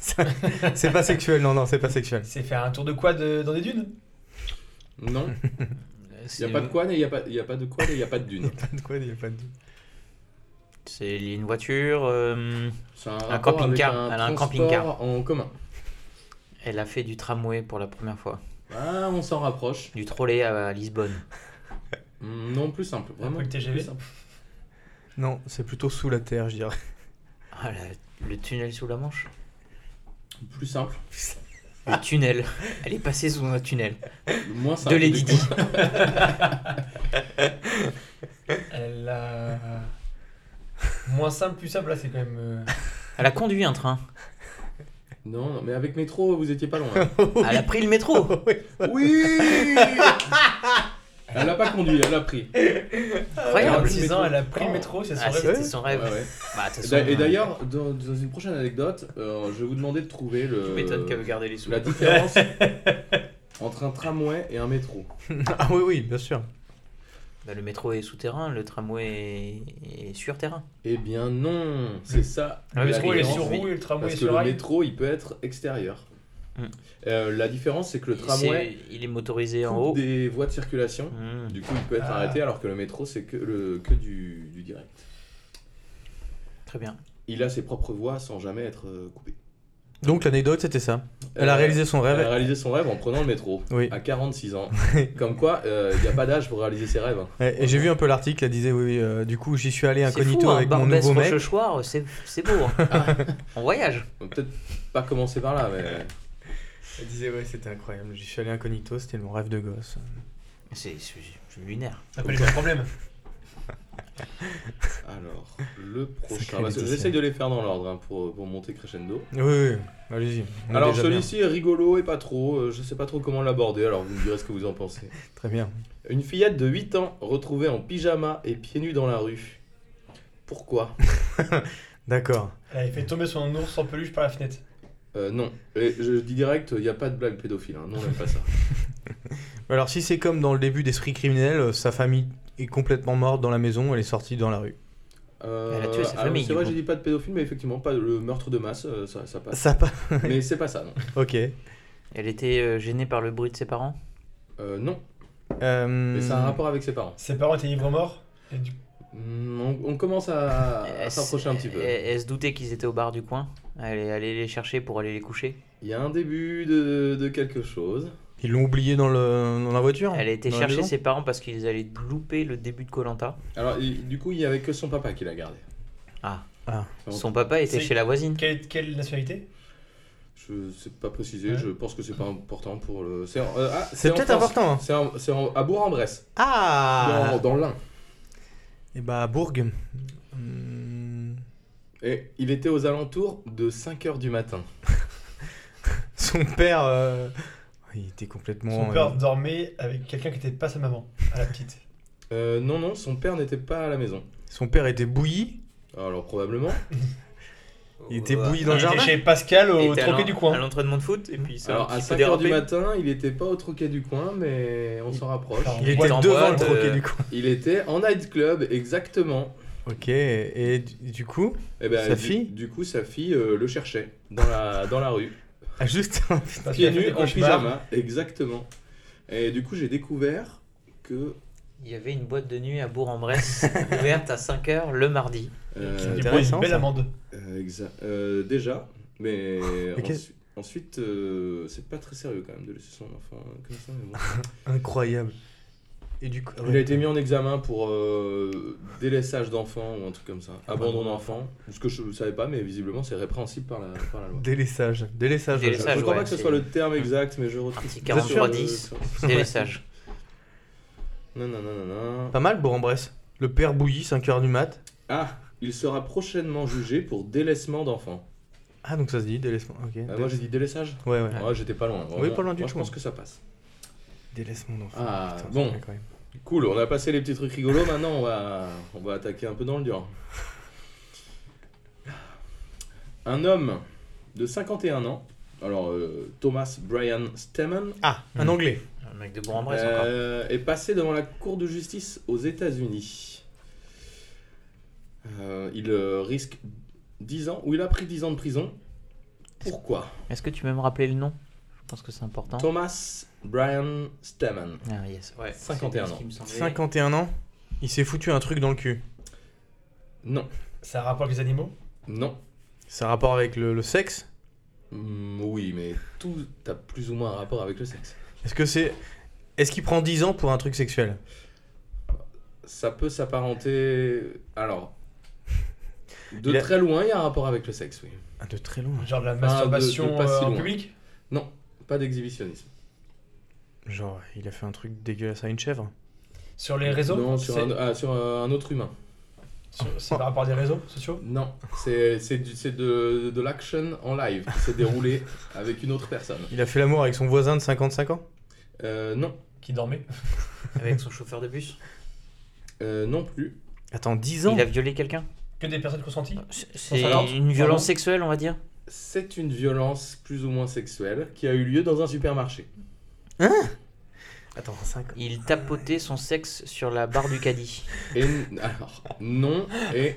D: C'est pas sexuel, non, non, c'est pas sexuel.
C: C'est faire un tour de quad euh, dans des dunes.
B: Non, il
E: C'est-
B: n'y a pas de quoi, il n'y a, pas- y a pas de quoi, il n'y a pas de dune.
D: Pas de quoi, il y a pas de.
E: C'est lié à une voiture. euh,
B: C'est un,
E: Un
B: rapport avec
E: camping-car,
B: un
E: elle a un
B: transport
E: camping-car.
B: en commun.
E: elle a fait du tramway pour la première fois.
B: Ah, on s'en rapproche.
E: Du trolley à Lisbonne.
B: Hmm, Non, plus simple, vraiment.
C: Après le TGV.
B: plus simple.
D: Non, c'est plutôt sous la terre, je dirais.
E: Ah, la- le tunnel sous la Manche
B: Plus simple. Ah.
E: Le tunnel. Elle est passée sous un tunnel.
B: Le moins simple.
E: De Lady Di.
C: Elle a. Moins simple, plus simple, là c'est quand même. euh,
E: Elle a conduit un train.
B: Non, non, mais avec métro, vous étiez pas loin. hein.
E: Elle a pris le métro.
B: oui Elle l'a pas conduit, elle l'a pris. Ah,
E: Incroyable.
C: 46 ans, elle a pris le
B: Oh.
C: métro, c'est son
E: Ah,
C: rêve.
E: c'était son rêve.
B: Ouais, ouais.
E: Bah, de toute
B: Et
E: façon,
B: d'a- Et d'ailleurs, dans, dans une prochaine anecdote, euh, je vais vous demander de trouver
E: euh,
B: le,
E: tu m'étonnes qu'elle veut garder les sous.
B: la différence entre un tramway et un métro.
D: Ah oui, oui, bien sûr.
E: Bah, le métro est souterrain, le tramway est, est sur terrain.
B: Eh bien non, c'est ça.
E: Ah,
C: Le
E: parce
B: la
C: métro
E: que
C: il est
B: différence.
C: sur roue et le tramway
B: Parce
C: est
B: que
C: sur
B: le
C: rail.
B: métro, il peut être extérieur.
E: Hmm.
B: Euh, la différence, c'est que le tramway
E: C'est- Il est motorisé en
B: coupe
E: haut.
B: des voies de circulation.
E: Hmm.
B: Du coup, il peut être
C: Ah.
B: arrêté, alors que le métro, c'est que, le, que du, du direct.
E: Très bien.
B: Il a ses propres voies sans jamais être euh, coupé.
D: Donc l'anecdote, c'était ça. Elle a
B: Euh,
D: réalisé son
B: Elle a
D: rêve.
B: réalisé son rêve en prenant le métro
D: Oui.
B: à 46 ans. Comme quoi, euh, il n'y a pas d'âge pour réaliser ses rêves. hein.
D: Et et j'ai vu un peu l'article, elle disait oui, oui, euh, du coup j'y suis allé
E: C'est
D: incognito
E: fou, hein,
D: avec mon
E: Barbès,
D: nouveau mec.
E: Rochechouart, c'est c'est beau. hein.
B: Ah.
E: On voyage.
B: On va peut-être pas commencer par là, mais
D: Elle disait ouais, c'était incroyable, j'y suis allé incognito, c'était mon rêve de gosse.
E: C'est c'est- c'est lunaire.
C: Ça peut être un problème.
B: alors, le
D: Sacré
B: prochain. Parce que
D: Laetitia.
B: J'essaye de les faire dans l'ordre hein, pour, pour monter crescendo.
D: Oui, oui, oui, allez-y. on est
B: alors,
D: déjà bien.
B: celui-ci est rigolo et pas trop. euh, je sais pas trop comment l'aborder, alors vous me direz ce que vous en pensez.
D: Très bien.
B: Une fillette de 8 ans retrouvée en pyjama et pieds nus dans la rue. Pourquoi
D: D'accord.
C: Elle avait fait tomber son ours en peluche par la fenêtre.
B: Euh, Non. Et je dis direct, il n'y a pas de blague pédophile. hein. Non, on n'aime pas ça.
D: Alors si c'est comme dans le début d'Esprit criminel, euh, sa famille est complètement morte dans la maison, elle est sortie dans la rue.
B: Euh,
E: Elle a tué sa
B: alors,
E: famille,
B: C'est
E: du
B: vrai,
E: coup.
B: j'ai dit pas de pédophile, mais effectivement, pas le meurtre de masse, euh, ça, ça passe.
D: Ça pas.
B: mais c'est pas ça, non.
D: Ok.
E: Elle était euh, gênée par le bruit de ses parents.
B: Euh, non,
D: Euh,
B: mais ça a un
E: Hmm.
B: rapport avec ses parents.
C: Ses parents étaient ivres morts. Et du
B: Hmm, on, on commence à, à
E: Elle
B: s'approcher Bah, un petit peu.
E: Elle, elle se doutait qu'ils étaient au bar du coin. Elle est allée les chercher pour aller les coucher.
B: Il y a un début de, de quelque chose.
D: Ils l'ont oublié dans, le... dans la
B: Ah,
D: voiture
E: Elle a été
D: Dans la
E: chercher
D: maison
E: ses parents parce qu'ils allaient louper le début de Colanta.
B: Alors, il- du coup, il n'y avait que son papa qui l'a gardé. Bon.
E: Son papa était
C: C'est-
E: chez la voisine.
C: Quelle, quelle nationalité
B: Je sais pas préciser,
C: Ouais.
B: je pense que c'est pas important pour le. C'est en- euh, ah,
D: C'est
B: en
D: peut-être
B: France.
D: important. hein.
B: C'est en- c'est en- à Bourg-en-Bresse,
D: Ah
B: dans, dans l'Ain.
D: Et bah Bourg. Hmm.
B: Et il était aux alentours de 5h du matin.
D: Son père. euh, Il était complètement.
C: Son
D: euh,
C: père dormait avec quelqu'un qui n'était pas sa maman, à la petite.
B: Euh, non, non, son père n'était pas à la maison.
D: euh, Son père était bouilli.
B: Alors, probablement.
D: Il était bouilli dans le
C: Il était
D: jardin.
C: chez Pascal
E: Il
C: au
E: était à
C: troquet
E: l'en-
C: du
E: À
C: coin.
E: l'entraînement de foot. Et puis ça
B: Alors, à 5h du matin, il n'était pas au troquet du coin, mais on s'en rapproche.
C: Pardon.
D: Il
C: Boîte
D: était
E: en
D: devant
E: boîte,
D: le troquet
E: euh,
D: du coin.
B: Il était en nightclub, exactement.
D: Ok, et du du coup,
B: Eh ben,
D: Sa
B: du,
D: fille
B: Du coup, sa fille euh, le cherchait dans la, dans la rue.
D: ah, juste.
C: Parce qu'il
B: Pieds
C: a fait des
B: nus, en
C: cauchemars.
B: pyjama. Exactement. Et du coup, j'ai découvert que.
E: Il y avait une boîte de nuit à Bourg-en-Bresse ouverte à 5h le mardi.
B: euh,
C: Il prend
D: Intéressant,
C: une belle
D: ça.
C: amende.
B: euh, exa- euh, déjà, mais.
D: Mais qu'est-
B: ensuite- Ensuite, euh, c'est pas très sérieux quand même de laisser son enfant euh, comme ça. mais bon.
E: Ah
D: Incroyable. Et du coup, ah ouais.
B: Il a été mis en examen pour euh, délaissage d'enfant ou un truc comme ça,
E: Ah
B: abandon d'enfant. Ce que je ne savais pas, mais visiblement c'est répréhensible par la, par la loi.
D: délaissage. Délaissage. ouais.
E: Délaissage.
B: je crois
E: ouais,
B: pas que ce
E: c'est-
B: soit le terme exact, mais je retrouve.
E: Article
B: Vous êtes sûr
E: 43 10.
B: sur-
E: C'est les sages.
B: Non, non, non, non, non.
D: euh, Pas mal, Bourg-en-Bresse. Le père Bouilly, 5h du mat.
B: Ah, il sera prochainement jugé pour délaissement d'enfant.
D: Ah, donc ça se dit, délaissement. Ok.
B: Ah, moi j'ai dit délaissage
D: Ouais, ouais.
B: Ouais, j'étais pas loin.
D: Oui, pas loin du
B: Moi, Je
D: tout. hein.
B: pense que ça passe.
D: Délaissement d'enfant.
B: Ah,
D: Putain,
B: bon.
D: c'est incroyable.
B: Cool, on a passé les petits trucs rigolos, maintenant on va, on va attaquer un peu dans le dur. Un homme de 51 ans, alors euh, Thomas Brian Stemmen,
D: Ah, un
E: Hmm.
D: anglais.
E: Un mec de Bourg-en-Bresse encore.
B: euh, est passé devant la Cour de justice aux États-Unis. Euh, il euh, risque 10 ans, ou il a pris 10 ans de prison. Pourquoi
E: Est-ce que tu peux me rappeler le nom Je pense que c'est important.
B: Thomas Brian Stemmen.
E: Ah, yes,
B: 51
E: ouais. C'est ce qui
B: ans.
E: me semblait.
D: 51 ans. Il s'est foutu un truc dans le cul.
B: Non,
C: Ça a rapport avec les animaux
B: non.
D: Ça a rapport avec le, le sexe
B: Hmm, oui, mais tout a plus ou moins un rapport avec le sexe.
D: Est-ce que c'est. Est-ce qu'il prend 10 ans pour un truc sexuel
B: ça peut s'apparenter. Alors. De
D: Il a-
B: très loin, il y a un rapport avec le sexe, oui.
D: Ah, de très loin.
C: Genre de la
B: de- de
C: masturbation
B: pas si
C: euh, en
B: loin.
C: public
B: Pas d'exhibitionnisme.
D: Genre, il a fait un truc dégueulasse à une chèvre.
C: Sur les réseaux
B: Non, sur,
C: C'est-
B: un, ah, sur euh, un autre humain.
C: sur- C'est par rapport à des réseaux sociaux
B: Non, c'est c'est du- c'est de, de l'action en live qui s'est déroulé avec une autre personne.
D: Il a fait l'amour avec son voisin de 55 ans
B: Euh, non,
C: qui dormaient.
E: Avec son chauffeur de bus.
B: Euh, non plus.
D: Attends, 10 ans
E: Il a violé quelqu'un
C: Que des personnes consenties
E: C'est- C'est
C: Violente.
E: une
C: Pardon.
E: violence sexuelle, on va dire
B: C'est une violence plus ou moins sexuelle qui a eu lieu dans un supermarché.
D: Attends, 5 ans.
E: Il tapotait son sexe sur la barre du caddie.
B: Et n- alors, non, et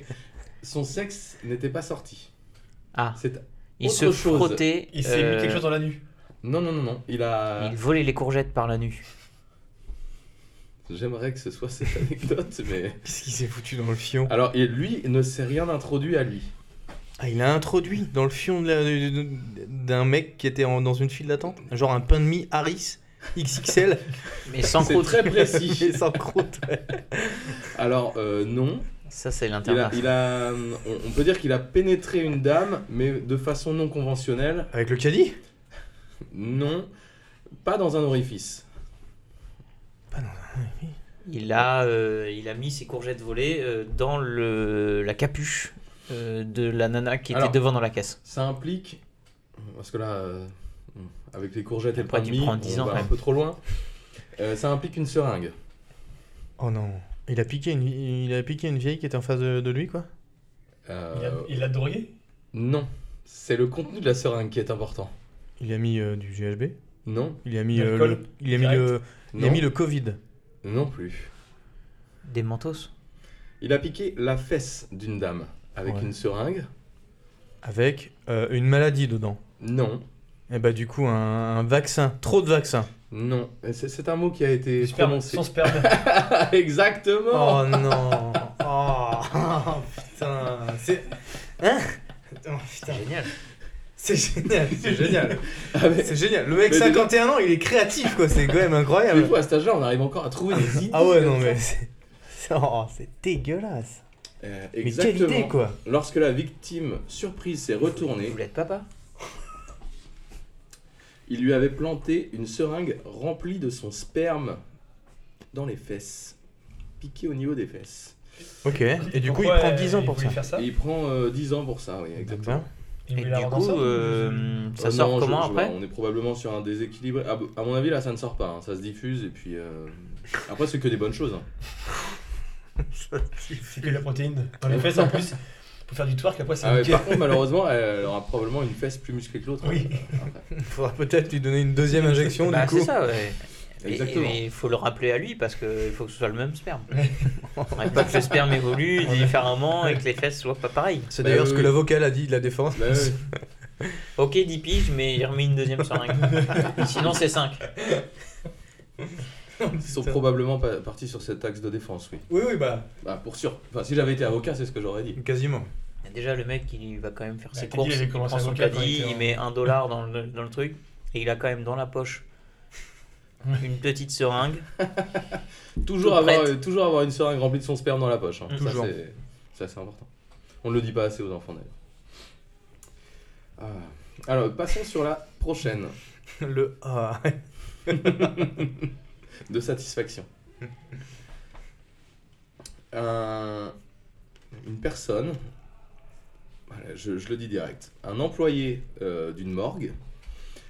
B: son sexe n'était pas sorti.
E: Ah,
B: C'est-
E: il
B: Autre
E: se
B: chose.
E: frottait.
C: Il s'est mis
E: euh,
C: quelque chose dans la nuit.
B: Non, non, non, non. Il a.
E: Il volait les courgettes par la nuit.
B: J'aimerais que ce soit cette anecdote, mais.
D: Qu'est-ce qu'il s'est foutu dans le fion
B: Alors, et lui ne s'est rien introduit à lui.
D: Ah, il a introduit dans le fion de la- de- de- d'un mec qui était en- dans une file d'attente Genre un pain de mie Harris XXL
E: Mais sans
B: C'est
E: croûte.
B: très
D: et
B: précis.
D: sans croûte. ouais.
B: Alors, euh, non.
E: Ça, c'est
B: Il a,
E: l'internet.
B: il a- euh, on, on peut dire qu'il a pénétré une dame, mais de façon non conventionnelle.
D: Avec le caddie
B: Non. Pas dans un orifice.
E: Il a, euh, il a mis ses courgettes volées euh, dans le, la capuche euh, de la nana qui était
B: Alors,
E: devant dans la caisse.
B: Ça implique. Parce que là, euh, avec les courgettes et le
E: Après,
B: pain de
E: tu
B: mie,
E: prends
B: on
E: 10 ans,
B: va
E: quand
B: un
E: même.
B: peu trop loin. Euh, ça implique une seringue.
D: Oh non. Il a piqué une, il a piqué une vieille qui était en face de, de lui, quoi
B: Euh,
C: Il a- Il l'a drogué
B: Non. C'est le contenu de la seringue qui est important.
D: Il a mis euh, du GHB.
B: Non.
D: Il a mis,
C: De
D: euh,
C: l'alcool
D: le, il a mis,
C: direct.
D: le, il a
B: non,
D: mis le Covid.
B: non plus.
E: Des mentos
B: Il a piqué la fesse d'une dame avec
D: Ouais.
B: une seringue.
D: Avec euh, une maladie dedans.
B: Non,
D: Et bah du coup, un, un vaccin. Trop de vaccins.
B: non. C'est- C'est un mot qui a été
C: Du sperme,
B: prononcé. Ah,
C: Son sperme.
B: Exactement.
D: Oh non Oh, putain C'est... Hein Oh putain
E: Génial.
D: C'est génial C'est génial
B: Avec-
D: C'est génial Le mec
B: Ah, Mais déjà-
D: 51 ans, il est créatif quoi, c'est quand même
B: Des
D: incroyable
B: fois, à cet âge-là, on arrive encore à trouver des idées.
D: Ah ouais, non
B: comme
D: mais...
B: ça.
D: c'est- Oh, c'est dégueulasse
B: Euh,
D: Mais quelle idée
B: exactement.
D: quoi
B: Lorsque la victime surprise s'est
E: Vous
B: retournée,
E: voulez être papa
B: il lui avait planté une seringue remplie de son sperme dans les fesses, piqué au niveau des fesses.
D: Ok, et du coup il
C: Pourquoi,
D: prend
C: euh,
D: 10 ans pour
C: voulait
D: ça. Hein?
C: faire
B: Et il prend euh, 10 ans pour ça, oui, exactement.
C: Il
E: Et
C: voulait la
E: du
C: rendre
E: coup,
C: enceinte,
E: euh, ça
B: Euh,
E: sort
B: non, je-
E: comment
B: je-
E: après
B: On est probablement sur un déséquilibre. À, à mon avis, là, ça ne sort pas. hein. Ça se diffuse et puis. euh, Après, c'est que des bonnes choses. hein.
C: C'est que de la protéine. Dans les fesses en plus. Pour faire du twerk, après c'est
B: Ah ouais,
C: nickel.
B: par contre, malheureusement, elle aura probablement une fesse plus musclée que l'autre.
C: Oui.
D: Il faudra peut-être lui donner une deuxième injection du
E: Bah,
D: coup.
E: c'est ça, ouais.
B: Exactement.
E: Et il faut le rappeler à lui parce qu'il faut que ce soit le même sperme. On va pas que le sperme évolue différemment et que les fesses soient pas pareilles.
D: C'est
B: Bah
D: d'ailleurs
B: oui,
D: ce que
B: oui.
D: l'avocat a dit de la défense.
B: Bah oui.
E: Ok, 10 piges, mais il remet une deuxième seringue. Sinon, c'est 5.
B: Ils sont probablement pa- partis sur cet axe de défense, oui.
D: Oui, oui, bah.
B: Bah, pour sûr. Enfin, si j'avais été avocat, c'est ce que j'aurais dit.
D: Quasiment.
E: Déjà, le mec, il va quand même faire
C: Bah,
E: ses
C: t'as dit,
E: courses.
C: il avait
E: Il
C: commencé
E: prend son
C: avocat quand il
E: caddie,
C: était
E: il
C: en-
E: met un dollar dans le, dans le truc. Et il a quand même dans la poche une petite seringue.
B: Toujours
E: Tout
B: avoir, euh,
E: prête.
B: toujours avoir une seringue remplie de son sperme dans la poche. hein. Ça,
E: Mm.
D: Toujours.
B: c'est- Ça, c'est important. On ne le dit pas assez aux enfants, d'ailleurs. Ah. Alors, passons sur la prochaine
D: Le A.
B: de satisfaction. Un- Euh, Une personne, voilà, je, je le dis direct, un employé euh, d'une morgue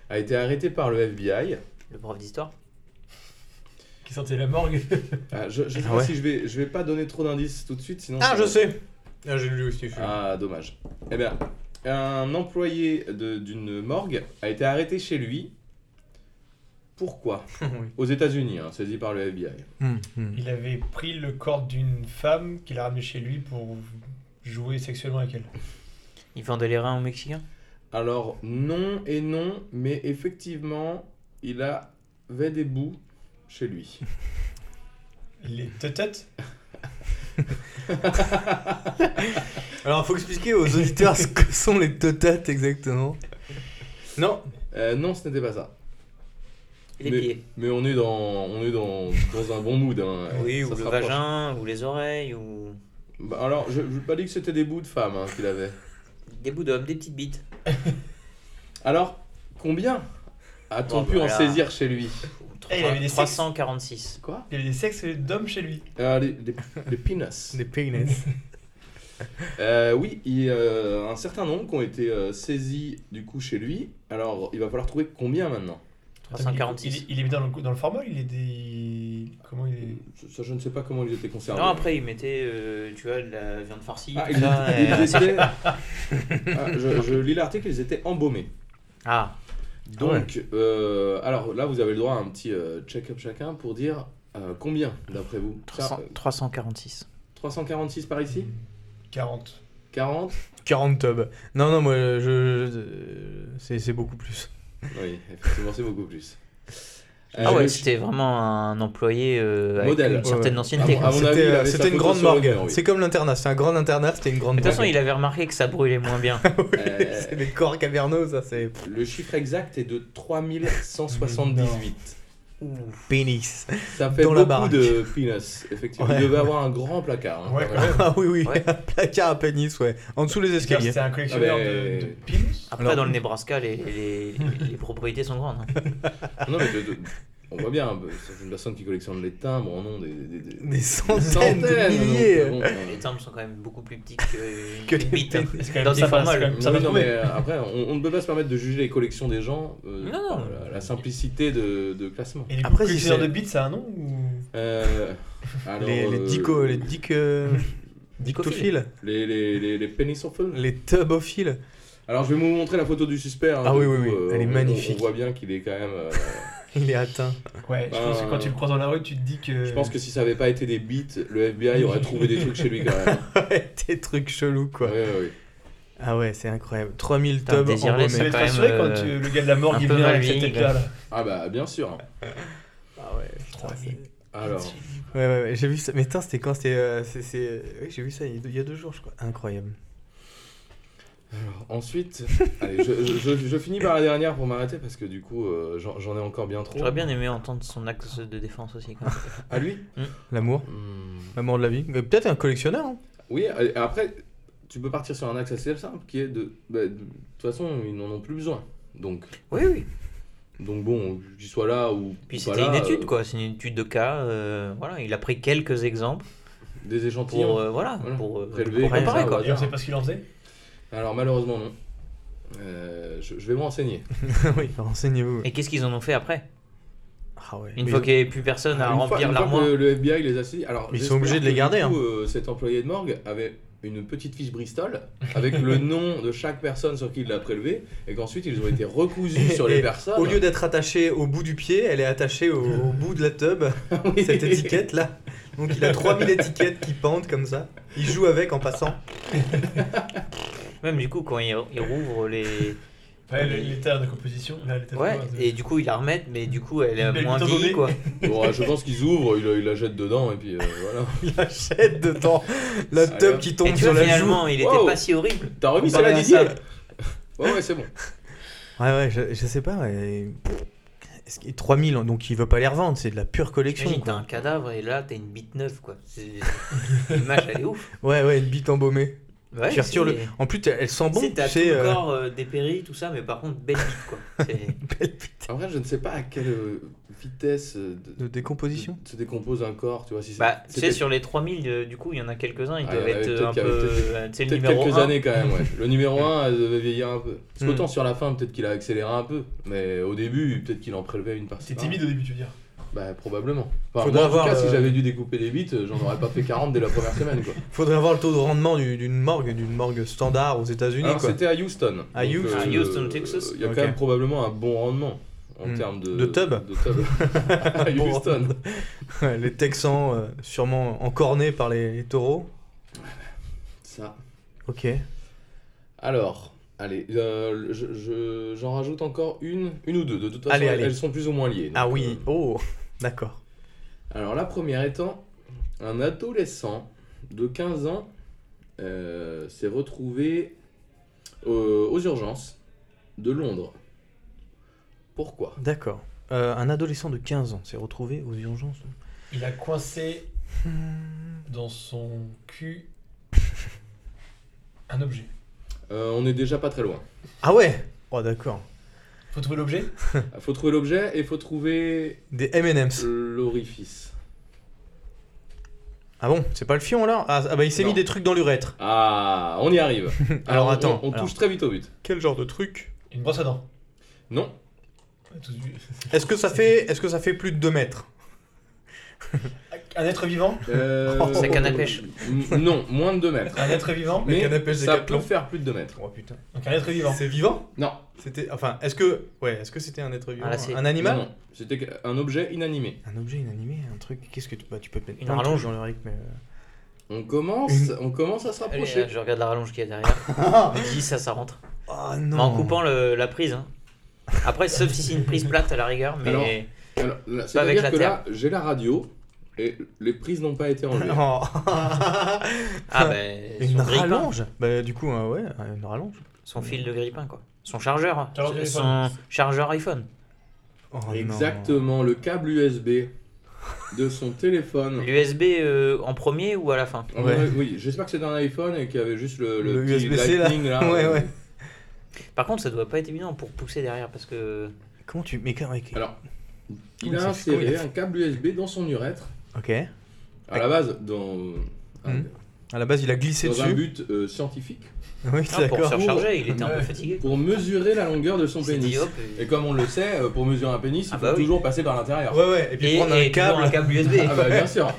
B: a été arrêté par le FBI.
E: Le prof d'histoire.
C: Qui sentait la morgue.
B: Ah, je je sais
D: Ah
B: pas
D: ouais.
B: si je vais, je vais pas donner trop d'indices tout de suite, sinon.
D: Ah,
B: ça-
D: je sais. Ah, j'ai lu aussi.
B: Ah, dommage. Eh bien, un employé de- d'une morgue a été arrêté chez lui. Pourquoi Aux États-Unis, hein, saisi par le FBI.
D: Hum,
C: Il avait pris le corps d'une femme qu'il a ramené chez lui pour jouer sexuellement avec elle.
E: Il vendait les reins aux Mexicains.
B: Alors, non et non, mais effectivement, il avait des bouts chez lui.
C: Les teutettes
D: Alors, faut expliquer aux auditeurs ce que sont les totates exactement. Non,
B: Euh, non, ce n'était pas ça.
E: Les
B: mais,
E: pieds.
B: mais on est dans, on est dans, dans un bon mood. hein.
E: Oui,
B: Ça
E: ou
B: se
E: le
B: rapproche.
E: vagin, ou les oreilles, ou
B: Bah, alors, je n'ai pas dit que c'était des bouts de femme hein, qu'il avait.
E: des bouts d'hommes, des petites bites.
B: Alors, combien a-t-on
E: Oh,
B: pu
E: bah
B: en
E: là.
B: saisir chez lui
C: Eh, il avait des sexes.
E: 346.
B: Quoi
C: Il y avait des sexes d'hommes chez lui.
B: Euh, les, les- les peanuts.
D: des penis.
B: Euh, oui, il y a un certain nombre qui ont été euh, saisis du coup chez lui. Alors, il va falloir trouver combien maintenant
E: 346.
C: Il, est- il est mis dans le, dans le formol, il est des... Comment il est
B: ça, ça, je ne sais pas comment ils étaient conservés.
E: Non, après, ils mettaient, euh, tu vois, de la viande farcie.
B: Ah,
E: tout
B: ils,
E: ça,
B: étaient- ils
E: euh,
B: étaient- Ah, je, je lis l'article, ils étaient embaumés.
E: Ah,
B: Donc, euh, alors là, vous avez le droit à un petit euh, check-up chacun pour dire euh, combien, d'après vous Ça,
E: 300
B: euh,
E: 346.
B: 346 par ici
C: 40.
B: 40
D: 40 tubs. Non, non, moi, je. je- c'est c'est beaucoup plus.
B: Oui, effectivement, c'est beaucoup plus.
E: Ah
B: Euh,
E: ouais,
B: le-
E: c'était vraiment un employé euh,
B: Modèle.
E: avec une certaine
D: Ouais.
E: ancienneté.
B: Ah
E: quoi.
B: bon,
E: De
B: mon avis,
D: C'était
B: il avait
D: euh,
B: sa
D: c'était une
B: photo
D: grande
B: sur le
D: morgue.
B: mur, oui.
D: C'est comme l'internat. C'est un grand internat. C'était une grande
E: toute façon,
D: morgue.
E: il avait remarqué que ça brûlait moins bien.
B: Euh,
D: C'est des corps caverneux, ça. C'est
B: Le chiffre exact est de 3178.
D: pénis.
B: Ça fait
D: Dans la
B: beaucoup
D: baraque.
B: de peanuts, effectivement.
D: Ouais.
B: Il devait avoir un grand placard. hein,
C: Ouais,
B: quand
C: quand
B: même.
C: même.
D: Ah oui, oui.
E: Ouais.
D: Un placard à pénis, ouais. En dessous les escaliers.
C: C'était un collectionneur
B: Ah,
C: de,
B: mais-
C: de pins
E: Après,
D: Alors-
E: dans le Nebraska, les, les, les propriétés sont grandes. hein.
B: Non, mais de- de- on voit bien, euh, c'est une personne qui collectionne les timbres en nom des, des, des-
D: Des
B: des
D: centaines, de milliers.
B: donc, bon, euh,
E: Les timbres sont quand même beaucoup plus petits que,
D: Que
E: une
D: les
E: bite. hein.
D: pénis.
C: C'est quand même
E: Dans sa
C: différent,
E: formule.
C: c'est quand même- ça
B: oui,
C: va
B: non,
C: trouver.
B: mais euh, après, on, on ne peut pas se permettre de juger les collections des gens euh,
E: Non, non.
B: par la, la simplicité de, de classement.
C: Et les
D: Après, si
C: collectionneurs
D: c'est-
C: de bits, ça a un nom ou...
B: Euh, alors,
D: Les, les
B: euh,
D: dico, les dic, euh, dictophiles,
B: les, les, les, les pénissophiles.
D: les tubophiles.
B: Alors, je vais vous montrer la photo du suspect. hein,
D: Ah
B: du
D: oui, oui, oui, elle est
B: on- on-
D: magnifique.
B: On voit bien qu'il est quand même. euh,
D: Il est atteint.
C: Ouais, je
B: Bah,
C: pense que quand tu le croises dans la rue, tu te dis que...
B: Je pense que si ça avait pas été des beats, le FBI aurait trouvé des trucs chez lui quand même.
D: Des trucs chelous, quoi.
B: Ouais, ouais, ouais.
D: Ah ouais, c'est incroyable. 3000
E: Putain,
D: tubs
E: désirless,
C: Tu
E: c'est
C: vas
D: embaumés.
E: quand
C: être
E: même,
C: rassuré quand
E: euh,
C: tu- le gars de la morgue,
E: un
C: il
E: peu
C: vient avec cette
E: malveigne,
C: tête-là. là.
B: Ah bah bien sûr.
D: Ah ouais, putain,
C: 3000.
D: c'est-
B: Alors,
D: Ouais, ouais, ouais, j'ai vu ça. Mais putain, c'était quand C'était. euh, c'est- c'est- Oui, j'ai vu ça il y a deux- il y a deux jours, je crois. Incroyable.
B: ensuite, allez, je, je- je- je finis par la dernière pour m'arrêter parce que du coup, euh, j'en j'en ai encore bien trop.
E: J'aurais bien aimé entendre son axe de défense aussi. quoi.
B: À lui
D: L'amour,
B: Hmm.
D: l'amour de la vie. Mais Peut-être un collectionneur. hein.
B: Oui, et après, tu peux partir sur un axe assez simple qui est de. bah, de de toute façon, ils n'en ont plus besoin. Donc,
E: Oui, oui.
B: donc bon, qu'ils soient là ou.
E: Puis
B: ou
E: c'était
B: pas
E: une
B: là,
E: étude,
B: euh,
E: quoi. C'est une étude de cas. euh, voilà, il a pris quelques exemples
B: Des échantillons.
E: pour, euh, voilà,
B: hein. Voilà.
E: pour, euh,
B: Prélever
E: pour
B: comme
E: comparer,
B: ça,
E: quoi.
B: ouais.
C: Et on sait pas ce qu'il en faisait.
B: Alors, malheureusement, non. Euh, je, je vais me renseigner.
D: oui, renseignez-vous.
E: Et qu'est-ce qu'ils en ont fait après
D: Ah ouais.
E: Une
D: Mais
E: fois
D: ils-
E: qu'il n'y avait plus personne à
B: Une fois-
E: remplir
B: une fois que
E: l'armoire.
B: le FBI les a saisis. Alors,
D: Ils
B: j'espère
D: sont obligés de les
B: que,
D: garder,
B: Du coup, euh, cet employé de morgue avait une petite fiche Bristol avec le nom de chaque personne sur qui il l'a prélevé et qu'ensuite ils ont été recousus sur les
D: Et
B: personnes.
D: Au lieu d'être attachée au bout du pied, elle est attachée au, au bout de la tub,
E: Ah
D: cette étiquette là. Donc il a 3000 étiquettes qui pendent comme ça. Il joue avec en passant.
E: Même du coup, quand il, il rouvre les.
C: Ouais, le- l'état de composition. Là, l'état de
E: Ouais,
C: composition. euh,
E: et du coup, il la remettent, mais du coup, elle a
C: Mais
E: moins
C: plutôt
E: vieilli,
C: bombée.
E: quoi.
B: Bon, ouais, je pense qu'ils ouvrent, ils la- ils la jettent dedans et puis euh, voilà.
D: Il achète dedans la
B: Ah,
D: tub
B: ouais.
D: qui
E: Et
D: tombe
E: tu
D: sur
E: vois,
D: la joue.
E: finalement, il était
B: Wow.
E: pas si horrible.
B: T'as remis ça
E: comparé
B: là,
E: à
B: Didier
E: ça.
B: Ouais, ouais, c'est bon.
D: Ouais, ouais, je, je sais pas. ouais. Est-ce qu'il- 3000, donc il veut pas les revendre, c'est de la pure collection.
E: Imagine, t'as un
D: Quoi.
E: cadavre et là, t'as une bite neuve, quoi. C'est- L'image, elle est ouf.
D: Ouais, ouais, une bite embaumée.
E: Ouais,
D: tu retires le...
E: c'est-
D: En plus, elle sent bon.
E: c'est t'as tout
D: c'est,
E: le
D: euh,
E: corps euh, dépéri, tout ça, mais par contre, belle bite, quoi. C'est-
B: En vrai, je ne sais pas à quelle euh, vitesse euh, de-
D: de décomposition.
B: se décompose un corps, tu vois. Si c'est-
E: Bah, tu sais,
B: c'était
E: sur les 3000, euh, du coup, il y en a quelques-uns, ils
B: Ah,
E: doivent
B: il y en avait
E: être
B: peut-être
E: euh, un
B: qui avaient
E: peu.
B: peut-être-
E: euh, Tu sais, le
B: Peut-être
E: numéro
B: quelques
E: 1.
B: années quand même, ouais. Le numéro 1 elle devait vieillir un peu. Parce
D: Hmm.
B: qu'autant sur la fin, peut-être qu'il a accéléré un peu, mais au début, peut-être qu'il en prélevait une partie.
C: T'es
B: par an.
C: timide au début, tu veux dire.
B: Bah, probablement. Enfin, moi, en
D: Faudrait
B: tout
D: avoir
B: cas,
D: le-
B: si j'avais dû découper des bits, euh, j'en aurais pas fait 40 dès la première semaine, quoi.
D: Faudrait avoir le taux de rendement du- d'une morgue, d'une morgue standard aux
E: Ah,
D: États-Unis.
B: Alors,
D: quoi.
B: c'était à Houston.
D: À
B: Donc, euh,
D: Houston.
E: À Houston, Texas.
B: Il y a
D: Ok.
B: quand même probablement un bon rendement en
D: Hmm.
B: termes de.
D: De tub.
B: De tub. à
D: Bon.
B: Houston.
D: Ouais, les Texans, euh, sûrement encornés par les, les taureaux.
B: Ça.
D: Ok.
B: Alors, allez, euh, je- je- j'en rajoute encore une, une ou deux. De toute façon,
D: Allez,
B: elles,
D: allez.
B: elles sont plus ou moins liées. donc,
D: Ah oui,
B: euh,
D: oh, d'accord.
B: Alors la première étant, un adolescent de 15 ans euh, s'est retrouvé euh, aux urgences de Londres. Pourquoi
D: D'accord. Euh, un adolescent de 15 ans s'est retrouvé aux urgences.
C: Il a coincé
D: Hmm,
C: dans son cul un objet.
B: Euh, On est déjà pas très loin.
D: Ah ouais Oh, d'accord.
C: Faut trouver l'objet
B: Faut trouver l'objet et faut trouver
D: Des MM's.
B: l'orifice.
D: Ah bon C'est pas le fion là ah, ah bah il s'est
B: Non.
D: mis des trucs dans l'urètre.
B: Ah, on y arrive.
D: Alors,
B: on-
D: attends,
B: on, on
D: alors.
B: touche très vite au but.
D: Quel genre de truc
C: Une brosse à dents.
B: Non.
C: Tout de suite.
D: Est-ce que ça fait est-ce que ça fait plus de 2 mètres
C: Un être vivant
B: Euh,
E: C'est canne à pêche.
B: M- Non, moins de 2 mètres.
C: Un être vivant
B: Mais
D: canne à pêche
B: ça
D: Decathlon.
B: peut faire plus de 2 mètres.
D: Oh putain.
C: Donc un être vivant.
D: C'est vivant
B: Non,
D: C'était enfin, est-ce que ouais, est-ce que c'était un être vivant
E: Ah, là, c'est-
D: Un animal
B: non, non. C'était un objet inanimé.
D: Un objet inanimé, un truc, qu'est-ce que tu, bah, tu peux mettre
E: Une
D: plein de
E: rallonge.
D: trucs dans l'urètre mais euh,
B: On commence,
D: Une-
B: on commence à se
E: Allez,
B: rapprocher.
E: euh, je regarde la rallonge qu'il y a derrière. Je dis ça, ça rentre.
D: Ah
E: Mais
D: non.
E: en coupant le- la prise. hein. Après, sauf si c'est une prise plate à la rigueur, mais.
B: Alors, Alors, là,
E: euh, avec
B: C'est-à-dire
E: la
B: que là, j'ai la radio et les prises n'ont pas été enlevées.
D: Oh.
E: Ah, ben.
D: une
E: son grippin,
D: rallonge Bah du coup, euh, ouais, une rallonge.
E: Son fil de grippin, quoi. Son chargeur. hein.
C: Chargeur
E: son chargeur iPhone.
D: Oh, non.
B: Exactement, le câble USB de son téléphone.
E: L'USB euh, en premier ou à la fin
B: En
D: Ouais.
B: vrai, Oui, j'espère que c'est un iPhone et qu'il y avait juste le,
D: Le
B: petit
D: USB-C là.
B: lightning là.
D: Ouais, ouais.
E: Par contre, ça doit pas être évident pour pousser derrière parce que.
D: Comment tu mais comment- ok.
B: Alors, il
D: Comment
B: a
D: ça fait quoi,
B: inséré
D: il a
B: un câble USB dans son urètre.
D: OK. À
B: À la base, dans,
D: Hmm. la base, il a glissé
B: dans un
D: dessus.
B: but euh, scientifique,
D: Oui,
E: Ah, pour se
D: d'accord.
E: recharger, il était un peu
C: Ouais.
E: fatigué.
B: pour mesurer la longueur de son
E: Il s'est
B: pénis.
E: dit, hop,
B: Et comme on le sait, euh, pour mesurer un pénis, il
E: Ah
B: faut
E: bah oui.
B: toujours passer par l'intérieur.
D: Ouais ouais, et puis
E: et,
D: prendre un
E: et toujours
D: câble.
E: un câble USB.
B: Ah bah bien sûr,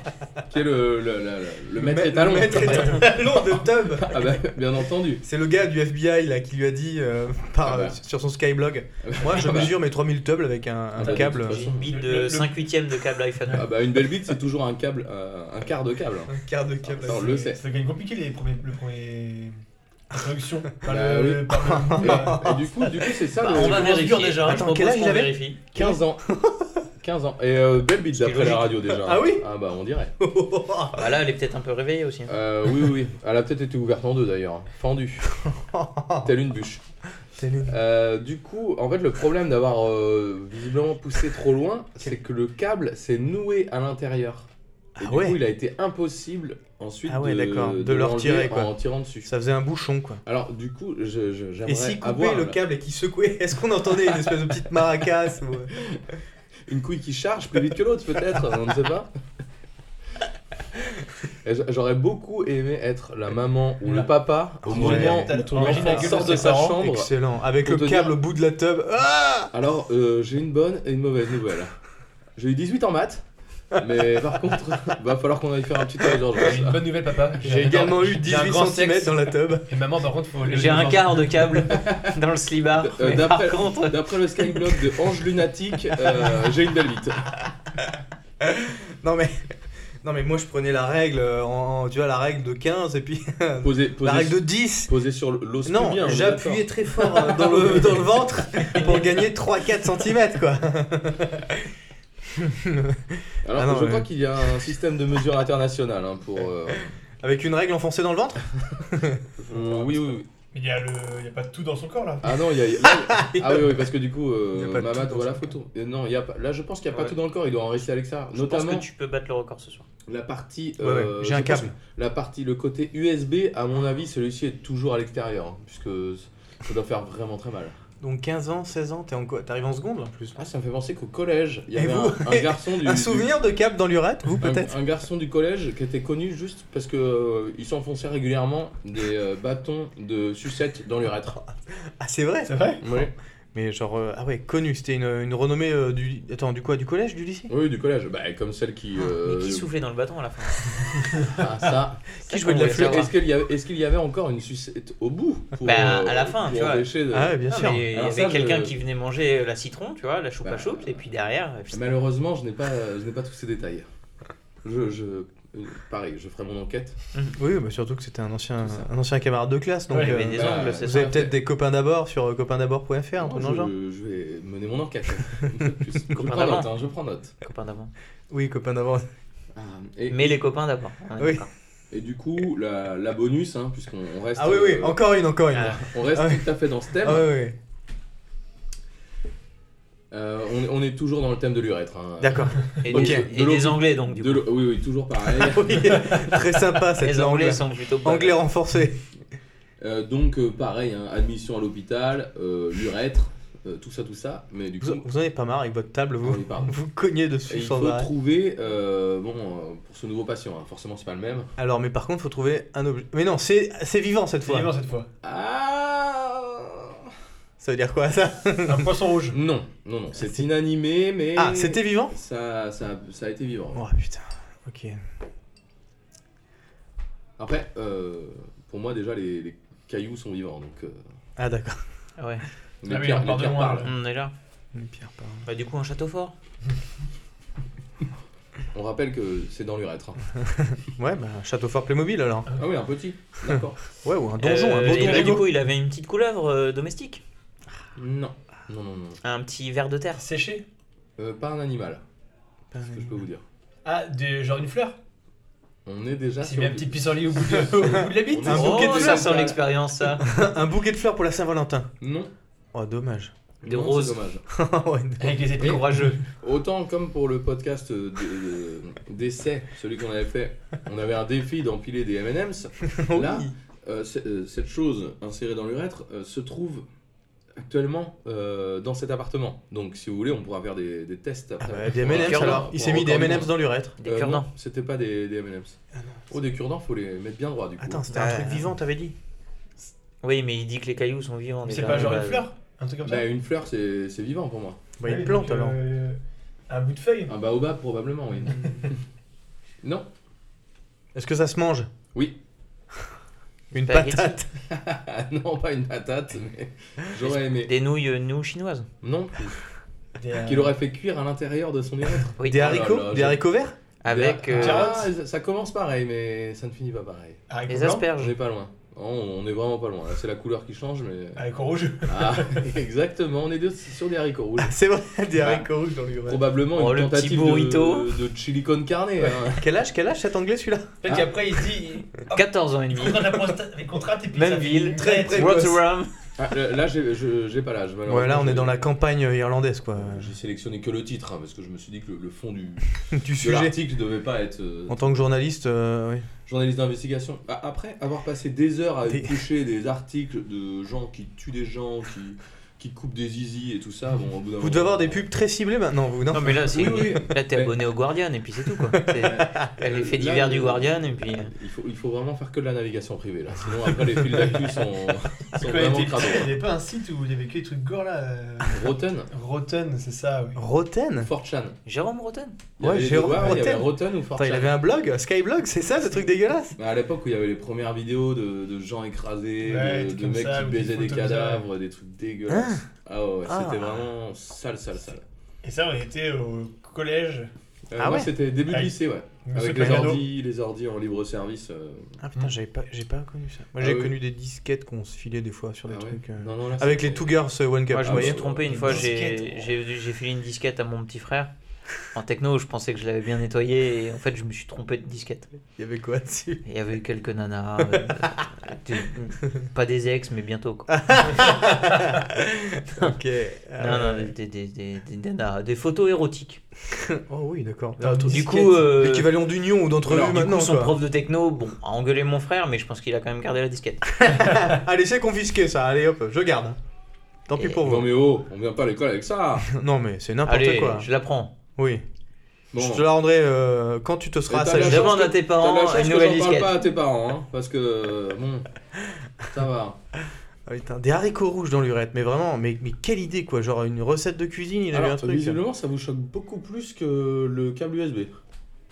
B: qui est le, le, le, le- le maître
D: Ma-
B: étalon.
D: le maître étalon de Tub.
B: Ah bah bien entendu.
D: C'est le gars du FBI là qui lui a dit euh, par,
B: Ah bah.
D: euh, sur son Skyblog.
B: Ah bah-
D: Moi, je
B: ah bah-
D: mesure mes 3000 tubs avec un, un
B: Ah bah, de
D: câble.
B: toute
E: J'ai une bite
C: Le-
E: de
C: le-
E: 5 huitièmes de câble iPhone.
B: Ah bah une belle bite, c'est toujours un câble, euh, un quart de câble.
D: Un quart de câble.
B: Ah, on le sait.
C: C'est quand même compliqué les premiers, le premier. Introduction. Par
B: Bah,
C: le. Par
B: Et,
C: le... Bah,
B: et du coup, du coup c'est ça.
E: Bah,
B: le-
E: on va
C: je pense
E: vérifier.
C: dur déjà, hein.
E: Je
D: Attends,
E: propose
D: quel âge
E: qu'on
D: il avait
E: vérifie.
B: 15 ans. 15 ans. Et euh, belle bite d'après la radio déjà.
D: Ah oui
B: Ah bah on dirait.
E: Bah là, elle est peut-être un peu réveillée aussi. hein.
B: Euh, oui oui oui. Elle a peut-être été ouverte en deux d'ailleurs. Fendue. Telle une bûche.
D: T'es nul.
B: Euh, du coup, en fait, le problème d'avoir euh, visiblement poussé trop loin, c'est que le câble s'est noué à l'intérieur. Et
D: Ah
B: du
D: ouais.
B: coup, il a été impossible ensuite
D: Ah ouais, d'accord,
B: de,
D: de le
B: l'enlever
D: retirer, quoi.
B: en tirant dessus.
D: Ça faisait un bouchon quoi.
B: Alors, du coup, je- je- j'aimerais
D: Et s'il coupait
B: avoir
D: le
B: la-
D: câble et qu'il secouait, est-ce qu'on entendait une espèce de petite maracas ou... euh,
B: une couille qui charge plus vite que l'autre, peut-être, on ne sait pas. Et j'a- J'aurais beaucoup aimé être la maman ou le papa au
D: Ouais.
B: moment où ton
C: Imagine la
B: enfant
C: gueule
B: sort
C: de
B: de
C: ses
B: sa
C: parents.
B: chambre.
D: Excellent. Avec
B: Pour
D: le
B: te
D: câble
B: dire-
D: au bout de la tub. Ah
B: Alors, euh, j'ai une bonne et une mauvaise nouvelle. J'ai eu 18 en maths, Mais par contre, va falloir qu'on aille faire un petit tour, Georges.
C: J'ai une bonne nouvelle, papa.
D: J'ai également eu
C: j'ai un
D: 18
C: grand
D: cm
C: sexe.
D: dans la tub.
C: Et maman, par contre, faut.
E: J'ai un quart de câble dans le slibard.
B: Euh,
E: mais par
B: d'après-
E: contre,
B: D'après le skyblog de Ange Lunatique, euh, j'ai une belle bite.
D: Non mais, non mais moi je prenais la règle, euh, en, en- tu vois, la règle de 15 et puis
B: Posé,
D: la
B: posé,
D: règle de 10.
B: posé sur l'os
D: Non,
B: pubien, on est
D: j'appuyais très fort euh, dans le, dans le ventre pour gagner 3-4 cm quoi.
B: d'accord. Alors,
D: Ah non,
B: je
D: mais-
B: crois qu'il y a un système de mesure international hein, pour. euh,
D: Avec une règle enfoncée dans le ventre
B: euh, oui, oui, oui.
C: Mais il y, a le... il y a pas tout dans son corps là.
B: Ah non, il y a. là, il- ah oui, oui, parce que du coup,
D: Il y a
B: euh,
D: pas de
B: Mamad
D: tout
B: voit
D: dans
B: la
D: son
B: photo. Et non, il y a pas... là, je pense qu'il n'y a pas
E: Ouais.
B: tout dans le corps, il doit en rester avec ça.
E: je pense
B: Notamment
E: que tu peux battre le record ce soir.
B: la partie.
D: Ouais, ouais,
B: euh,
D: j'ai un
B: je pense
D: câble.
B: que La partie, le côté USB, à mon avis, celui-ci est toujours à l'extérieur, hein, puisque ça doit faire vraiment très mal.
D: Donc 15 ans, 16 ans, t'es en quoi T'arrives en seconde en plus.
B: Ah, ça me fait penser qu'au collège, il y
D: Et
B: avait
D: vous
B: un, un garçon du.
D: Un
B: du-
D: souvenir de câble dans l'urètre, vous
B: un,
D: peut-être
B: un garçon du collège qui était connu juste parce que euh, il s'enfonçait régulièrement des euh, bâtons de sucette dans l'urètre.
D: Ah c'est vrai
C: C'est vrai
B: Oui.
D: Mais genre, euh, ah ouais, connu, c'était une, une renommée euh, du... Attends, du quoi Du collège, du lycée
B: oui, du collège. Bah, comme celle qui.
D: Ah,
B: euh,
E: Mais qui soufflait dans le bâton à la fin
B: ah, ça.
E: Ça,
D: jouait
E: qu'on
D: de la hein
E: voulait
D: flûte
E: savoir.
B: Est-ce qu'il y, avait- est-ce qu'il y avait encore une sucette au bout pour, euh,
E: Bah, à la fin,
B: pour
E: tu vois.
B: empêcher de-
D: Ah ouais, bien
E: Non,
D: sûr.
E: mais Il y
B: Alors
E: avait
B: ça, je-
E: quelqu'un qui venait manger la citron, tu vois, la choupa
B: Bah,
E: choups, et puis derrière. et puis-
B: Malheureusement, je n'ai pas, euh, je n'ai pas tous ces détails. Je, je, euh, pareil, je ferai mon enquête.
D: Oui, bah surtout que c'était un ancien, un ancien camarade de classe, donc
C: Ouais,
E: il y avait
D: euh,
E: des
B: bah,
E: ongles, c'est
D: vous
E: ça.
D: avez peut-être des copains d'abord sur euh, copains-d'abord.fr, un truc
B: je,
D: dans le genre
B: je vais mener mon enquête. je, je
E: Copain
B: prends note,
E: d'avant.
B: hein, je prends note.
E: Copains d'avant.
D: Oui, copains d'abord.
B: Ah, et,
E: Mais les copains d'abord. on est
D: Oui.
E: d'accord.
B: et du coup, la, la bonus, hein, puisqu'on on reste,
D: Ah oui, oui,
B: euh,
D: encore une, encore une.
E: Ah.
B: on reste
D: Ah oui.
B: tout à fait dans ce thème.
D: Ah oui, oui.
B: Euh, on, est- on est toujours dans le thème de l'urètre. hein.
D: D'accord. Ah
E: Et,
B: Ok.
E: des,
B: De
E: et
B: l'eau-
E: des anglais donc du
B: De
E: coup.
B: l'eau- oui, oui, toujours pareil.
D: Oui, Très sympa cette
E: Les
D: langue.
E: anglais
D: Anglais,
E: sont plutôt pas-
D: anglais renforcé.
B: Euh, donc, euh, pareil, hein, admission à l'hôpital, euh, l'urètre, euh, tout ça, tout ça. Mais du
D: Vous,
B: coup,
D: vous en avez pas marre avec votre table, vous
B: Ah oui, pardon.
D: Vous cognez
B: Et
D: dessus
B: il
D: sans
B: faut
D: arrêt.
B: trouver, euh, bon, euh, pour ce nouveau patient, hein, forcément c'est pas le même.
D: Alors, mais par contre, faut trouver un objet. Mais non, c'est c'est vivant cette
C: C'est
D: fois.
C: vivant cette fois.
B: Ah
D: Ça veut dire quoi ça
C: Un poisson rouge.
B: Non, non, non, c'est inanimé, mais.
D: Ah, c'était vivant
B: ça, ça, ça a été vivant.
D: Oh putain. Ok.
B: Après, euh, pour moi déjà, les, les cailloux sont vivants, donc. euh,
D: Ah d'accord.
E: Ouais,
B: les
C: Ah oui,
B: pierres-
C: on part
B: les
C: de
B: pierres
C: loin,
B: parlent.
C: là.
E: on est là.
D: Une pierre, pardon.
E: Bah, du coup, un château fort.
B: On rappelle que c'est dans l'urètre. hein.
D: Ouais, bah un château fort Playmobil alors.
B: Ah oui, un petit, d'accord.
D: Ouais, ou un donjon,
E: Euh,
D: un beau
E: et là,
D: donjon.
E: du coup, il avait une petite couleuvre euh, domestique.
B: non, non, non, non.
E: Un petit verre de terre.
C: Séché.
B: Euh, pas un animal, ce que je peux vous dire.
C: Ah, des- genre une fleur.
B: Ah, On est déjà
C: C'est
B: sur
C: bien un
B: du-
C: petit pissenlit au bout de, au bout de la bite.
B: Un
E: oh,
D: bouquet de
E: ça
D: fleurs,
E: sent
B: ça.
E: l'expérience, ça.
D: Un bouquet de fleurs pour la Saint-Valentin.
B: Non.
D: Oh, dommage.
E: Des
B: non, c'est
E: roses.
B: Dommage.
D: Ouais.
C: Avec les épées.
E: Courageux.
B: Autant comme pour le podcast euh, de- de- d'essai, celui qu'on avait fait, on avait un défi d'empiler des M&M's. Là, euh, c'est- euh, cette chose insérée dans l'urètre euh, se trouve actuellement euh, dans cet appartement. Donc, si vous voulez, on pourra faire des, des tests après.
D: Bah, des M&M's
E: Cure-dents.
D: alors. Il s'est mis des M&M's dans l'urètre.
E: Des
B: Euh,
E: cure-dents.
B: non, C'était pas des, des M&M's. oh, des cure-dents, faut les mettre bien droit du coup.
D: Attends, c'était
E: Bah,
D: un truc vivant, t'avais dit
E: Oui, mais il dit que les cailloux sont vivants.
C: C'est
E: déjà.
C: pas genre
E: Bah,
C: une fleur Un truc comme ça.
B: Bah, une fleur, c'est c'est vivant pour moi.
D: Bah,
C: Ah
D: une
C: oui,
D: plante
C: donc,
D: alors.
C: euh, Un bout de feuille.
B: Un baobab, probablement, oui. non
D: Est-ce que ça se mange
B: Oui.
D: Une
E: Spaghetti.
D: patate
B: Ah, non, pas une patate, mais j'aurais aimé.
E: Des nouilles, euh, nouilles chinoises.
B: Non
C: Des, euh,
B: Ah, Qu'il aurait fait cuire à l'intérieur de son urètre.
E: Oui.
D: Des
B: là
D: haricots
B: là,
D: Des
B: je-
D: haricots verts
E: Avec euh,
B: Ah, ça commence pareil, mais ça ne finit pas pareil.
C: haricots
E: des
C: blancs,
B: On
E: asperges.
B: n'est pas loin. Oh, On est vraiment pas loin. Là, C'est la couleur qui change, mais.
C: Haricots rouges.
B: Ah, exactement. On est deux- sur des haricots rouges.
D: C'est vrai, des
B: Ah.
D: haricots rouges dans l'urètre.
B: Probablement
E: Oh,
B: une
E: le petit
B: tentative
E: burrito.
B: de, de chili con carne. hein.
D: Quel âge, quel âge cet anglais celui-là
B: Ah.
C: Peut-être qu'après il se dit.
E: 14 ans et
C: Il
E: demi.
C: prend la prostate, les contrats, et puis
E: Même
C: ça fait
E: ville,
C: une
D: très
C: tête.
D: près.
E: Rotterdam.
B: Ah, là, j'ai je- j'ai pas l'âge. malheureusement.
D: Ouais, là on est dans la campagne euh, irlandaise quoi,
B: J'ai sélectionné que le titre hein, parce que je me suis dit que le, le fond du
D: du
B: de
D: sujet.
B: l'article devait pas être euh,
D: En tant que journaliste, euh, oui.
B: journaliste d'investigation. Ah, Après avoir passé des heures à
D: Des-
B: éplucher des articles de gens qui tuent des gens, qui, qui coupent des zizi et tout ça. Bon, au bout d'un
D: Vous
B: moment,
D: devez avoir des
B: on-
D: pubs très ciblées maintenant, vous, non
E: Non, mais là, c'est-
B: Oui, oui.
E: là, t'es
B: Mais-
E: abonné au Guardian et puis c'est tout quoi. C'est- t'as les faits
B: Là,
E: divers
B: il-
E: du Guardian et puis. euh,
B: Il faut, il faut vraiment faire que de la navigation privée là, sinon après les fils d'actu sont, sont
C: Quand il
B: vraiment
C: était petit, il
B: crados.
C: n'y avait pas un site où il y avait que des trucs gore là. euh,
B: Rotten
C: Rotten, c'est ça, oui.
D: Roten
B: 4chan.
E: Jérôme Rotten
B: Il y avait
D: Ouais,
B: les
D: Jérôme
B: deux, ouais, Il y avait
D: Rotten.
B: Rotten ou
D: Attends,
B: 4chan
D: il avait un blog, Skyblog, c'est ça ce truc dégueulasse
B: Mais à l'époque où il y avait les premières vidéos de, de gens écrasés,
C: Ouais,
B: de-
C: des
B: de,
C: comme
B: mecs
C: ça,
B: qui
C: ou des
B: baisaient des
C: photos bizarres.
B: cadavres, des trucs
E: Euh,
B: dégueulasses. ah ouais,
D: Ah.
B: c'était vraiment sale, sale, sale.
C: Et ça, on était au collège.
B: Euh,
D: Ah
B: moi,
D: ouais
B: c'était début de
C: Avec-
B: lycée, ouais.
C: Monsieur
B: Avec les
C: Cagado.
B: ordi, les ordi en libre service. euh,
D: Ah
C: putain,
D: j'avais pas, j'ai pas connu ça. Moi
B: Ah
D: j'ai
B: oui.
D: connu des disquettes qu'on se filait des fois sur des
B: ah ouais.
D: trucs. euh,
B: Non, non, là,
D: Avec
B: c'était-
D: les Two Girls euh, One Cup,
E: Moi, je
D: vous
E: me
B: ouais.
E: suis
D: voyez
E: trompé une
C: Une
E: fois,
C: disquette.
E: j'ai j'ai- j'ai filé une disquette à mon petit frère en techno. Je pensais que je l'avais bien nettoyée et en fait, je me suis trompé de disquette.
D: Il y avait quoi dessus
E: Il y avait eu quelques nanas. euh, des- pas des ex, mais bientôt quoi.
B: Ah.
D: Ok.
E: Non,
D: euh,
E: non, des, des, des, des nanas, des photos érotiques.
D: Oh oui, d'accord.
C: Ah,
E: du coup, euh,
D: L'équivalent d'union ou
E: Alors,
D: d'entrevue
E: du
D: maintenant.
E: coup, son
D: quoi.
E: prof de techno, bon, a engueulé mon frère, mais je pense qu'il a quand même gardé la disquette.
D: Allez, c'est confisqué ça. Allez, hop, je garde. Tant pis
E: Et-
D: pour
B: Non,
D: vous.
B: mais oh, on vient pas à l'école avec ça.
D: Non, mais c'est n'importe
E: Allez,
D: quoi.
E: je la prends.
D: Oui.
B: Bon.
D: Je te la rendrai euh, quand tu te seras
B: Et t'as la
E: Je
D: assagi.
B: chance
E: demande
B: que-
E: à tes
B: T'as de la
E: parents
B: chance
E: une
B: que
E: nouvelle
B: j'en parle
E: disquette.
B: pas à tes parents, hein, parce que euh, bon, ça va.
D: Ah, putain, des haricots rouges dans l'urette, mais vraiment, mais, mais quelle idée quoi, genre une recette de cuisine, il avait
B: Alors,
D: un truc.
B: visiblement, ça vous choque beaucoup plus que le câble USB.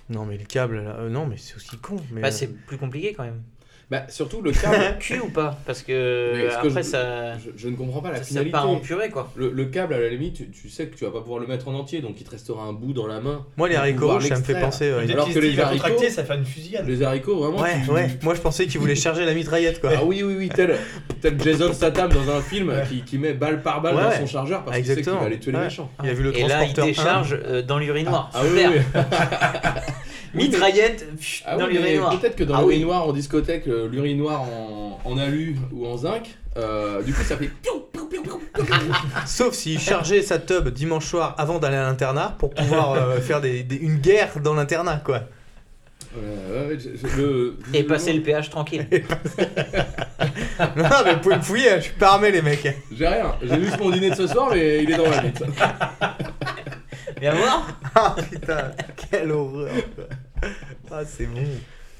D: Non mais le câble, là, euh, non mais c'est aussi con. Mais... euh,
E: Bah, c'est plus compliqué quand même.
B: Bah, surtout le câble.
E: Cul ou pas Parce
B: Mais
E: que
B: est-ce que
E: après,
B: je-
E: ça,
B: je, je ne comprends pas la
E: ça, ça
B: finalité.
E: part en purée quoi.
B: Le, le câble, à la limite, tu, tu sais que tu vas pas pouvoir le mettre en entier, donc il te restera un bout dans la main.
D: Moi les
B: Pour
D: haricots
B: pouvoir
D: rouges, ça me fait
B: l'extraire.
D: penser. euh,
C: Peut-être
B: alors
C: qu'il
B: que les
C: s'était fait
B: haricots-
C: contracter, ça fait une fusillade.
B: Les haricots, vraiment.
D: Ouais,
B: tu-
D: ouais. Moi je pensais qu'ils voulaient charger la mitraillette quoi.
B: Ah oui, oui, oui, tel, tel Jason Statham dans un film qui, qui met balle par balle
D: Ouais,
B: dans
D: ouais.
B: son chargeur parce
D: Ah,
B: qu'il sait qu'il va
D: exactement.
B: aller tuer les
D: Ouais.
B: méchants.
D: Il a vu le
E: Et là, il
D: transporteur un.
E: décharge euh, dans l'urinoir.
B: Ah oui, oui,
E: Super.
B: oui.
E: Mitraillette pff,
B: Ah
E: dans
B: oui, mais
E: l'urinoir.
B: peut-être que dans
E: Ah oui.
B: l'urinoir en discothèque, euh, l'urinoir en, en alu ou en zinc, euh, du coup ça fait. piou, piou, piou, piou, piou.
D: Sauf s'il chargeait sa tub dimanche soir avant d'aller à l'internat pour pouvoir euh, faire des, des- une guerre dans l'internat quoi.
B: Euh, ouais, je- je- le-
E: Et passer le péage tranquille.
D: Non mais vous pouvez me fouiller, hein. je suis pas armé les mecs.
B: J'ai rien, j'ai juste mon dîner de ce soir, mais il est dans la bite.
E: Viens voir.
D: Ah putain, quelle horreur. quoi. Ah c'est bon.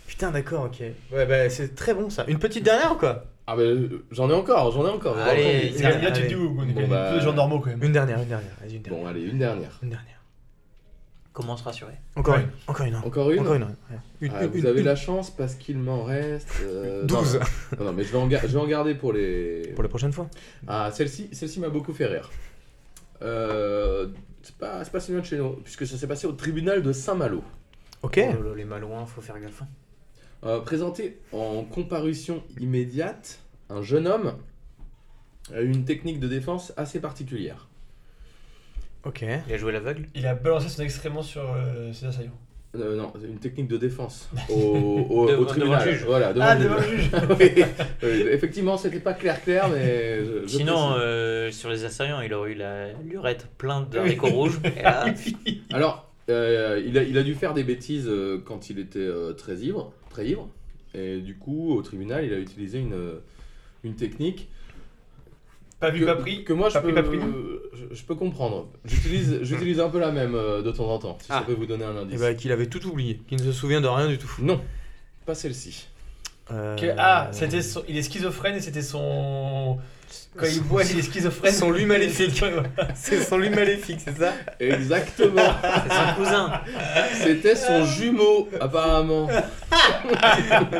D: Putain d'accord ok. Ouais bah c'est très bon ça. Une petite dernière ou quoi
B: Ah, mais euh, j'en ai encore, j'en ai encore. on va
E: Allez,
B: entendre.
E: il
C: Et
E: y a-
C: là, tu te
D: allez.
C: dis où on est
B: Bon,
C: quand même
B: bah-
C: peu de gens normaux quand même.
D: Une dernière, une dernière. Vas-y, une dernière.
B: Bon, allez, une dernière.
D: Une dernière.
E: Comment on se rassurer
D: Encore
C: Ouais.
D: une, encore une. hein.
B: Encore une
D: Encore une. ouais. Une,
B: Ah,
D: une,
B: Vous
D: une,
B: avez
D: une.
B: la chance parce qu'il m'en reste. euh,
D: 12
B: Non, non, non, mais je vais, en ga- je vais en garder pour les.
D: pour la prochaine fois.
B: Ah, celle-ci celle m'a beaucoup fait rire. Euh, c'est pas, c'est pas si loin de chez nous, puisque ça s'est passé au tribunal de Saint-Malo.
D: Ok.
E: Oh là là, Les malouins, faut faire gaffe. hein.
B: Euh, présenté en comparution immédiate, un jeune homme a eu une technique de défense assez particulière.
D: Ok.
E: Il a joué l'aveugle.
C: Il a balancé son excrément sur euh, ses assaillants.
B: Euh, non, une technique de défense au, au- au
E: Devant-
B: tribunal.
E: devant le juge.
B: Voilà, devant
C: Ah,
B: le
C: devant le
B: juge.
C: juge
B: Oui, oui, effectivement, c'était pas clair clair, mais je- je
E: Sinon,
B: précise.
E: euh, sur les assaillants, il aurait eu la lurette pleine de haricots rouges. Et là,
B: Alors, euh, il, a, il a dû faire des bêtises euh, quand il était euh, très ivre, très ivre, et du coup, au tribunal, il a utilisé une, euh, une technique
C: Pas
B: que,
C: vu, pas pris.
B: que moi je
C: pas
B: peux,
C: pris, pas pris.
B: euh, je, je peux comprendre. J'utilise, j'utilise un peu la même euh, de temps en temps, si ça
E: Ah.
B: peut vous donner un indice.
D: Et bah qu'il avait tout oublié, qu'il ne se souvient de rien du tout.
B: Non, pas celle-ci.
D: Euh,
C: Que- Ah, c'était son- il est schizophrène et c'était son. Quand il boit, il est schizophrène.
D: Son lui maléfique.
C: Ouais.
D: C'est son lui maléfique, c'est ça
B: Exactement.
E: c'est son cousin.
B: C'était son jumeau, apparemment. Euh,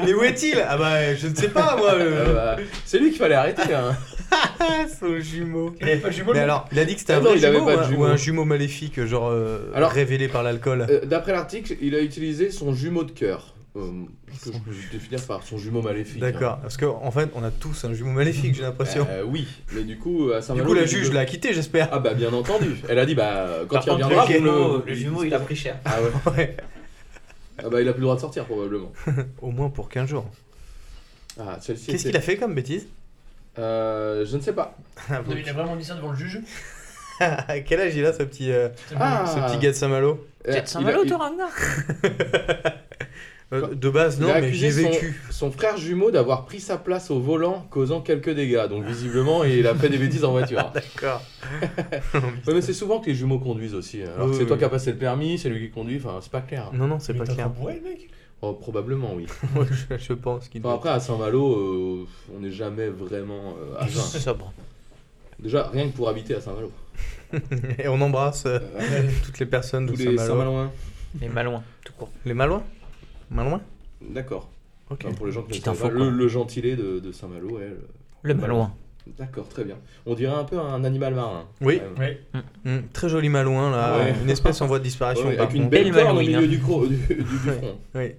D: Mais où est-il Ah bah je ne sais pas moi.
B: Euh,
D: le-
B: bah, c'est lui qu'il fallait arrêter. hein.
D: Ah, son jumeau.
C: Il avait pas le jumeau.
D: Mais
C: lui
D: alors, il a dit que c'était un
B: Ah non,
D: vrai
B: Eh, il avait
D: jumeau,
B: pas de
D: ou un-
B: jumeau.
D: ou un jumeau maléfique, genre euh,
B: Alors-
D: révélé par l'alcool.
B: Euh, D'après l'article, il a utilisé son jumeau de cœur. Euh, ce que je peux définir par son jumeau maléfique. hein.
D: D'accord. Parce qu'en en fait, on a tous un jumeau maléfique, j'ai l'impression.
B: Euh, oui, mais du coup, à
D: du
B: Saint-Malo.
D: coup, la
B: les
D: juge
B: jumeaux-
D: l'a quitté, j'espère.
B: Ah bah bien entendu. Elle a dit bah quand
E: Par
B: il
E: contre,
B: reviendra,
E: le
B: vous me-
E: jumeau, le jumeau, il a pris cher.
B: Ah ouais.
D: Ouais.
B: Ah bah il a plus le droit de sortir probablement.
D: Au moins pour 15 jours.
B: Ah celle-ci.
D: Qu'est-ce
B: était-
D: qu'il a fait comme bêtise
B: Euh, Je ne sais pas.
D: Ah,
C: Non, mais Il a vraiment dit ça devant le juge.
D: À quel âge il a ce petit, euh,
C: Putain, mais-
B: Ah.
D: ce petit gars de Saint-Malo
B: Euh, il
E: Peut-être
B: a-
E: Saint-Malo,
B: il-
E: toi, Ragnar
D: Euh, de base,
B: Il
D: non,
B: a
D: mais j'ai
B: accusé son-
D: vécu.
B: Son frère jumeau d'avoir pris sa place au volant, causant quelques dégâts. Donc visiblement, il a fait des bêtises en voiture.
D: D'accord.
B: Ouais, mais c'est souvent que les jumeaux conduisent aussi. hein. Alors que
D: Oui,
B: c'est toi
D: oui. Mm.
B: qui as passé le permis, c'est lui qui conduit. Enfin, c'est pas clair.
D: Non, non, c'est
C: Mais
D: pas
C: t'as
D: clair.
C: pas bourré, le mec
B: Oh, probablement oui.
D: Moi, je, je pense qu'il
B: Enfin, après, à Saint-Malo, euh, on n'est jamais vraiment euh, à jeun.
E: Sobre.
B: Déjà, rien que pour habiter à Saint-Malo.
D: doit- Et on embrasse euh,
B: Euh,
D: toutes les personnes
B: tous
D: de
B: les
D: Saint-Malo.
B: Saint-Malouins.
E: Mais malouin, tout court.
D: Les Malouins Malouins
B: D'accord.
D: Ok.
B: Enfin, pour les gens qui ne
E: Petite
B: savent
E: info,
B: pas,
E: quoi.
B: le, le gentilé de, de Saint-Malo, ouais, le-
E: Le malouin.
B: D'accord, très bien. On dirait un peu un animal marin.
D: Oui.
B: quand même.
C: Ouais.
D: Hum, très joli Malouin, là.
B: Ouais.
D: Une espèce en voie de disparition.
B: Ouais,
D: par,
B: avec une
D: contre.
B: belle
E: Belle
B: corne au
E: malouine,
B: milieu
E: hein.
B: du, cro- du, du- du front.
D: Oui.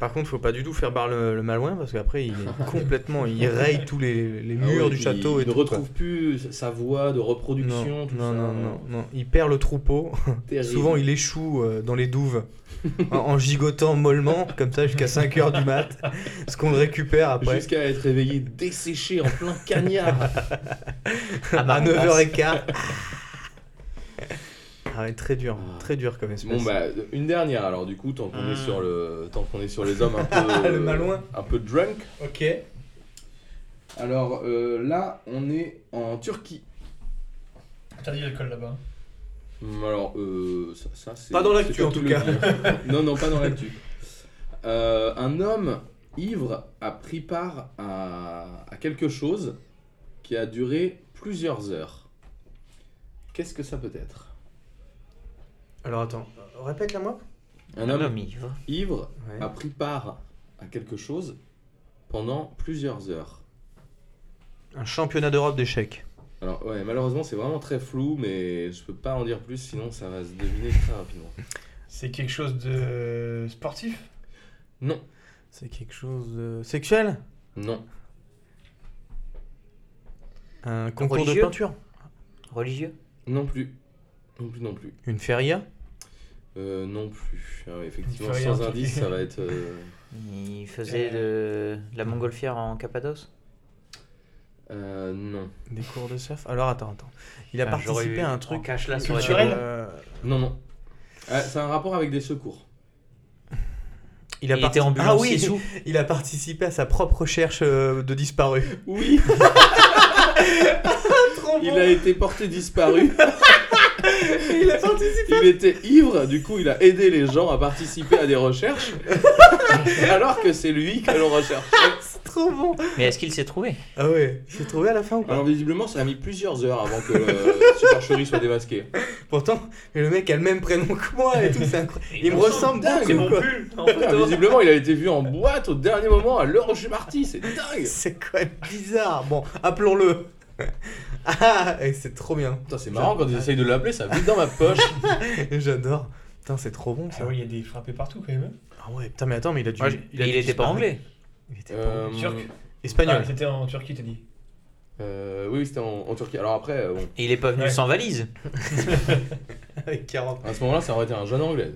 D: Par contre, faut pas du tout faire barre le, le Malouin parce qu'après, il est complètement. Il raye tous les, les
B: Ah
D: murs
B: ouais,
D: du
B: il-
D: château
B: il ne
D: et tout. quoi.
B: retrouve plus sa voix de reproduction,
D: non,
B: tout
D: non,
B: ça.
D: non, non, non. Il perd le troupeau.
B: Terrible.
D: Souvent, il échoue euh, dans les douves en, en gigotant mollement, comme ça, jusqu'à 5h du mat. Ce qu'on le récupère après.
B: Jusqu'à être réveillé desséché en plein cagnard.
D: à 9h15. Ah ouais, très dur, très dur comme espèce.
B: bon bah une dernière alors du coup tant qu'on est
E: Hmm.
B: sur le tant qu'on est sur les hommes un peu
D: Ah. Le malouin.
B: un peu drunk.
D: Ok.
B: Alors euh, là on est en Turquie.
C: Interdit l'alcool là-bas.
B: Hum, Alors, euh, ça, ça, c'est.
D: Pas dans l'actu,
B: c'est
D: en tout
B: le
D: cas.
B: dire. non, non, pas dans l'actu. Euh, un homme ivre a pris part à, à quelque chose qui a duré plusieurs heures. Qu'est-ce que ça peut être
D: Alors attends, répète la moi.
B: Un
E: Un
B: homme
E: homme ivre.
B: ivre a pris part à quelque chose pendant plusieurs heures.
D: Un championnat d'Europe d'échecs.
B: Alors, ouais, malheureusement, c'est vraiment très flou, mais je peux pas en dire plus, sinon ça va se deviner très rapidement.
C: C'est quelque chose de sportif
B: Non,
D: C'est quelque chose de sexuel
B: non,
D: Un concours de
E: religieux
D: peinture
E: Religieux.
B: non plus. Non plus, non plus.
D: Une feria
B: Euh, non plus. Ah ouais, effectivement,
C: Il fait rien,
B: sans
C: ok.
B: indice, ça va être. euh,
E: Il faisait de la montgolfière en Cappadoce.
B: euh, non.
D: Des cours de surf Alors attends, attends. Il a
E: Ah, j'aurais
D: participé
E: eu-
D: à un
E: en
D: truc.
E: cache là, ça
D: euh,
E: aurait été
C: Culturel
E: drôle.
B: Non, non. Ah, c'est un rapport avec des secours.
D: il a
E: Il était
D: parti-
E: ambulancier
D: Ah oui,
E: sous.
D: il a participé à sa propre recherche euh, de disparu.
B: Oui Il a été porté disparu.
D: Il a participé
B: Il était ivre, du coup, il a aidé les gens à participer à des recherches. alors que c'est lui que l'on recherche.
D: C'est trop bon
E: Mais est-ce qu'il s'est trouvé
D: Ah ouais, il s'est trouvé à la fin ou pas
B: Alors, visiblement, ça a mis plusieurs heures avant que euh, Supercherie soit démasqué.
D: Pourtant, le mec a le même prénom que moi et tout, c'est incroyable. Il me ressemble
B: dingue,
D: dingue,
B: c'est
C: Mon
D: quoi.
C: pull en
B: Ah,
C: photo.
B: visiblement, il a été vu en boîte au dernier moment à l'heure où je suis parti. C'est dingue
D: C'est quand même bizarre. Bon, appelons-le. Ah, et c'est trop bien.
B: Putain, c'est marrant quand ils essayent de l'appeler, ça vide dans ma poche.
D: J'adore. Putain, c'est trop bon
C: Ah
D: ça.
C: oui, il y a des frappés partout quand même.
D: Ah ouais, putain, mais attends, mais il a dû.
E: Moi, je-
D: a
E: Il
D: dû
E: était pas
D: disparaître.
E: anglais.
D: Il était pas anglais.
B: Euh,
C: Turc.
D: Espagnol.
C: Ah, c'était en Turquie, t'as dit.
B: Euh, oui, c'était en, en Turquie. Alors après, euh, bon,
E: Et il est pas venu
C: Ouais.
E: sans valise.
D: Avec 40.
B: à ce moment-là, ça aurait été un jeune anglais.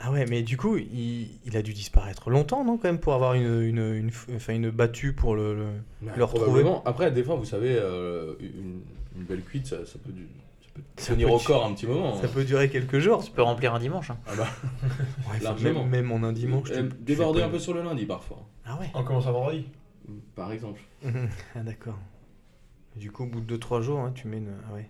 D: Ah ouais, mais du coup, il, il a dû disparaître longtemps, non, quand même, pour avoir une, une, une, f- enfin, une battue pour le. le-
B: Donc,
D: Le retrouver.
B: probablement. Après, des fois, vous savez, euh, une, une belle cuite, ça, ça peut, du- ça peut
D: Ça
B: tenir
D: peut
B: au
D: du-
B: corps un petit moment. hein.
D: Ça peut durer quelques jours.
E: Tu peux remplir un dimanche. hein.
B: Ah bah,
D: Ouais, enfin,
B: Largement.
D: même, même en un dimanche. tu-
B: euh,
D: tu fais
B: déborder
D: pas-
B: un peu sur le lundi parfois,
D: Ah ouais.
C: En commençant vendredi.
B: par exemple.
D: ah d'accord. Du coup, au bout de 2-3 jours, hein, tu mets une... ah ouais.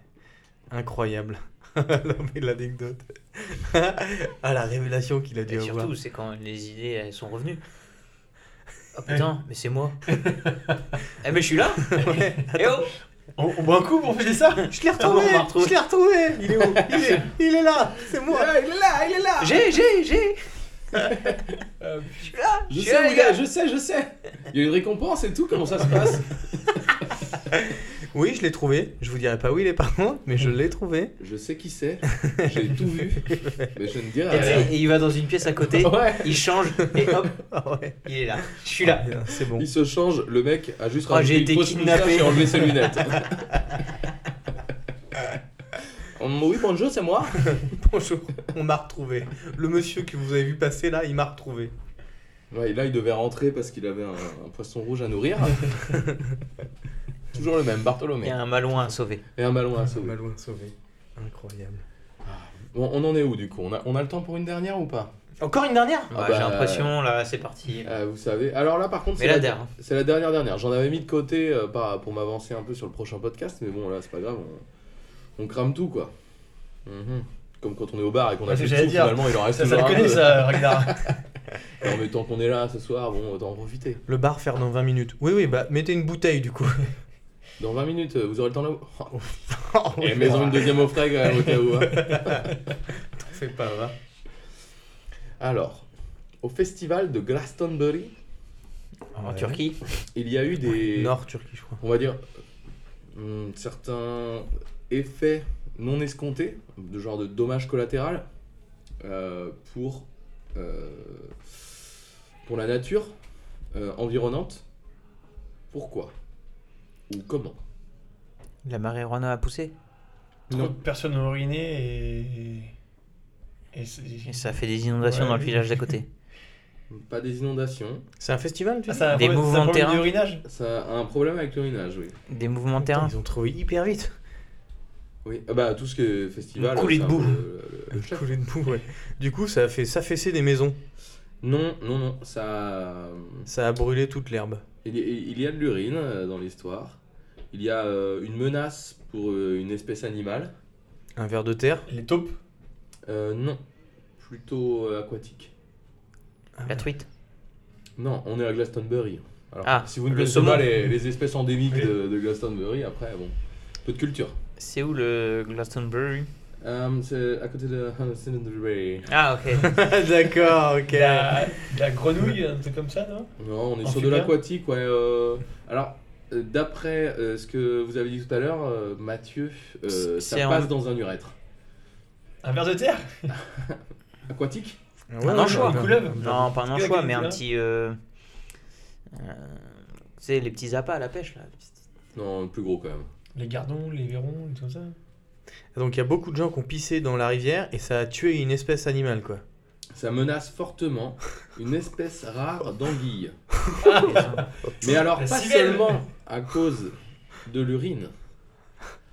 D: Incroyable. Non, mais L'anecdote. ah, la révélation qu'il a dû
E: Et
D: avoir.
E: surtout, c'est quand les idées elles sont revenues.
D: Ah,
E: Oh putain, mais c'est moi. eh mais je suis là.
D: Ouais.
E: Eh oh
C: On, on boit un coup pour fêter ça
D: Je l'ai
E: Ah bon,
D: retrouvé,
E: on l'a retrouvé.
D: Je l'ai retrouvé Il est où il est, il est là C'est moi
B: Ah, il est là, il est là
E: J'ai, j'ai, j'ai.
C: Euh,
B: Je
E: Je
B: sais,
E: suis
B: les
E: là,
B: gars, je sais, je sais Il y a une récompense et tout, comment ça se passe
D: Oui, je l'ai trouvé. Je vous dirai pas où il est par contre, mais
E: Mm.
D: je l'ai trouvé.
B: Je sais qui c'est, j'ai tout vu, mais je ne
D: Ah,
B: dirai
E: Et, tu sais,
B: rien.
E: et il va dans une pièce à côté.
B: Ouais.
E: Il change et hop,
D: Ah ouais.
E: il est là. Je suis là.
D: Ah, C'est bon.
B: Il se change, le mec a juste
C: Ah,
E: Oh,
B: rajouté
E: j'ai
B: une
E: été
B: fausse
E: kidnappé.
B: moustache et enlevé ses lunettes. Hum, oui, bonjour, c'est moi.
D: Bonjour. On m'a retrouvé. Le monsieur que vous avez vu passer là, il m'a retrouvé.
B: Ouais, et là, il devait rentrer parce qu'il avait un, un poisson rouge à nourrir. Toujours le même,
E: Il y
B: Bartholomé.
E: a un malouin à sauver.
B: Et un ballon à sauver.
D: Malouin sauvé. Incroyable.
B: Bon, on en est où du coup on a, on a le temps pour une dernière ou pas
D: Encore une dernière
E: Ouais,
B: Ah
E: J'ai
B: bah,
E: l'impression, là, c'est parti.
B: Euh, Vous savez. Alors là, par contre,
E: Mais
B: c'est
E: la
B: la,
E: dernière.
B: c'est la dernière dernière. J'en avais mis de côté euh, pas- pour m'avancer un peu sur le prochain podcast, mais bon, là, c'est pas grave. On, on crame tout quoi. Mhm. Comme quand on est au bar et qu'on a
C: Ouais,
B: plus
C: c'est
B: de
C: ce
B: sous,
C: que j'allais dire.
B: finalement, il en reste
C: Ça, ça
B: toujours
C: le
B: un
C: connaît,
B: peu.
C: ça, Ragnar.
B: Non, mais tant qu'on est là ce soir, bon, autant en profiter.
D: Le bar faire dans 20 minutes. Oui, oui, bah mettez une bouteille du coup.
B: Dans 20 minutes, euh, vous aurez le temps là-haut. Oh,
D: Oh,
B: et maison une deuxième au frais quand même, au cas où. hein.
D: c'est pas vrai.
B: Alors, au festival de Glastonbury,
E: En
D: Ah, Ouais.
E: Turquie
B: il y a eu des.
D: Nord Turquie, je crois.
B: on va dire, hum, certains effets non escomptés, de genre de dommages collatéraux euh, pour, euh, pour la nature euh, environnante. Pourquoi Ou comment
E: La marijuana a poussé.
C: Trop de personnes ont oriné et. Et c'est.
E: Et ça a fait des inondations
C: Ouais.
E: dans le village d'à côté.
B: Pas des inondations.
D: C'est un festival, tu
C: Ah,
D: dis
C: ça a un
E: Des
C: problème-
E: mouvements
C: c'est un
E: de
C: problème
E: terrain.
C: d'urinage
B: Ça a un problème avec l'urinage, oui.
E: Des mouvements de
D: Putain,
E: terrain.
D: Ils ont trouvé hyper vite.
B: Oui, ah bah tout ce qui est festival.
D: Le coulis
B: c'est
D: de
B: un peu
D: boue.
B: le- le- le chef.
D: Couler de boue, ouais. Du coup, ça a fait ça fessé des maisons.
B: Non, non, non, ça. euh,
D: Ça a brûlé toute l'herbe.
B: Il y, il y a de l'urine euh, dans l'histoire. Il y a euh, une menace pour euh, une espèce animale.
D: Un verre de terre.
C: Les taupes
B: Euh, non, plutôt euh, aquatique.
E: La truite.
B: Non, on est à Glastonbury. Alors,
E: Ah,
B: si vous ne
E: le
B: connaissez
E: saumon.
B: pas les, les espèces endémiques
C: Oui.
B: de, de Glastonbury, après, bon, peu de culture.
E: C'est où le Glastonbury
B: Euh, c'est à côté de euh, Glastonbury.
E: Ah, ok.
D: D'accord, ok.
C: de la, de la grenouille, un truc comme ça, non
B: Non, on est
C: En
B: sur de
C: Suisse.
B: l'aquatique, ouais. euh, alors, euh, d'après euh, ce que vous avez dit tout à l'heure, euh, Mathieu, euh,
E: C'est
B: ça
E: en-
B: passe dans un urètre.
C: Un verre de terre
B: Aquatique
E: Un
D: non,
E: anchois.
D: bah,
C: couleuvre.
D: bah,
E: non, pas un
C: Est-ce que
E: anchois,
C: la
E: mais un
C: Grenouille,
E: petit. euh, euh, tu sais, les petits appâts à la pêche, là.
B: Non, le plus gros quand même.
C: Les gardons, les verrons, et tout ça.
D: Donc il y a beaucoup de gens qui ont pissé dans la rivière et ça a tué une espèce animale quoi.
B: Ça menace fortement une espèce rare d'anguille. Mais alors,
C: La
B: pas
C: civelle.
B: seulement à cause de l'urine,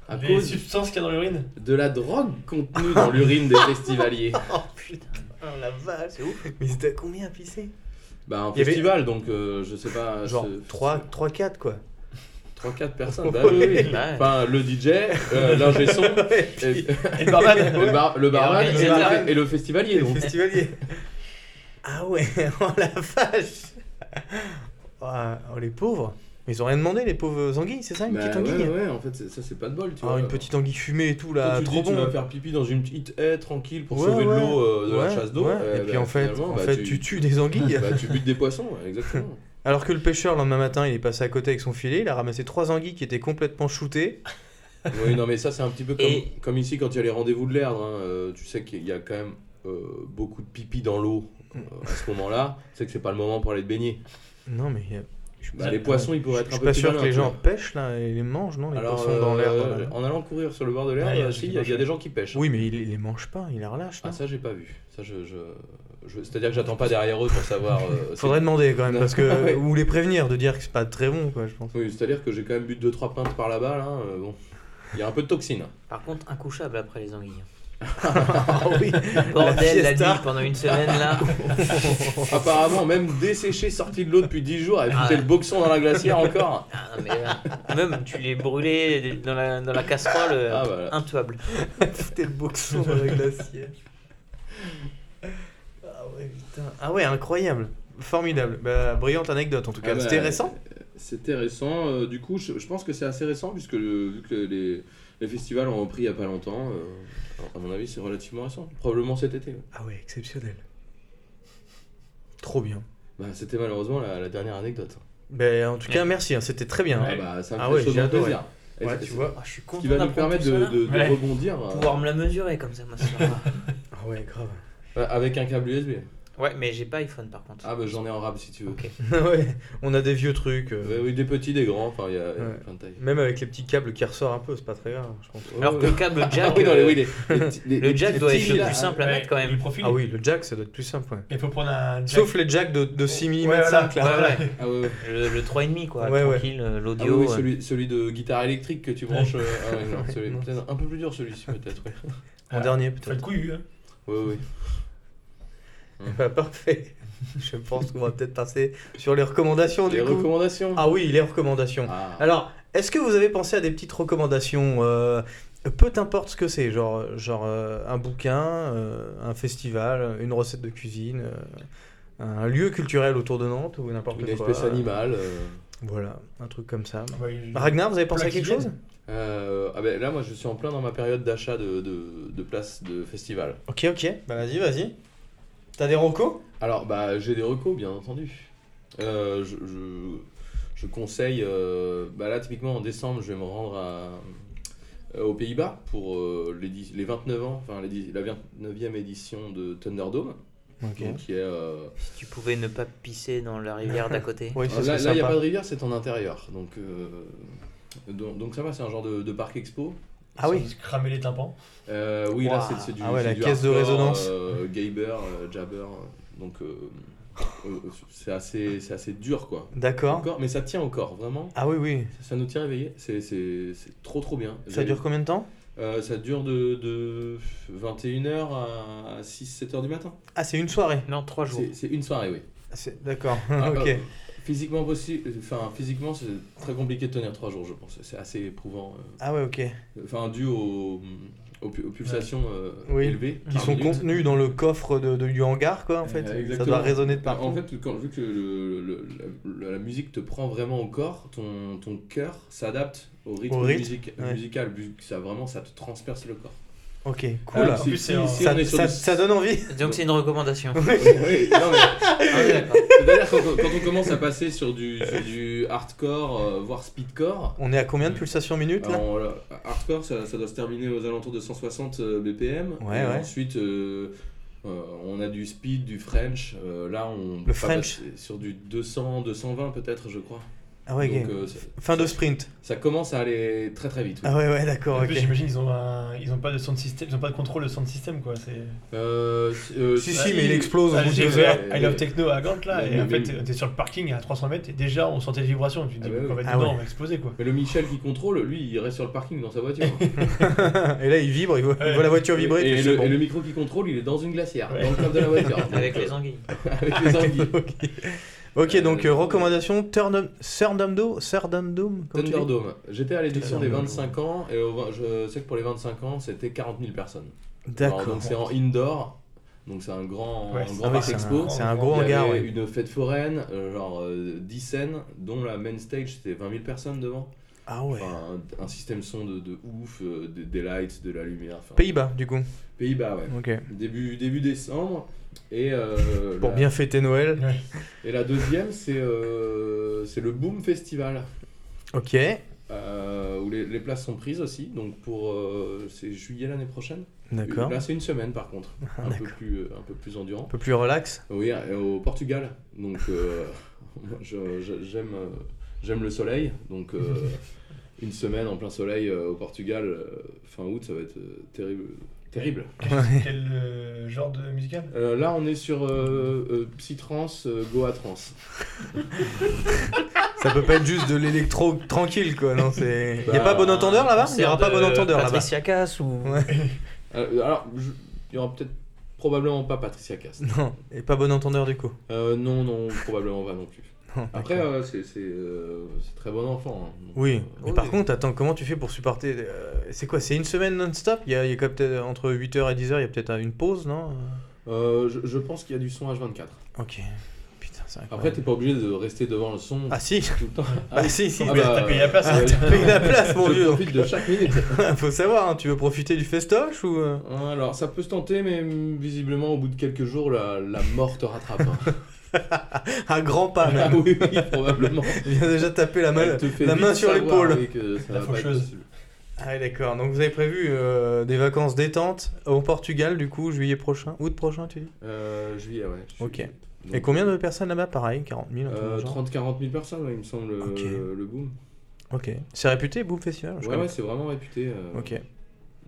B: à
C: les
B: cause
C: substances qu'il y a dans l'urine.
B: de la drogue contenue dans l'urine des festivaliers.
D: Oh la vache, c'est ouf. Mais c'était combien à pisser Ah,
B: Bah, un
D: Il y avait-
B: festival, donc euh, je sais pas.
D: Genre
B: je-
D: 3 3 4 quoi.
B: 3-4 personnes. Bah, oui, oui.
E: Ouais.
B: Enfin, le DJ, euh, l'ingé son, et-
C: Et le barman
B: le, bar- le barman et,
E: l'organisateur.
B: la- et le festivalier. donc.
D: festivalier. ah ouais, oh la vache. Ah, Oh, les pauvres. Mais ils ont rien demandé les pauvres anguilles, c'est ça une
B: Bah,
D: petite
B: ouais,
D: anguille
B: ouais, en fait, c'est- ça c'est pas de bol. Tu
D: Ah,
B: vois.
D: une petite anguille fumée et tout
B: Toi,
D: là,
B: tu
D: trop
B: dis, tu
D: bon.
B: vas faire pipi dans une petite haie tranquille pour
D: Ouais,
B: sauver
D: ouais.
B: de l'eau euh, de la
D: Ouais,
B: chasse d'eau.
D: ouais.
B: euh,
D: Et puis
B: bah,
D: en fait,
B: finalement,
D: en
B: bah,
D: fait, tu tues des anguilles.
B: bah, tu butes des poissons, ouais, exactement.
D: Alors que le pêcheur, le lendemain matin, il est passé à côté avec son filet, il a ramassé trois anguilles qui étaient complètement shootées.
B: oui, non, mais ça, c'est un petit peu comme,
E: Et-
B: comme ici quand il y a les rendez-vous de l'herbe. hein, euh, tu sais qu'il y a quand même euh, beaucoup de pipi dans l'eau euh,
D: Mm.
B: à ce moment-là. Tu sais que c'est pas le moment pour aller te baigner.
D: Non, mais. euh, je suis
B: Bah,
D: pas-
B: les poissons, ils pourraient
D: Je
B: être un
D: suis
B: peu
D: pas
B: plus
D: sûr que
B: malins,
D: les
B: tu
D: gens
B: vois.
D: pêchent là et les mangent, non Les
B: Alors,
D: poissons dans
B: euh,
D: l'air. voilà.
B: en allant courir sur le bord de l'herbe,
C: Ouais, il y a
B: si,
C: des
B: il y, a- il y a
C: mangeurs.
B: des gens qui pêchent.
D: Oui, mais ils ils les mangent pas, ils les relâchent.
B: Ah,
D: non
B: ça, j'ai pas vu. Ça, je, je- je- C'est-à-dire que j'attends pas derrière eux pour savoir. euh, c'est-
D: Faudrait demander quand même,
B: Non.
D: parce que.
B: Ouais.
D: Ou les prévenir de dire que c'est pas très bon, quoi, je pense.
B: Oui, c'est-à-dire que j'ai quand même bu 2-3 pintes par là-bas, là. euh, bon. Il y a un peu de toxine.
E: Par contre, incouchable après les anguilles.
D: Ah oui
E: Bordel, la,
D: fiesta.
E: nuit pendant une semaine, là.
B: Apparemment, même desséché, sorti de l'eau depuis 10 jours, elle
E: Ah.
B: foutait le boxon dans la glacière encore.
E: Ah, non, mais, euh, même, tu les brûlais dans la, dans la casserole, euh,
B: Ah, bah.
E: intouable.
D: C'était le boxon dans la glacière. Ah ouais, putain. Ah ouais, incroyable. Formidable. Bah, brillante anecdote en tout cas.
B: Ah bah,
D: C'était récent
B: C'était récent. euh, du coup, je, je pense que c'est assez récent, puisque euh, vu que les, les festivals ont repris il y a pas longtemps, euh, à mon avis, c'est relativement récent. Probablement cet été. ouais.
D: Ah ouais, exceptionnel. Trop bien.
B: Bah, C'était malheureusement la, la dernière anecdote.
D: Ben, en tout cas,
E: Ouais.
D: merci, hein, c'était très bien.
B: Ah
C: Ouais.
B: bah, ça me
D: Ah
B: fait
D: ouais, j'ai
B: chaudement
D: adoré.
B: plaisir. Et
D: Ouais,
B: c'est-
D: tu vois.
E: Ah, je suis
B: Ce
E: content
B: qui va nous
E: d'apprendre
B: permettre
E: tout ça,
B: de,
E: là.
B: de- de
C: Ouais.
B: rebondir euh,
E: pouvoir me la mesurer comme ça, moi. ce soir.
D: Ah ouais, grave.
B: euh, avec un câble USB.
E: ouais, mais j'ai pas iPhone par contre.
B: Ah bah j'en ai en rab si tu veux.
E: Ok.
D: ouais, on a des vieux trucs. euh,
B: Euh, oui, des petits, des grands, enfin il y a il y a
D: Ouais.
B: plein de tailles.
D: Même avec les petits câbles qui ressortent un peu, c'est pas très grave, je pense.
B: Ouais,
E: Alors
B: ouais.
E: que le câble
B: Ah
E: jack,
B: oui, non,
E: euh,
B: les- oui, les- les petits- les-
E: le
B: les
E: jack
B: petits
E: doit être
B: fils,
E: le
B: là,
E: plus simple à
C: Ouais,
E: mettre quand
C: Le
E: même.
C: profil.
D: Ah oui, le jack, ça doit être plus simple, ouais.
C: Il faut prendre un jack.
D: Sauf les jacks de, de 6 mm
C: Ouais, voilà.
D: là.
E: Ouais, voilà.
B: Ah ouais, ouais.
E: Le, le 3,5 quoi,
D: Ouais, ouais.
E: tranquille, euh,
B: Ah oui,
E: l'audio.
B: oui,
E: euh,
B: celui, celui de guitare électrique que tu branches. euh, ah ouais, non, celui-
D: Non.
B: peut-être un peu plus dur celui-ci peut-être. ouais.
D: En
C: Ah.
D: dernier,
C: Faut être
D: peut-être.
C: couillu. hein.
B: Oui, oui.
D: Bah, parfait. Je pense qu'on va peut-être passer sur les recommandations
B: Les
D: du coup.
B: recommandations
D: Ah oui, les recommandations.
B: Ah.
D: Alors, est-ce que vous avez pensé à des petites recommandations euh, Peu importe ce que c'est, genre, genre euh, un bouquin, euh, un festival, une recette de cuisine, euh, un lieu culturel autour de Nantes ou n'importe
B: Une
D: quoi.
B: espèce animale. euh.
D: Voilà, un truc comme ça.
C: Ah bah, il-
D: Ragnar, vous avez pensé à
C: Plaque
D: quelque
C: hygiène.
D: chose
B: Euh, ah ben, là, moi, je suis en plein dans ma période d'achat de, de, de places de festival.
D: Ok, ok. Bah vas-y, vas-y. T'as des rocos
B: Alors, bah, j'ai des recos, bien entendu. Euh, je, je, je conseille. euh, bah, là, typiquement, en décembre, je vais me rendre à- euh, aux Pays-Bas pour euh, les, dix- les 29 ans, enfin, les dix- la 29e édition de Thunderdome.
D: Ok.
B: donc, qui est, euh,
E: Si tu pouvais ne pas pisser dans la rivière d'à côté.
D: Oui, ça
B: là,
D: serait
B: là, il n'y a
D: sympa.
B: pas de rivière, c'est en intérieur. Donc, euh, donc, donc ça va, c'est un genre de, de parc expo.
D: Ah oui.
C: Sans se Cramer les tympans.
B: Euh, oui,
D: Ouah.
B: là, c'est- c'est du.
D: Ah ouais,
B: c'est
D: la
B: du
D: caisse de
B: hardcore,
D: résonance.
B: euh, Gabber, euh, Jabber. euh, Donc, euh, euh, c'est assez, c'est assez dur, quoi.
D: D'accord.
B: Encore, mais ça tient encore, vraiment.
D: Ah oui, oui.
B: Ça, ça nous tient éveillés. C'est- C'est c'est trop, trop bien.
D: Ça dure combien de temps
B: Euh, Ça dure de, 21h à 6-7h du matin.
D: Ah, c'est une soirée.
E: Non, trois jours.
B: C'est c'est une soirée, oui.
D: Ah, c'est- D'accord.
B: Ah,
D: ok.
B: euh, physiquement, possible, enfin, physiquement, c'est très compliqué de tenir 3 jours, je pense. C'est assez éprouvant. euh.
D: Ah ouais, ok.
B: Enfin, dû aux, aux, pu- aux pulsations euh,
D: Oui,
B: élevées.
D: Qui
B: par
D: sont
B: minute.
D: contenus dans le coffre de, de- du hangar, quoi, en
B: Euh,
D: fait. ça
B: exactement.
D: doit résonner de
B: Bah,
D: partout.
B: en fait, quand, vu que le- le- la, la musique te prend vraiment au corps, ton, ton cœur s'adapte au rythme,
D: Au rythme,
B: musica-
D: ouais.
B: musical, vu que ça vraiment ça te transperce le corps.
D: ok, cool.
B: Alors, euh,
C: là.
B: si-
C: En plus,
B: si-
C: c'est un-
B: si on
D: ça,
B: est sur
D: ça-
B: du-
D: ça donne envie.
E: Donc c'est une recommandation.
B: Oui, non, mais-
E: Ah, d'accord.
B: C'est-à-dire quand, on- quand on commence à passer sur du, sur du hardcore, euh, voire speedcore,
D: On est à combien de pulsations minutes là
B: alors, on- là, hardcore ça, ça doit se terminer aux alentours de 160 euh, BPM.
D: Ouais,
B: Et
D: ouais.
B: Ensuite, euh, euh, on a du speed, du French. euh, là, on
D: Le
B: va
D: French.
B: passer sur du 200, 220 peut-être, je crois.
D: Ah ouais,
B: Donc,
D: ok.
B: euh, ça,
D: Fin de sprint.
B: ça commence à aller très très vite. oui.
D: Ah ouais, ouais,
C: En
D: d'accord,
C: plus,
D: ok.
C: j'imagine, ils ont un- ils ont pas de sound system, ils ont pas de contrôle de sound system, quoi. C'est.
B: Euh, si, euh,
D: Si,
B: si-
D: si, mais il explose au
C: Ah,
D: bout de
C: j'ai
D: deux
C: fait
D: heures.
C: I
B: euh,
C: Love Techno à Gand là,
B: Mais-
C: et en
B: mais-
C: fait t'es- t'es sur le parking à 300 mètres et déjà on sentait les vibrations. Tu te dis,
B: Ah bah oui.
C: qu'on va être
D: Ah
C: dedans,
D: ouais.
C: on va exploser quoi.
B: Mais le Michel qui contrôle, lui, il reste sur le parking dans sa voiture.
D: et là, il vibre, il voit, il
C: Ouais.
D: voit la voiture vibrer.
B: et,
D: puis
B: le,
D: c'est bon.
B: et le micro qui contrôle, il est dans une glacière,
C: Ouais.
B: dans le coffre de la voiture.
E: Avec les anguilles.
B: Avec les anguilles.
D: Ok, donc
B: Euh,
D: euh, recommandation Turnum- Surdomdo, Surdomdome, comme tu dis
B: Thunderdome. J'étais à l'édition des
D: Thunderdome.
B: 25 ans et au vingt- je sais que pour les 25 ans, c'était 40 000 personnes. Alors,
D: D'accord.
B: Donc c'est en indoor, donc c'est un grand,
C: Ouais,
B: un
C: c'est-
B: grand
D: Ah oui,
B: parc
D: c'est
B: expo.
D: un, c'est un
C: Il
D: gros
B: Il y
D: hangar,
B: avait
D: ouais.
B: une fête foraine, euh, genre euh, 10 scènes, dont la main stage c'était 20 000 personnes devant.
D: Ah ouais.
B: Enfin, un, un système son de, de ouf, euh, des, des lights, de la lumière. enfin,
D: Pays-Bas, du coup.
B: Pays-Bas, ouais.
D: Ok.
B: Début, début décembre. Et, euh,
D: Pour
B: la,
D: bien fêter Noël.
C: Ouais.
B: et la deuxième, c'est euh, c'est le Boom Festival.
D: Ok.
B: euh, où les, les places sont prises aussi, donc pour euh, c'est juillet l'année prochaine.
D: D'accord. Ah,
B: Là c'est une semaine par contre, un peu
D: d'accord.
B: plus euh, un peu plus endurant.
D: Un peu plus relax.
B: Oui, et au Portugal, donc euh, moi, je- je- j'aime euh, j'aime le soleil, donc euh, une semaine en plein soleil euh, au Portugal euh, fin août ça va être euh, terrible terrible.
D: Ouais.
C: Quel euh, genre de musical
B: Euh, là on est sur euh, euh, psytrance, euh, goa trance.
D: Ça peut pas être juste de l'électro tranquille quoi, non c'est. Y a
B: Bah,
D: pas bon entendeur là-bas Il y aura
E: Concert
D: pas
E: de
D: bon entendeur là-bas.
E: Patricia Cass ou.
B: Euh, alors je- il y aura peut-être probablement pas Patricia Cass.
D: Non, et pas bon entendeur du coup.
B: Euh, non non probablement pas non plus.
D: Non,
B: Après,
D: d'accord.
B: euh, c'est c'est, euh, c'est très bon enfant. hein. Donc,
D: Oui, mais
E: Oui.
D: par contre, attends, comment tu fais pour supporter euh, C'est quoi C'est une semaine non-stop Il y a, il y a quand même peut-être entre 8h et 10h, il y a peut-être euh, une pause, non
B: euh, je, je pense qu'il y a du son H24.
D: Ok. Putain, c'est
B: Après,
D: incroyable.
B: t'es pas obligé de rester devant le son
D: Ah si
B: tout le temps.
D: Ah si, si
B: Ah
D: mais-
B: bah,
C: T'as payé la place,
B: ah,
C: hein.
B: oui.
D: Paye la place, mon
B: Je
D: vieux.
B: profite de chaque minute.
D: Faut savoir, hein, tu veux profiter du festoche ou euh,
B: Alors, ça peut se tenter, mais mm, visiblement, au bout de quelques jours, la, la mort te rattrape. hein.
D: à grands pas
B: ah,
D: même
B: oui, oui, probablement.
D: Il vient déjà taper la main.
B: Elle te fait
D: la
B: vite
D: main sur
B: savoir,
D: l'épaule.
B: oui, que ça
C: La
B: va pas être
C: faucheuse.
B: possible.
D: Ah ouais, d'accord. Donc vous avez prévu euh, des vacances détentes au Portugal du coup, juillet prochain, août prochain, tu dis
B: Euh, juillet, ouais. je suis-
D: Ok.
B: donc,
D: Et combien de personnes là-bas Pareil, 40 000 un truc dans
B: euh,
D: le genre.
B: 30-40 000 personnes, ouais, il me semble,
D: Ok.
B: euh, le boom.
D: Ok. C'est réputé, Boom Festival je
B: Ouais,
D: connais.
B: ouais, c'est vraiment réputé. euh,
D: Ok.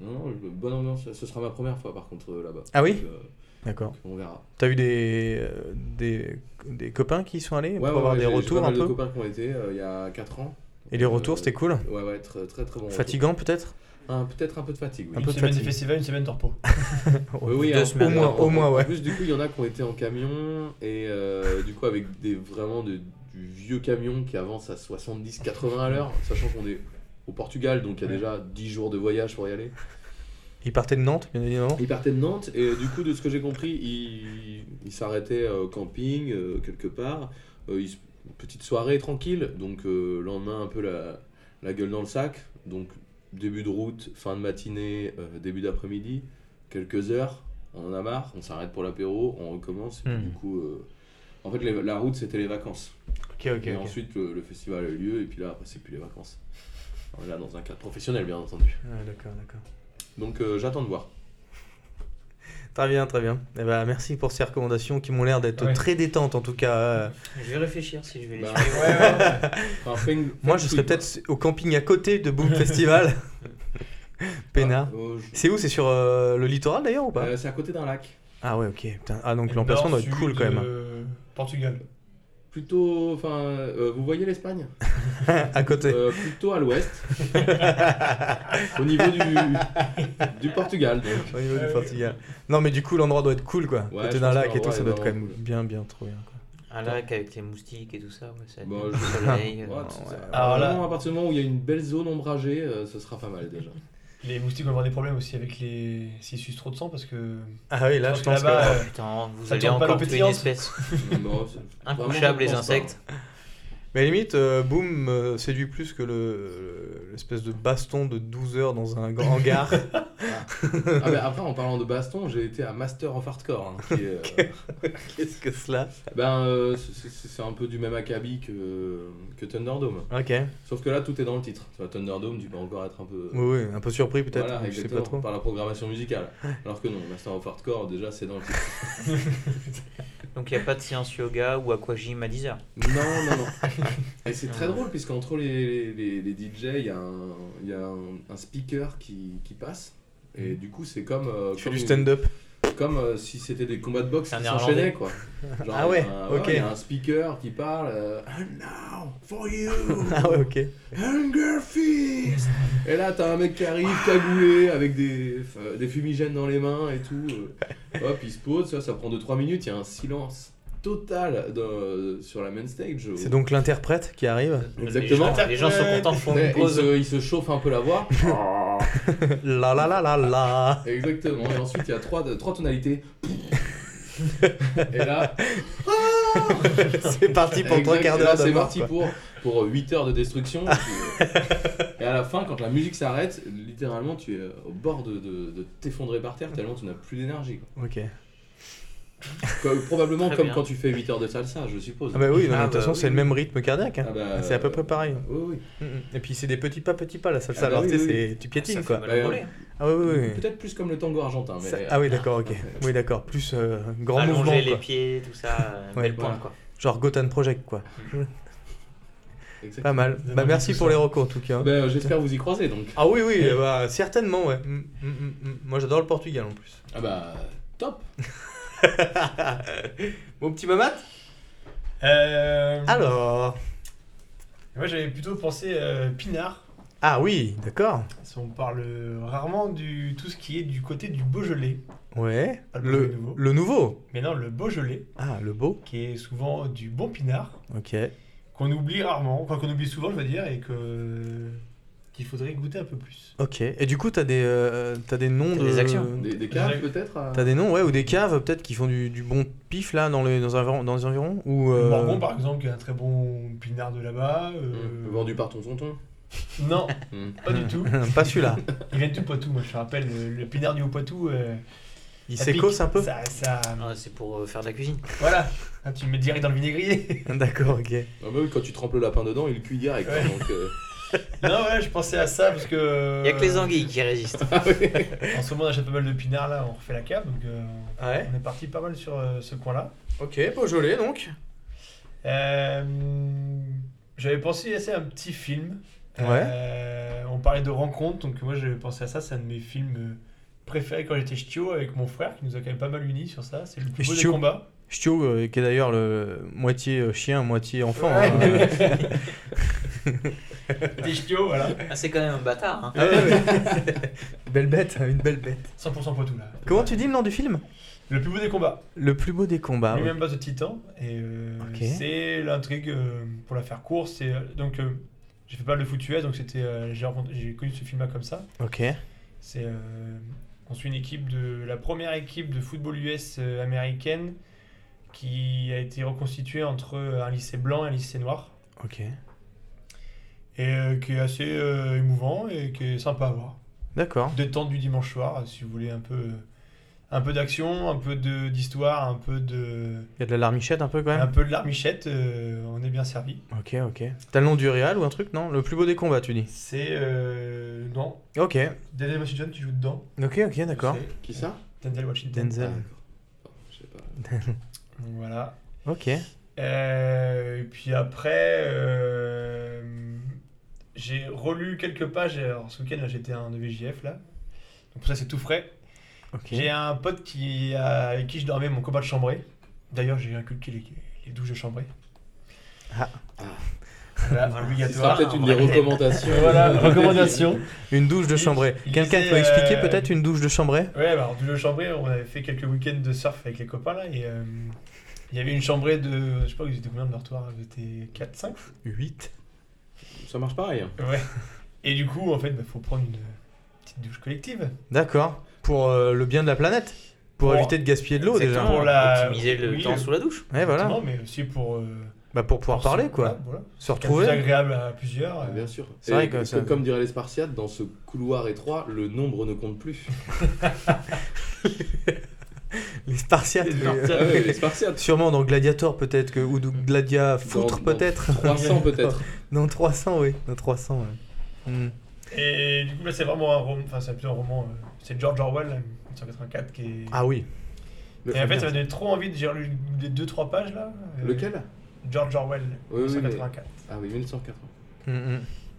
B: Non, non, le- bonne ambiance. Ce sera ma première fois, par contre, euh, là-bas.
D: Ah oui
B: Donc, euh,
D: D'accord.
B: On verra.
D: T'as eu des, euh, des, des copains qui y sont allés pour
B: Ouais, ouais,
D: avoir
B: ouais,
D: des
B: j'ai- j'ai
D: retours
B: pas
D: un
B: mal de
D: peu
B: copains qui ont été euh, il y a 4 ans.
D: Et les retours,
B: Euh,
D: c'était cool
B: Ouais, ouais, très très, très bon.
D: Fatigant peut-être
B: Un- Peut-être un peu de fatigue, oui.
D: Un
C: Une
D: peu de
C: semaine de
D: fatigue.
C: festival, une semaine de repos.
B: Oui, oui,
E: Deux
B: en-
E: semaines,
B: en-
E: au moins,
B: en-
D: au moins, ouais.
B: En plus, du coup, il y en a qui ont été en camion et euh, du coup, avec des, vraiment de- du vieux camion qui avance à 70-80 à l'heure, sachant qu'on est au Portugal, donc il y a
C: Ouais.
B: déjà 10 jours de voyage pour y aller.
D: Il partait de Nantes, bien évidemment.
B: Il partait de Nantes et euh, du coup, de ce que j'ai compris, il, il s'arrêtait au camping euh, quelque part. Euh, il se- petite soirée tranquille, donc euh, lendemain un peu la, la gueule dans le sac. Donc début de route, fin de matinée, euh, début d'après-midi, quelques heures, on en a marre, on s'arrête pour l'apéro, on recommence. Et puis,
D: Hmm.
B: du coup, euh, en fait, les- la route c'était les vacances.
D: Ok, ok.
B: et ensuite le, le festival a eu lieu et puis là après c'est plus les vacances. On est là dans un cadre professionnel bien entendu.
D: d'accord, d'accord.
B: Donc euh, j'attends de voir.
D: Très bien, très bien. Eh ben, merci pour ces recommandations qui m'ont l'air d'être
C: Ouais.
D: très détentes en tout cas. euh.
E: Je vais réfléchir si je vais les
B: Bah,
E: suivre.
B: Enfin, fais une- fais
D: Moi,
B: une
D: je serais
B: suite,
D: peut-être au camping à côté de Boom Festival. Pénard.
B: Ah, euh, je-
D: C'est où C'est sur euh, le littoral d'ailleurs ou pas
B: Euh, c'est à côté d'un lac.
D: Ah ouais, ok. Putain. Ah donc l'emplacement doit être
C: Nord,
D: cool
C: sud,
D: quand même. hein.
C: euh, Portugal.
B: Plutôt, enfin, euh, vous voyez l'Espagne
D: à côté.
B: Euh, Plutôt à l'ouest. Au niveau du, du Portugal. Donc.
D: Au niveau du
C: Ouais,
D: Portugal. Non mais du coup l'endroit doit être cool quoi.
B: Ouais,
D: Côté
B: je
D: d'un
B: pense
D: lac
B: que
D: et tout, ça doit être
B: l'endroit
D: quand
B: est
D: même
B: vraiment
D: bien bien trop bien. Quoi.
E: Un lac avec les moustiques et tout ça, ouais, ça
D: Bah,
B: Bon,
E: bon,
B: je-
E: soleil. euh,
B: Ouais, c'est ça.
C: Alors là-
B: Vraiment, à partir du moment où il y a une belle zone ombragée, euh, ce sera pas mal déjà.
C: Les moustiques vont avoir des problèmes aussi avec les. S'ils sucent trop de sang parce que.
D: Ah oui là
C: Parce
D: je
C: que
D: pense que.
C: là-bas,
E: oh, putain, vous
C: ça
E: allez
C: tourne pas
E: encore
C: l'eau
E: tuer une
C: pétillante.
E: espèce.
B: Non, c'est-
E: Incroyable les
B: vraiment, je pense
E: insectes.
D: Mais limite euh, Boom euh, séduit plus que le le- l'espèce de baston de 12 heures dans un grand hangar.
B: pas. Ah, mais après, en parlant de baston, j'ai été à Master of Hardcore. hein, qui est, euh,
D: Qu'est-ce que cela
B: ben, euh, c'est- c'est c'est un peu du même acabit que, que Thunderdome.
D: Ok. Oui
B: Sauf que là, tout est dans le titre. Tu vois, Thunderdome, tu peux encore être un peu.
D: oui un peu surpris peut-être.
B: Voilà,
D: je sais
B: exactement,
D: pas trop.
B: par la programmation musicale. Alors que non, Master of Hardcore, déjà, c'est dans le titre.
E: Donc il n'y a pas de séance yoga ou aquagym à 10h.
B: non, non, non. Et c'est
D: Ah.
B: très drôle, puisque entre les, les, les DJ, il y a un, il y a un, un speaker qui, qui passe. Et du coup, c'est comme. euh,
D: Mm. Tu fais
B: comme
D: du
B: une-
D: stand-up.
B: Comme euh, si c'était des combats de boxe
E: C'est un
B: qui
E: Néerlandais.
B: s'enchaînaient, quoi. Genre,
D: Ah ouais,
B: un-
D: ok.
B: Il y a un speaker qui parle. euh, And now, for you,
D: Ah ouais ok.
B: Hunger Fist Et là, t'as un mec qui arrive cagoulé avec des, euh, des fumigènes dans les mains et tout. euh. Hop, il se pose, ça, ça prend 2-3 minutes, il y a un silence total de- sur la main stage.
D: C'est donc l'interprète qui arrive.
B: Exactement.
E: Les gens, les gens sont contents, font
B: Ouais,
E: une
B: il,
E: pause.
B: se, il se chauffe un peu la voix.
D: La la la la la.
B: Exactement. Et ensuite, il y a trois, euh, trois tonalités. Et là,
D: C'est parti pour
B: exact-
D: trois quarts
B: et là,
D: d'heure.
B: c'est
D: d'abord,
B: parti
D: quoi.
B: pour, pour 8 heures de destruction. Et puis, euh, et à la fin, quand la musique s'arrête, littéralement, tu es euh, au bord de, de- de t'effondrer par terre tellement tu n'as plus d'énergie. quoi.
D: Ok.
B: Comme- probablement
E: Très
B: comme
E: bien.
B: quand tu fais 8 heures de salsa, je suppose.
D: Ah bah oui, non, mais
E: Ah
D: de toute
E: bah
D: façon, c'est
E: oui.
D: le même rythme cardiaque. hein.
B: Ah bah,
D: c'est à peu près pareil.
B: Oui, oui.
D: Mm, mm. Et puis c'est des petits pas, petits pas, la salsa.
B: Ah bah
D: alors
B: oui,
D: tu sais,
B: oui,
D: c'est- tu piétines
E: Ça fait
D: quoi.
E: mal au
B: Bah,
E: mollet.
D: Ah oui, oui, oui.
B: Peut-être plus comme le tango argentin. Mais... euh,
D: Ça- Ah oui, d'accord, ok. Oui, d'accord. Plus euh, grand mouvement.
E: Allonger les
D: quoi.
E: pieds, tout ça, euh,
D: Ouais,
E: belle pointe
B: voilà.
E: quoi.
D: Genre Gotham Project quoi.
B: Exactement.
D: Pas mal.
C: Vous avez
D: Bah
C: envie
D: merci
C: de
D: pour
C: ça.
D: les recours en tout cas.
B: Bah, euh, J'espère vous y croiser donc.
D: Ah oui, oui, euh, bah, certainement, ouais. Mm, mm, mm, mm. Moi j'adore le Portugal en plus.
B: Ah bah, top
D: Mon petit mamat
C: Euh,
D: Alors.
C: Moi j'avais plutôt pensé euh, Pinard.
D: Ah oui, d'accord.
C: Parce qu'on parle euh, rarement du tout ce qui est du côté du Beaujolais.
D: Ouais.
C: Pas le
D: Le,
C: nouveau.
D: le nouveau.
C: Mais non, le Beaujolais,
D: Ah, le beau.
C: qui est souvent du bon Pinard,
D: Ok.
C: qu'on oublie rarement, enfin qu'on oublie souvent, je veux dire, et que qu'il faudrait goûter un peu plus.
D: Ok. Et du coup, t'as des, euh, t'as des noms
E: T'as
D: de.
E: des actions.
B: Des, des caves peut-être à-
D: T'as des noms, ouais, ou des caves peut-être qui font du, du bon pif là dans les, dans un, dans les environs ou,
C: Le
D: euh,
C: Morgon, par exemple, qui est un très bon Pinard de là-bas. euh,
B: Mmh. Vendu par ton tonton.
C: Non,
B: Mmh.
C: pas du tout.
D: Pas celui-là.
C: Il vient du Poitou, moi je te rappelle, le, le Pinard du Haut-Poitou. euh,
D: Il
C: ça
D: s'écosse
C: pique.
D: un peu
C: ça, ça-
E: Ah, c'est pour euh, faire de la cuisine.
C: Voilà, Ah, tu mets direct dans le vinaigrier.
D: D'accord, ok.
B: Ah bah oui, quand tu trempes le lapin dedans, il cuit direct.
C: Ouais.
B: Donc, euh,
C: non, ouais, je pensais à ça parce que. euh,
E: Il
D: Euh.
E: n'y a que les anguilles qui résistent.
C: En ce moment, on achète pas mal de pinards là, on refait la cave, donc euh,
D: Ouais,
C: on est parti pas mal sur euh, ce coin-là.
D: ok, Beaujolais donc.
C: Euh, j'avais pensé à ça, un petit film.
D: Ouais.
C: Euh, on parlait de rencontres, donc moi j'avais pensé à ça, c'est un de mes films euh, préférés quand j'étais ch'tio avec mon frère qui nous a quand même pas mal unis sur ça. C'est le plus beau des
D: Ch'tio.
C: combats.
D: Stio, euh, qui est d'ailleurs le moitié euh, chien, moitié enfant.
C: Ouais.
D: hein, euh,
C: Des chiots, voilà.
E: Ah, c'est quand même un bâtard. hein.
D: Ah ouais, ouais. belle bête, hein, une belle bête.
C: 100% Poitou, là.
D: Comment tu dis le nom du film
C: Le plus beau des combats.
D: Le plus beau des combats.
C: lui
D: ouais.
C: même pas de titan. Et euh,
D: Ah Ok.
C: c'est l'intrigue, euh, pour la faire courte, c'est. euh, donc, euh, j'ai fait pas le foutuet, donc c'était. euh, j'ai rencontré- j'ai connu ce film-là comme ça.
D: Ok.
C: C'est. euh, on suit une équipe de. La première équipe de football US euh, américaine qui a été reconstituée entre euh, un lycée blanc et un lycée noir.
D: Ok.
C: Et euh, qui est assez euh, émouvant et qui est sympa à voir.
D: D'accord.
C: détente du dimanche soir, si vous voulez un peu, un peu d'action, un peu de- d'histoire, un peu de,
D: Il y a de la larmichette un peu quand
C: un
D: même.
C: peu de larmichette, euh, on est bien servi.
D: Ok, ok. T'as le nom du réal ou un truc Non, le plus beau des combats, tu dis.
C: C'est euh, non,
D: Ok.
C: Denzel Washington qui joue dedans.
D: Ok, ok, d'accord.
C: C'est
B: Qui ça
C: Denzel Washington.
D: Denzel.
B: Oh, Je sais pas.
C: Donc Voilà.
D: Ok.
C: Euh, et puis après, euh, j'ai relu quelques pages. Alors ce week-end là, j'étais E à un EVJF là. Donc pour ça c'est tout frais.
D: Ok.
C: J'ai un pote qui, a- avec qui je dormais, mon copain de chambré. D'ailleurs, j'ai inculqué les, les douches de chambré.
D: Ah.
C: Voilà,
B: Ce sera
C: obligatoire.
B: peut-être une des recommandations.
C: Voilà, recommandation.
D: Une douche de
C: Il-
D: chambrée.
C: il
D: Quelqu'un
C: disait,
D: peut expliquer
C: euh,
D: peut-être une douche de chambrée
C: Ouais, bah, alors, douche de chambré, on avait fait quelques week-ends de surf avec les copains là. Et euh, il y avait une chambrée de. Je sais pas, vous étiez combien de dortoirs Vous étiez 4, 5
D: 8.
B: Ça marche pareil. hein.
C: Ouais. Et du coup, en fait, bah, faut prendre une petite douche collective.
D: D'accord. Pour euh, le bien de la planète. Pour
C: Pour-
D: éviter de gaspiller de l'eau déjà.
E: Exactement,
C: Pour la-
E: Optimiser le
C: oui,
E: temps
B: euh,
C: le-
E: sous la douche.
D: Ouais, voilà.
C: Non, mais aussi pour. euh,
D: Bah pour pouvoir
C: pour
D: parler
C: se-
D: quoi.
C: voilà, voilà.
D: Se
C: Pour plus
D: retrouver.
C: agréable à plusieurs. euh,
B: Bien sûr.
D: C'est vrai
B: Et
D: que
B: comme,
D: ça-
B: comme diraient les Spartiates, dans ce couloir étroit, le nombre ne compte plus.
D: Les Spartiates.
E: Les
D: mais,
E: Spartiates.
B: Ah
D: euh,
B: ouais, les Spartiates.
D: Sûrement dans Gladiator peut-être que ou dans Gladia foutre
B: Dans- dans
D: peut-être.
B: 300 peut-être.
D: Non 300 oui. Non 300. ouais. Hmm.
C: Et du coup, là, c'est vraiment un roman. Enfin, c'est plutôt un roman. euh, c'est George Orwell, là, 1984, qui est.
D: Ah oui.
C: et en fait, ça m'a donné trop envie de. J'ai relu les 2-3 pages là. euh,
B: Lequel
C: George Orwell,
B: Oui, oui,
C: 1984.
B: Ah oui, 1980.
D: Hmm, hmm.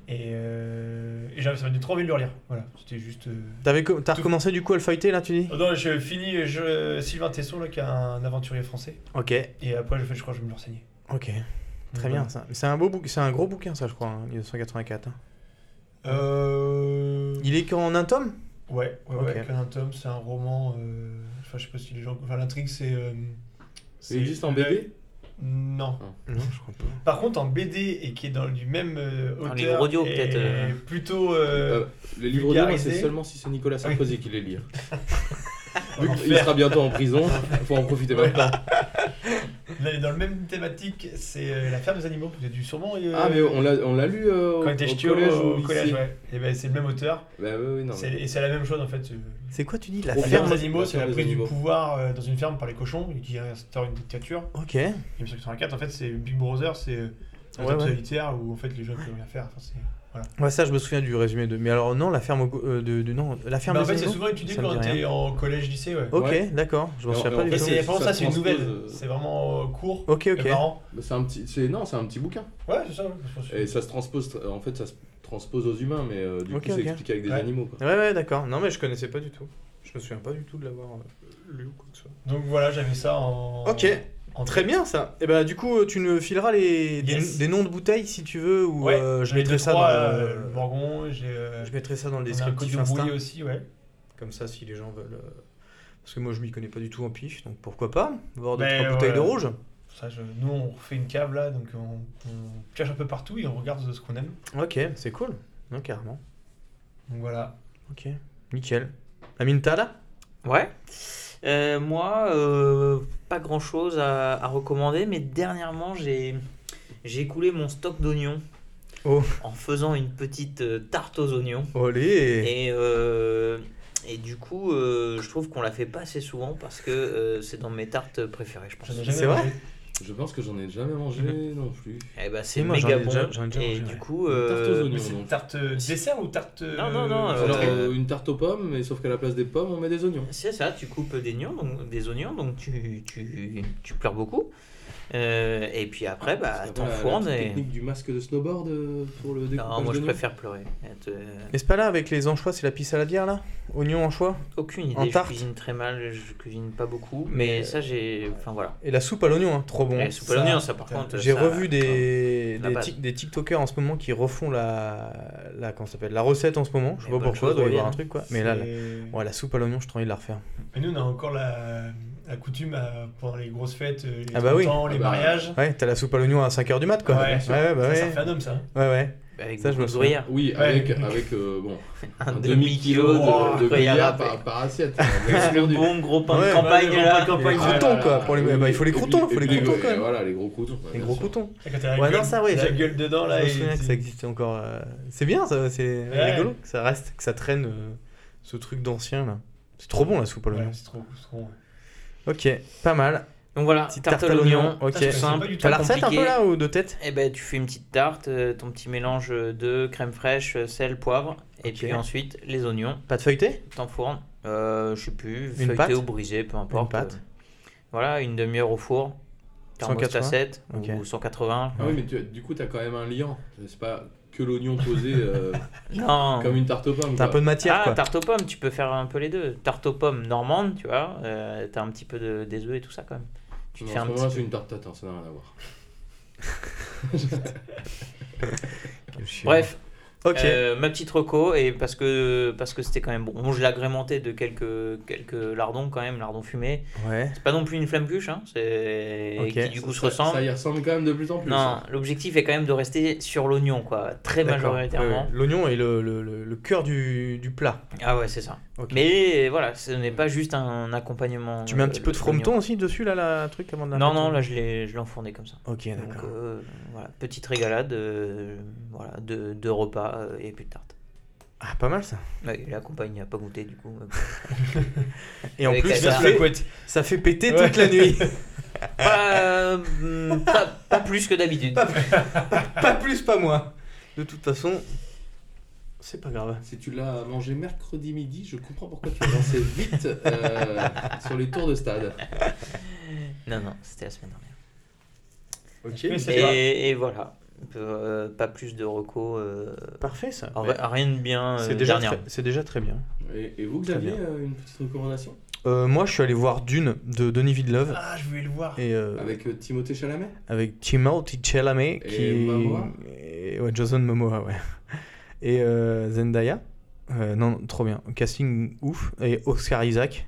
C: Et, euh, et j'avais- ça m'a donné trop envie de le relire. Voilà, c'était juste. euh,
D: T'avais co- T'as
C: Tout-
D: recommencé du coup à le feuilleter là tu dis
C: Oh non, je finis je... Sylvain Tesson, là, qui est un aventurier français.
D: Ok.
C: Et après, je, fais, je crois que je vais me le renseigner.
D: Ok. Très
C: Donc,
D: bien ça. C'est un beau bouc- c'est un gros bouquin ça je crois. hein, 1984. hein.
C: voilà. Euh.
D: Il est qu'en un tome
C: Ouais, ouais,
D: Ok.
C: ouais. qu'un tome, c'est un roman. euh, Enfin, je sais pas si les gens. Enfin, l'intrigue, c'est. euh, c'est-
B: Il existe en BD
C: Non.
D: Non je crois pas.
C: Par contre, en BD et qui est dans du même euh,
E: En
C: auteur,
E: livre audio,
C: et
E: peut-être, euh.
C: plutôt euh,
B: Euh, Les livres d'eau,
C: vulgarisé.
B: c'est seulement si c'est Nicolas Sarkozy qui les lit. Euh, Vu qu'il
C: Enfer.
B: sera bientôt en prison, faut en profiter maintenant.
C: là, dans le même thématique, c'est euh, la ferme des animaux. Vous avez dû sûrement. euh,
B: Ah, mais on l'a on l'a lu euh, au,
C: quand t'es
B: au
C: ch'ti
B: collège
C: au,
B: ou au
C: collège,
B: lycée.
C: ouais. Et ben c'est le même auteur.
B: Bah oui, oui, non.
C: C'est-
B: mais-
C: Et c'est la même chose en fait. euh,
D: C'est quoi tu dis la
B: Au
C: La
B: bien
C: ferme
D: ferme
C: des
B: des-
C: animaux,
B: la
C: c'est
B: ferme
C: la
B: des
C: prise du
B: animaux.
C: pouvoir euh, dans une ferme par les cochons et qui instaure une dictature.
D: Ok.
C: 1984, en fait, c'est Big Brother, c'est euh, un
D: Ouais,
C: top
D: ouais.
C: solitaire où en fait les gens peuvent rien faire. Enfin, c'est-
D: Ouais, ça, je me souviens du résumé de. Mais alors, non, la ferme. au- euh, de, de- non, la ferme.
C: Bah, en
D: des
C: fait, c'est
D: animaux
C: souvent étudié
D: Ça me dit
C: quand
D: rien.
C: t'es en collège, lycée, ouais.
D: Ok,
B: Ouais.
D: d'accord. Je m'en
B: Et en-
D: souviens
B: et
D: pas
B: en
D: du
C: Et
B: fait,
D: tout.
C: c'est vraiment
B: ça
C: ça, c'est une
B: transpose,
C: nouvelle.
B: euh,
C: C'est vraiment euh, court.
D: Ok, ok.
C: et marrant.
B: Bah, C'est un petit, c'est non, c'est un petit bouquin.
C: Ouais, c'est ça. je pense.
B: Et ça se transpose, euh, en fait, ça se transpose aux humains, mais euh, du
D: Ok,
B: coup,
D: ok.
B: c'est expliqué avec des
C: Ouais.
B: animaux. Quoi.
D: Ouais, ouais, d'accord. Non, mais je connaissais pas du tout. Je me souviens pas du tout de l'avoir euh, lu ou quoi que ce soit.
C: Donc voilà, j'avais ça en.
D: Ok,
C: en
D: très
C: tête.
D: bien ça. Et bah, du coup, euh, tu nous fileras les... des-
C: Yes.
D: des, noms de bouteilles si tu veux, ou
C: Ouais,
D: euh, je,
C: j'ai
D: mettrai
C: deux,
D: ça
C: trois,
D: dans le...
C: euh, le Bourgon, j'ai. euh,
D: je mettrai ça dans le
C: on a un code
D: descriptif
C: de
D: Insta.
C: brouillé aussi, ouais.
D: Comme ça, si les gens veulent. euh, Parce que moi, je m'y connais pas du tout en pif, donc pourquoi pas Voir deux,
C: Mais
D: trois bouteilles de
C: ouais.
D: rouge.
C: Ça, je- nous, on refait une cave là, donc on, on pioche un peu partout et on regarde ce qu'on aime.
D: Ok, c'est cool. Non, carrément.
C: Donc voilà.
D: Ok, nickel. La Minta là
E: Ouais. Euh, moi, euh, pas grand chose à, à recommander, mais dernièrement, j'ai j'ai écoulé mon stock d'oignons
D: Oh.
E: en faisant une petite euh, tarte aux oignons.
D: Olé
E: Et, euh, et du coup, euh, je trouve qu'on la fait pas assez souvent parce que euh, c'est dans mes tartes préférées, je pense.
C: J'en ai jamais
D: C'est vrai
C: mangé.
B: Je pense que j'en ai jamais mangé non plus.
E: Eh ben, c'est
D: Oui, moi, j'en ai
E: méga bon.
D: déjà- j'en ai déjà
E: et
D: mangé,
E: du
D: ouais.
E: coup,
B: Une tarte aux
E: euh,
B: oignons.
C: Mais c'est une tarte euh, dessert ou tarte. euh,
E: Non, non, non, euh,
B: Alors,
E: très-
B: euh, une tarte aux pommes, mais sauf qu'à la place des pommes, on met des oignons.
E: c'est ça, tu coupes des oignons, donc, des oignons, donc tu, tu, tu pleures beaucoup. Euh, et puis après, bah,
B: C'est vraiment la- la
E: t'enfournes
B: petite
E: et.
B: technique du masque de snowboard euh, pour le découpage
E: Non, moi
B: de
E: je
B: nœuds
E: préfère pleurer. Être, euh,
D: Et c'est pas là avec les anchois, c'est la pisse à la bière là Oignon, anchois
E: Aucune
D: En
E: idée, je
D: tarte.
E: cuisine très mal, je cuisine pas beaucoup, mais
D: Mais,
E: ça j'ai. Enfin voilà.
D: Et la soupe à l'oignon, hein, trop bon.
E: La soupe à
C: ça,
E: l'oignon, ça par
C: putain,
E: contre.
D: J'ai
E: ça-
D: revu des,
E: la
D: des,
E: base.
D: tic- des TikTokers en ce moment qui refont la, la, comment ça s'appelle, la recette en ce moment. Je sais
E: Les
D: pas
E: bonnes
D: pourquoi,
E: choses
D: doit y avoir
E: reviennent.
D: un truc quoi. Mais là, là-
C: C'est-
D: ouais, la soupe à l'oignon, je t'en envie de la refaire.
C: Mais nous, on a encore la, la coutume à- pendant les grosses fêtes, euh, les
D: Ah bah oui.
C: 30 ans, les
B: Ah bah,
C: mariages.
D: Ouais, t'as la soupe à l'oignon à 5h du mat quoi.
C: Ouais, bien sûr.
D: ouais, bah
C: ça, ça
D: ouais.
C: fait un homme, ça. hein.
D: ouais, ouais.
E: Avec
D: Ça, je
E: beaucoup
D: me
E: de
D: souviens.
E: gruyère.
B: Oui,
C: Ouais.
B: avec, avec euh, bon,
E: Un
B: un
E: demi-kilo
B: demi-kilo de, de
E: de gruyère
B: gruyère
E: râpée.
B: par, par assiette. hein,
E: Le bon gros pain
D: Ouais,
E: de campagne
C: ouais, ouais,
E: là.
C: le pain de
D: Les
C: campagne.
B: Ouais,
D: croutons
B: ouais,
D: quoi.
B: ouais,
D: Pour les...
B: ouais.
D: bah, il faut les
B: Et puis-
D: croutons, il faut
B: et
D: les
B: puis
D: croutons quand même.
B: Voilà, les gros croutons. ouais,
D: Les
B: bien
D: gros
B: sûr.
D: croutons.
C: Quand t'as la
D: Ouais,
C: gueule-
D: non, ça, ouais,
C: la
D: j'ai-
C: gueule dedans, Oh là.
D: Je me
C: et
D: souviens que
C: c'est-
D: ça existait encore. euh, C'est bien ça, c'est
C: Ouais.
D: rigolo que ça reste, que ça traîne euh, ce truc d'ancien là. C'est trop bon la soupe à l'oignon.
C: Ouais, c'est trop, c'est trop.
D: Ok, pas mal.
E: Donc voilà,
D: Petite
E: tarte à l'oignon.
D: ok.
E: Tout simple.
C: pas du tout
D: T'as
E: pas
D: la recette un peu
E: compliqué.
D: là ou de tête
E: Eh ben, tu fais une petite tarte, euh, ton petit mélange de crème fraîche, euh, sel, poivre, et
D: Ok.
E: puis ensuite les oignons,
D: Pas de feuilleté
E: t'enfournes, euh, je sais plus,
D: Une pâte
E: feuilleté ou brisé, peu importe.
D: pâte.
E: Euh, Voilà, une demi-heure au four, thermostat
D: 180,
E: 7
D: ok.
E: ou 180.
B: Ah oui, mais tu- du coup, t'as quand même un liant. C'est pas que l'oignon posé euh,
E: Non,
B: comme une tarte aux pommes.
D: T'as un
B: quoi.
D: peu de matière
E: ah,
D: quoi.
E: tarte aux pommes, tu peux faire un peu les deux. Tarte aux pommes normande, tu vois, euh, t'as un petit peu de, des œufs et tout ça quand même. Tu te
B: Non,
E: fais
B: en
E: un
B: ce moment,
E: petit
B: c'est
E: peu.
B: une tarte tatin, ça n'a rien à voir.
D: Quel chiant.
E: Bref,
D: Ok.
E: euh, ma petite reco, et parce que parce que c'était quand même bon. Bon, je l'agrémentais de quelques, quelques lardons quand même, lardons fumés.
D: Ouais.
E: C'est pas non plus une flamme cuche, hein, c'est
D: Ok.
E: qui du coup se
B: Ça-
E: ressemble.
B: Ça y ressemble quand même de plus en plus.
E: non,
B: hein.
E: l'objectif est quand même de rester sur l'oignon, quoi, très
D: D'accord.
E: majoritairement.
D: Ouais, ouais. L'oignon est le, le, le- le cœur du, du plat.
E: Ah ouais, c'est ça.
D: Ok.
E: Mais voilà, ce n'est pas juste un accompagnement.
D: tu mets un
E: euh,
D: petit peu de
E: d'oignon.
D: frometon aussi dessus là, la le truc avant de la
E: Non,
D: mettre
E: non, là je l'ai je l'ai enfourné comme ça.
D: Ok,
E: Donc
D: d'accord.
E: euh, voilà, petite régalade, euh, voilà, de, de repas euh, et plus de tarte.
D: Ah, pas mal ça.
E: Ouais, la compagne n'a pas goûté du coup. euh,
D: Et en
E: Avec
D: plus,
E: la
D: ça
E: bière.
D: fait, ça fait péter
C: Ouais.
D: toute la nuit.
E: pas, euh, hmm, pas, pas plus que d'habitude.
D: pas plus, pas moins. De toute façon, c'est pas grave.
B: Si tu l'as mangé mercredi midi, je comprends pourquoi tu as lancé vite euh, sur les tours de stade.
E: Non, non, c'était la semaine dernière.
D: Ok.
C: Mais c'est pas-
E: Et, et voilà, Euh, pas plus de recos. euh,
D: Parfait ça.
E: en vrai, rien de bien. euh,
D: C'est déjà,
E: dernière.
D: très- c'est déjà très bien.
B: Et, et vous,
D: Très
B: Xavier,
D: bien.
B: euh, une petite recommandation
D: Euh, moi, je suis allé voir Dune de Denis Villeneuve
C: Ah, je voulais le voir.
D: et euh, avec...
B: Avec euh, Timothée Chalamet
D: Timothy Chalamet
B: Et
D: qui est-
B: Momoa
D: et- ouais, Jason Momoa, ouais. Et euh, Zendaya. Euh, non, trop bien. Casting ouf. Et Oscar Isaac.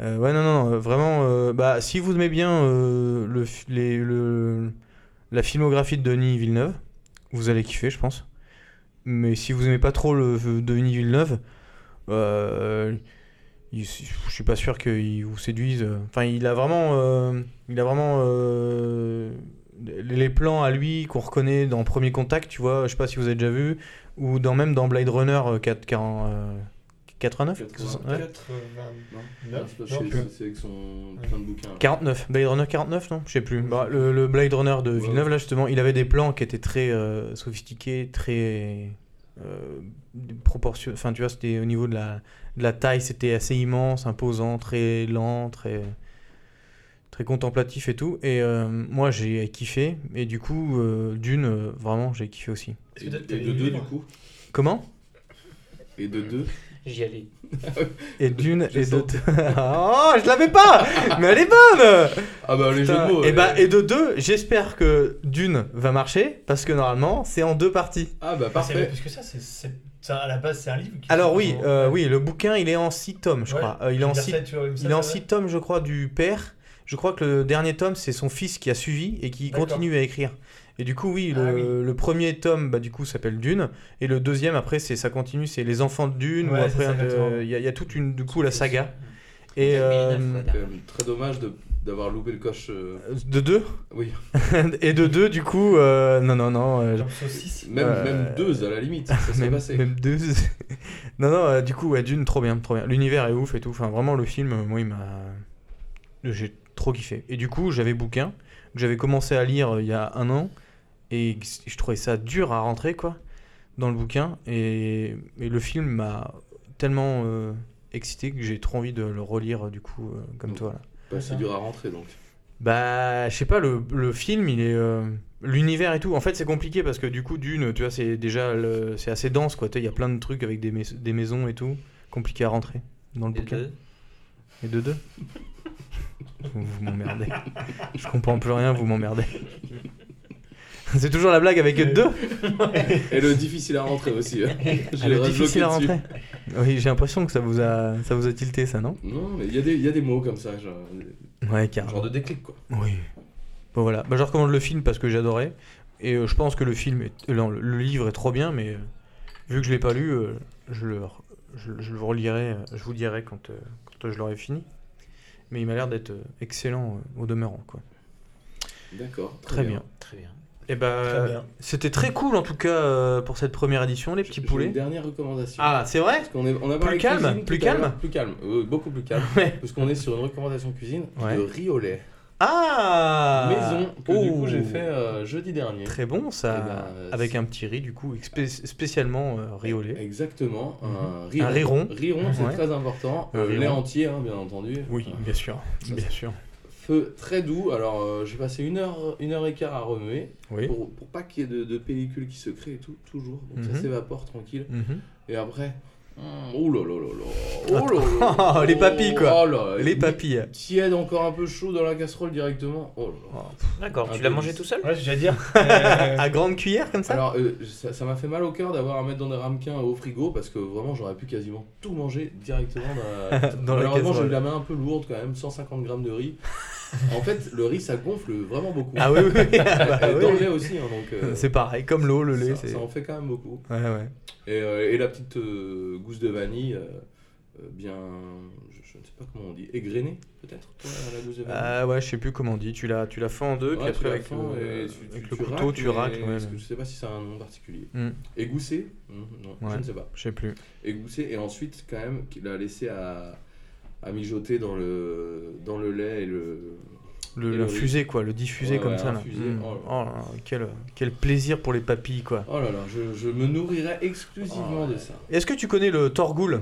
D: Euh, ouais, non, non, non, euh, vraiment. euh, bah, si vous aimez bien euh, le, fi- les- le- la filmographie de Denis Villeneuve, vous allez kiffer, je pense. Mais si vous aimez pas trop le, le Denis Villeneuve, euh, il- je suis pas sûr qu'il vous séduise. Enfin, il a vraiment, euh, il a vraiment euh, les plans à lui qu'on reconnaît dans Premier Contact, tu vois. Je sais pas si vous avez déjà vu ou dans même dans Blade Runner euh, 4, 40, euh, 89,
B: 89.
D: ouais.
C: 89.
B: Non,
C: Non,
B: c'est pas-
C: E non,
B: c'est-
C: plus.
B: c'est avec son
C: Ouais.
B: plein de bouquins. là.
D: 49, Blade Runner 49, non, je sais plus. Bah, le, le Blade Runner de
B: Ouais.
D: Villeneuve là justement, il avait des plans qui étaient très euh, sophistiqués, très euh, proportionnés. Enfin, tu vois, c'était au niveau de la, de la taille, c'était assez immense, imposant, très lent, très très contemplatif et tout. Et euh, moi, j'ai kiffé. Et du coup, euh, d'une, euh, vraiment, j'ai kiffé aussi.
C: Est-ce
B: Et,
C: que t'as- t'as
B: et
C: lu
B: de
C: le
B: deux, du
C: livre
B: coup.
D: Comment
B: Et de deux.
E: J'y allais.
D: Et d'une
B: Je
D: et de
B: sens.
D: deux. oh, je l'avais pas, mais elle est bonne.
B: Ah bah, les jeux de mots.
D: et,
B: euh,
D: bah, et de deux, j'espère que d'une va marcher parce que normalement c'est en deux parties.
B: Ah bah,
C: Ah, c'est
B: parfait.
C: vrai, Parce que ça, c'est- c'est- ça, à la base, c'est un livre. qui-
D: Alors oui,
C: qui-
D: euh, oui, le bouquin il est en six tomes, je
C: Ouais,
D: crois. Euh, il est en
C: Versailles,
D: six,
C: tu vois, comme ça,
D: il est en
C: ça va.
D: six tomes, je crois, du père. Je crois que le dernier tome c'est son fils qui a suivi et qui
C: D'accord.
D: continue à écrire. Et du coup, oui, le,
C: Ah oui.
D: le premier tome, bah, du coup, s'appelle Dune, et le deuxième après, c'est ça continue, c'est les enfants de Dune. ou
C: Ouais, c'est
D: après,
C: ça,
D: un de-
C: exactement.
D: il y, a- il y a toute une, du coup, la
E: C'est-
D: saga. Et euh,
E: 2009, ouais.
B: Quand même Très dommage de- d'avoir loupé le coche. euh,
D: de deux,
B: Oui,
D: et de deux, du coup, euh, non, non, non, euh,
C: Comme saucisse.
B: même,
D: Euh,
B: même deux à la limite. Ça s'est
D: même,
B: passé.
D: même deux. non, non, euh, du coup, ouais, Dune, trop bien, trop bien. L'univers est ouf et tout. Enfin, vraiment, le film, euh, moi, il m'a. J'ai trop kiffé. Et du coup, j'avais bouquin que j'avais commencé à lire euh, il y a un an. Et je trouvais ça dur à rentrer, quoi, dans le bouquin. Et, et le film m'a tellement euh, excité que j'ai trop envie de le relire, euh, du coup, euh, comme
B: Donc,
D: toi, là.
B: Bah, c'est dur à rentrer donc.
D: Bah, je sais pas, le, le film, il est. euh, L'univers et tout, en fait c'est compliqué parce que du coup d'une, tu vois, c'est déjà le- c'est assez dense quoi, Tu vois, il y a plein de trucs avec des, mais- des maisons et tout, compliqué à rentrer dans le
E: Les
D: bouquin.
E: deux.
D: Et de deux Vous vous m'emmerdez. Je comprends plus rien, vous m'emmerdez. C'est toujours la blague avec deux
B: Et le difficile à rentrer aussi. hein. Je
D: Elle
B: l'ai
D: est difficile à
B: bloqué
D: rentrer.
B: dessus.
D: Oui, j'ai l'impression que ça vous a ça vous a tilté ça, non
B: Non, mais il y, a des- il y a des mots comme ça, genre,
D: Ouais,
B: genre
D: carrément.
B: de déclic quoi.
D: Oui. Bon voilà, bah, je recommande le film parce que j'adorais et euh, je pense que le film est euh, non, le- le livre est trop bien mais euh, vu que je l'ai pas lu, euh, je le re- je, je le relirai, euh, je vous dirai quand euh, quand euh, je l'aurai fini. Mais il m'a l'air d'être euh, excellent euh, au demeurant quoi.
B: D'accord, très,
D: Très
B: bien.
D: bien.
E: Très bien.
D: Eh
C: Très
D: ben,
C: bien.
D: c'était très cool en tout cas euh, pour cette première édition, les petits
B: J'ai
D: poulets.
B: Une dernière recommandation.
D: Ah, c'est vrai
B: Parce qu'on est, on a
D: Plus
B: parlé
D: calme,
B: cuisine tout
D: plus
B: à
D: calme
B: l'heure, Plus calme, euh, beaucoup plus calme.
D: Ouais.
B: Parce qu'on est sur une recommandation cuisine
D: Ouais.
B: de riz au lait.
D: Ah
B: Maison, que du coup
D: Oh.
B: j'ai fait euh, jeudi dernier.
D: Très bon
B: Eh
D: ça,
B: ben, euh,
D: avec
B: c'est-
D: un petit riz du coup expé- spécialement euh, riolé.
B: Exactement, un riz
D: Mhm. Un riz rond.
B: Riz rond, c'est
D: Ouais.
B: très important.
D: Un
B: Euh,
D: riz
B: lait
D: rond.
B: entier, hein, bien entendu.
D: Oui,
B: Euh,
D: bien sûr,
B: ça,
D: bien sûr.
B: Feu très doux. Alors euh, j'ai passé une heure, une heure et quart à remuer
D: Oui.
B: pour, pour pas qu'il y ait de, de pellicule qui se crée et tout, toujours. Donc ça
D: Mhm.
B: s'évapore tranquille.
D: Mhm.
B: Et après, mm, oh là là là là, oh là là là,
D: Ah, les papilles, quoi.
B: oh là là,
D: Les papilles.
B: Tiède encore un peu chaud dans la casserole directement. Oh là là.
E: D'accord,
B: Un
E: tu l'as
B: délice.
E: mangé tout seul
C: Ouais, j'allais dire. euh,
D: À grande cuillère comme ça
B: Alors, euh, ça ça m'a fait mal au cœur d'avoir à mettre dans des ramequins au frigo parce que vraiment j'aurais pu quasiment tout manger directement dans la.
D: Dans la
B: Malheureusement, j'ai
D: casserole.
B: eu la main un peu lourde quand même, 150 grammes de riz. en fait, le riz ça gonfle vraiment beaucoup.
D: Ah oui, oui, oui. Ah, bah,
B: Et
D: oui,
B: dans le
D: oui.
B: lait aussi, hein, donc. euh,
D: C'est pareil, comme l'eau, le lait.
B: ça,
D: c'est-
B: ça en fait quand même beaucoup.
D: Ouais, ouais.
B: Et, euh, et la petite euh, gousse de vanille, euh, euh, bien. Je, je ne sais pas comment on dit, égrenée peut-être, toi, la gousse de vanille
D: Ah ouais, je sais plus comment on dit. Tu la, tu la fends en deux,
B: Ouais,
D: puis
B: tu
D: après
B: la
D: avec
B: fends
D: le,
B: et tu-
D: avec
B: tu-
D: le
B: tu
D: couteau, tu racles.
B: mais
D: ouais.
B: parce que je sais pas si c'est un nom particulier.
D: Mm.
B: Égoussé Hum, Non, je
D: Ouais.
B: ne sais pas.
D: Je sais plus.
B: Égoussé et ensuite quand même qu'il a laissé à, à mijoter dans le dans le lait et le.
D: Le,
B: Et
D: la
B: le riz.
D: fusée, quoi, le diffuser
B: Ouais,
D: comme
B: ouais,
D: ça.
B: un
D: Là.
B: fusée,
D: Mm.
B: oh là
D: Oh là là, quel, quel plaisir pour les papilles, quoi.
B: Oh là là, je, je me nourrirais
D: Oh,
B: exclusivement de ça.
D: Est-ce que tu connais le torgoul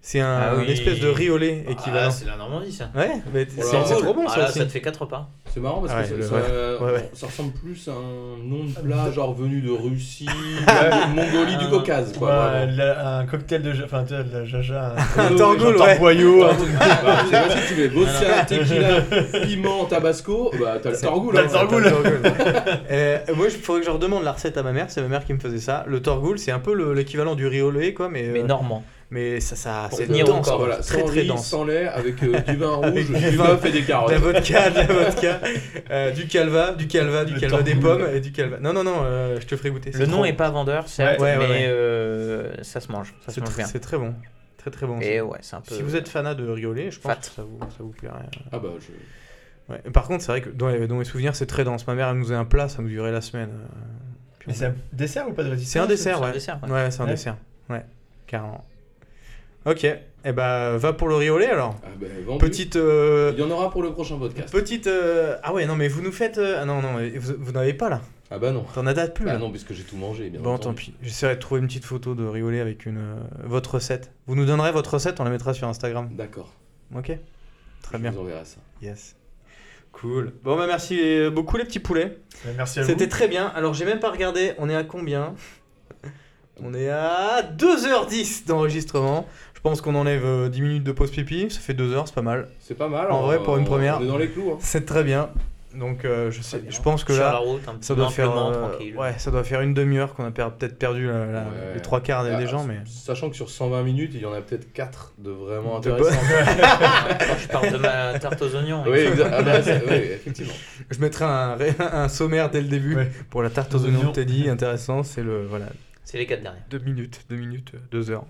D: C'est un,
E: Ah oui.
D: une espèce de riolet
E: Ah,
D: équivalent.
E: c'est la Normandie ça.
D: ouais, mais
B: Oh là
D: c'est
B: là.
D: c'est trop bon
E: Ah
D: ça
E: là,
D: aussi.
E: ça te fait 4 repas.
B: C'est marrant parce
D: Ouais,
B: que
D: le-
B: ça, ça-
D: ouais, ouais.
B: ça ressemble plus à un nom de
D: Ah,
B: plat genre venu de Russie, de Mongolie, du Caucase quoi.
C: ouais,
B: vraiment.
C: la- un cocktail de ja- enfin tu vois, de la jaja, un
D: Un
B: Ouais,
D: torgoul,
C: genre
D: ouais.
C: boyau, un
B: Torgoul. Bah, T'imagines, tu mets bosser un tequila, piment, tabasco, bah t'as le torgoul.
C: t'as
B: hein.
C: le torgoul.
D: Euh, moi, il faudrait que je redemande la recette à ma mère. C'est ma mère qui me faisait ça. Le torgoul, c'est un peu le- l'équivalent du riolet, quoi, mais,
E: Mais
D: euh,
E: normand.
D: mais ça, ça
E: Pour
D: c'est
E: tenir
D: dense, quoi.
E: encore,
B: Oh, Voilà,
D: très
B: sans
D: très
B: riz,
D: dense.
B: sans lait, avec euh, du vin rouge,
D: Avec du
B: du
D: vin.
B: bœuf et des
D: De la
B: carottes.
D: vodka, de la vodka, euh, du calva, du calva, du
C: Le
D: calva des
C: torgoul.
D: pommes et du calva. Non, non, non, euh, je te ferai goûter.
E: Le
D: c'est
E: nom
D: trop
E: est
D: bon.
E: pas vendeur, certes,
D: Ouais, ouais, ouais,
E: mais
D: ouais.
E: euh, ça se mange. Ça se
D: C'est
E: mange
D: tr-
E: bien.
D: c'est très bon. Très très bon.
E: Et ouais, c'est un peu.
D: Si vous êtes fanat de riolet, je pense
E: Fat.
D: que ça vous, ça vous plairait.
B: Ah bah je...
D: Ouais. Et Par contre, c'est vrai que dans, les- dans mes souvenirs, c'est très dense. Ma mère, elle nous faisait un plat, ça nous durait la semaine. euh, puis
C: Mais
D: on-
C: c'est un dessert ou pas de
D: C'est
C: résistance
D: un dessert,
E: c'est un
D: ouais.
E: dessert, ouais.
D: Ouais, c'est un
C: Ouais.
D: dessert. Ouais, carrément. Ok, et ben va pour le riolet alors.
B: Ah bah, vendu.
D: Petite. euh,
B: Il y en aura pour le prochain podcast.
D: Petite. euh, Ah ouais, non, mais vous nous faites. euh, Ah non, non, mais vous, vous n'avez pas là.
B: Ah bah non.
D: T'en as date plus
B: Ah
D: là.
B: non, puisque j'ai tout mangé, bien
D: Bon,
B: entendu.
D: tant pis. J'essaierai de trouver une petite photo de riolet avec une, euh, votre recette. Vous nous donnerez votre recette, on la mettra sur Instagram.
B: D'accord.
D: Ok Très
B: Je
D: bien.
B: vous enverrai ça.
D: Yes. Cool. Bon, bah merci euh, beaucoup les petits poulets.
C: Ouais, Merci à vous.
D: C'était très bien. Alors, j'ai même pas regardé. On est à combien On est à 2h10 d'enregistrement. Je pense qu'on enlève euh, 10 minutes de pause pipi. Ça fait 2 heures, c'est pas mal.
B: C'est pas mal.
D: En
B: on-
D: vrai, pour une
B: on-
D: première.
B: On est dans les clous. hein.
D: C'est très bien. Donc, euh, je, sais,
E: Très bien.
D: je pense que
E: Sur la
D: là,
E: route, un
D: ça doit, faire,
E: amplement,
D: euh,
E: tranquille.
D: ouais, ça doit faire une demi-heure qu'on a per- peut-être perdu la- la-
B: Ouais.
D: les trois quarts des
B: Ah,
D: des gens. Mais...
B: Sachant que sur 120 minutes, il y en a peut-être 4 de vraiment
D: De
B: intéressants.
E: Moi, je parle de ma tarte aux oignons.
B: oui, exa- ah bah, c'est- oui, effectivement.
D: Je mettrai un, ré- un sommaire dès le début
C: Ouais.
D: pour la tarte aux
C: Aux
D: oignons
C: oignons.
D: de Teddy. Intéressant, c'est le. Voilà,
E: C'est les 4 derniers.
D: 2 minutes, 2 minutes, 2 heures.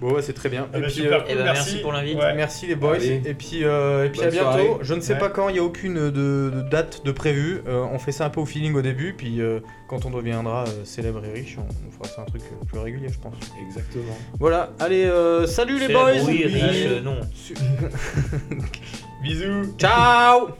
D: Bon, ouais, c'est très bien.
C: Ah
D: Et
C: bah,
D: puis,
C: super
D: euh,
C: cool,
E: eh ben, merci pour l'invite.
C: Ouais.
D: Merci les boys.
B: Allez.
D: Et puis, euh, et puis
B: Bonne
D: à bientôt.
B: soirée.
D: Je ne sais
C: Ouais.
D: pas quand, il n'y a aucune de, de date de prévu. Euh, on fait ça un peu au feeling au début. Puis euh, quand on deviendra euh, célèbre et riche, on, on fera ça un truc euh, plus régulier, je pense.
B: Exactement.
D: Voilà, allez, euh, salut les boys. Mmh.
E: Oui,
D: Oui.
E: riche, euh, non.
D: Su-
C: Bisous.
D: Ciao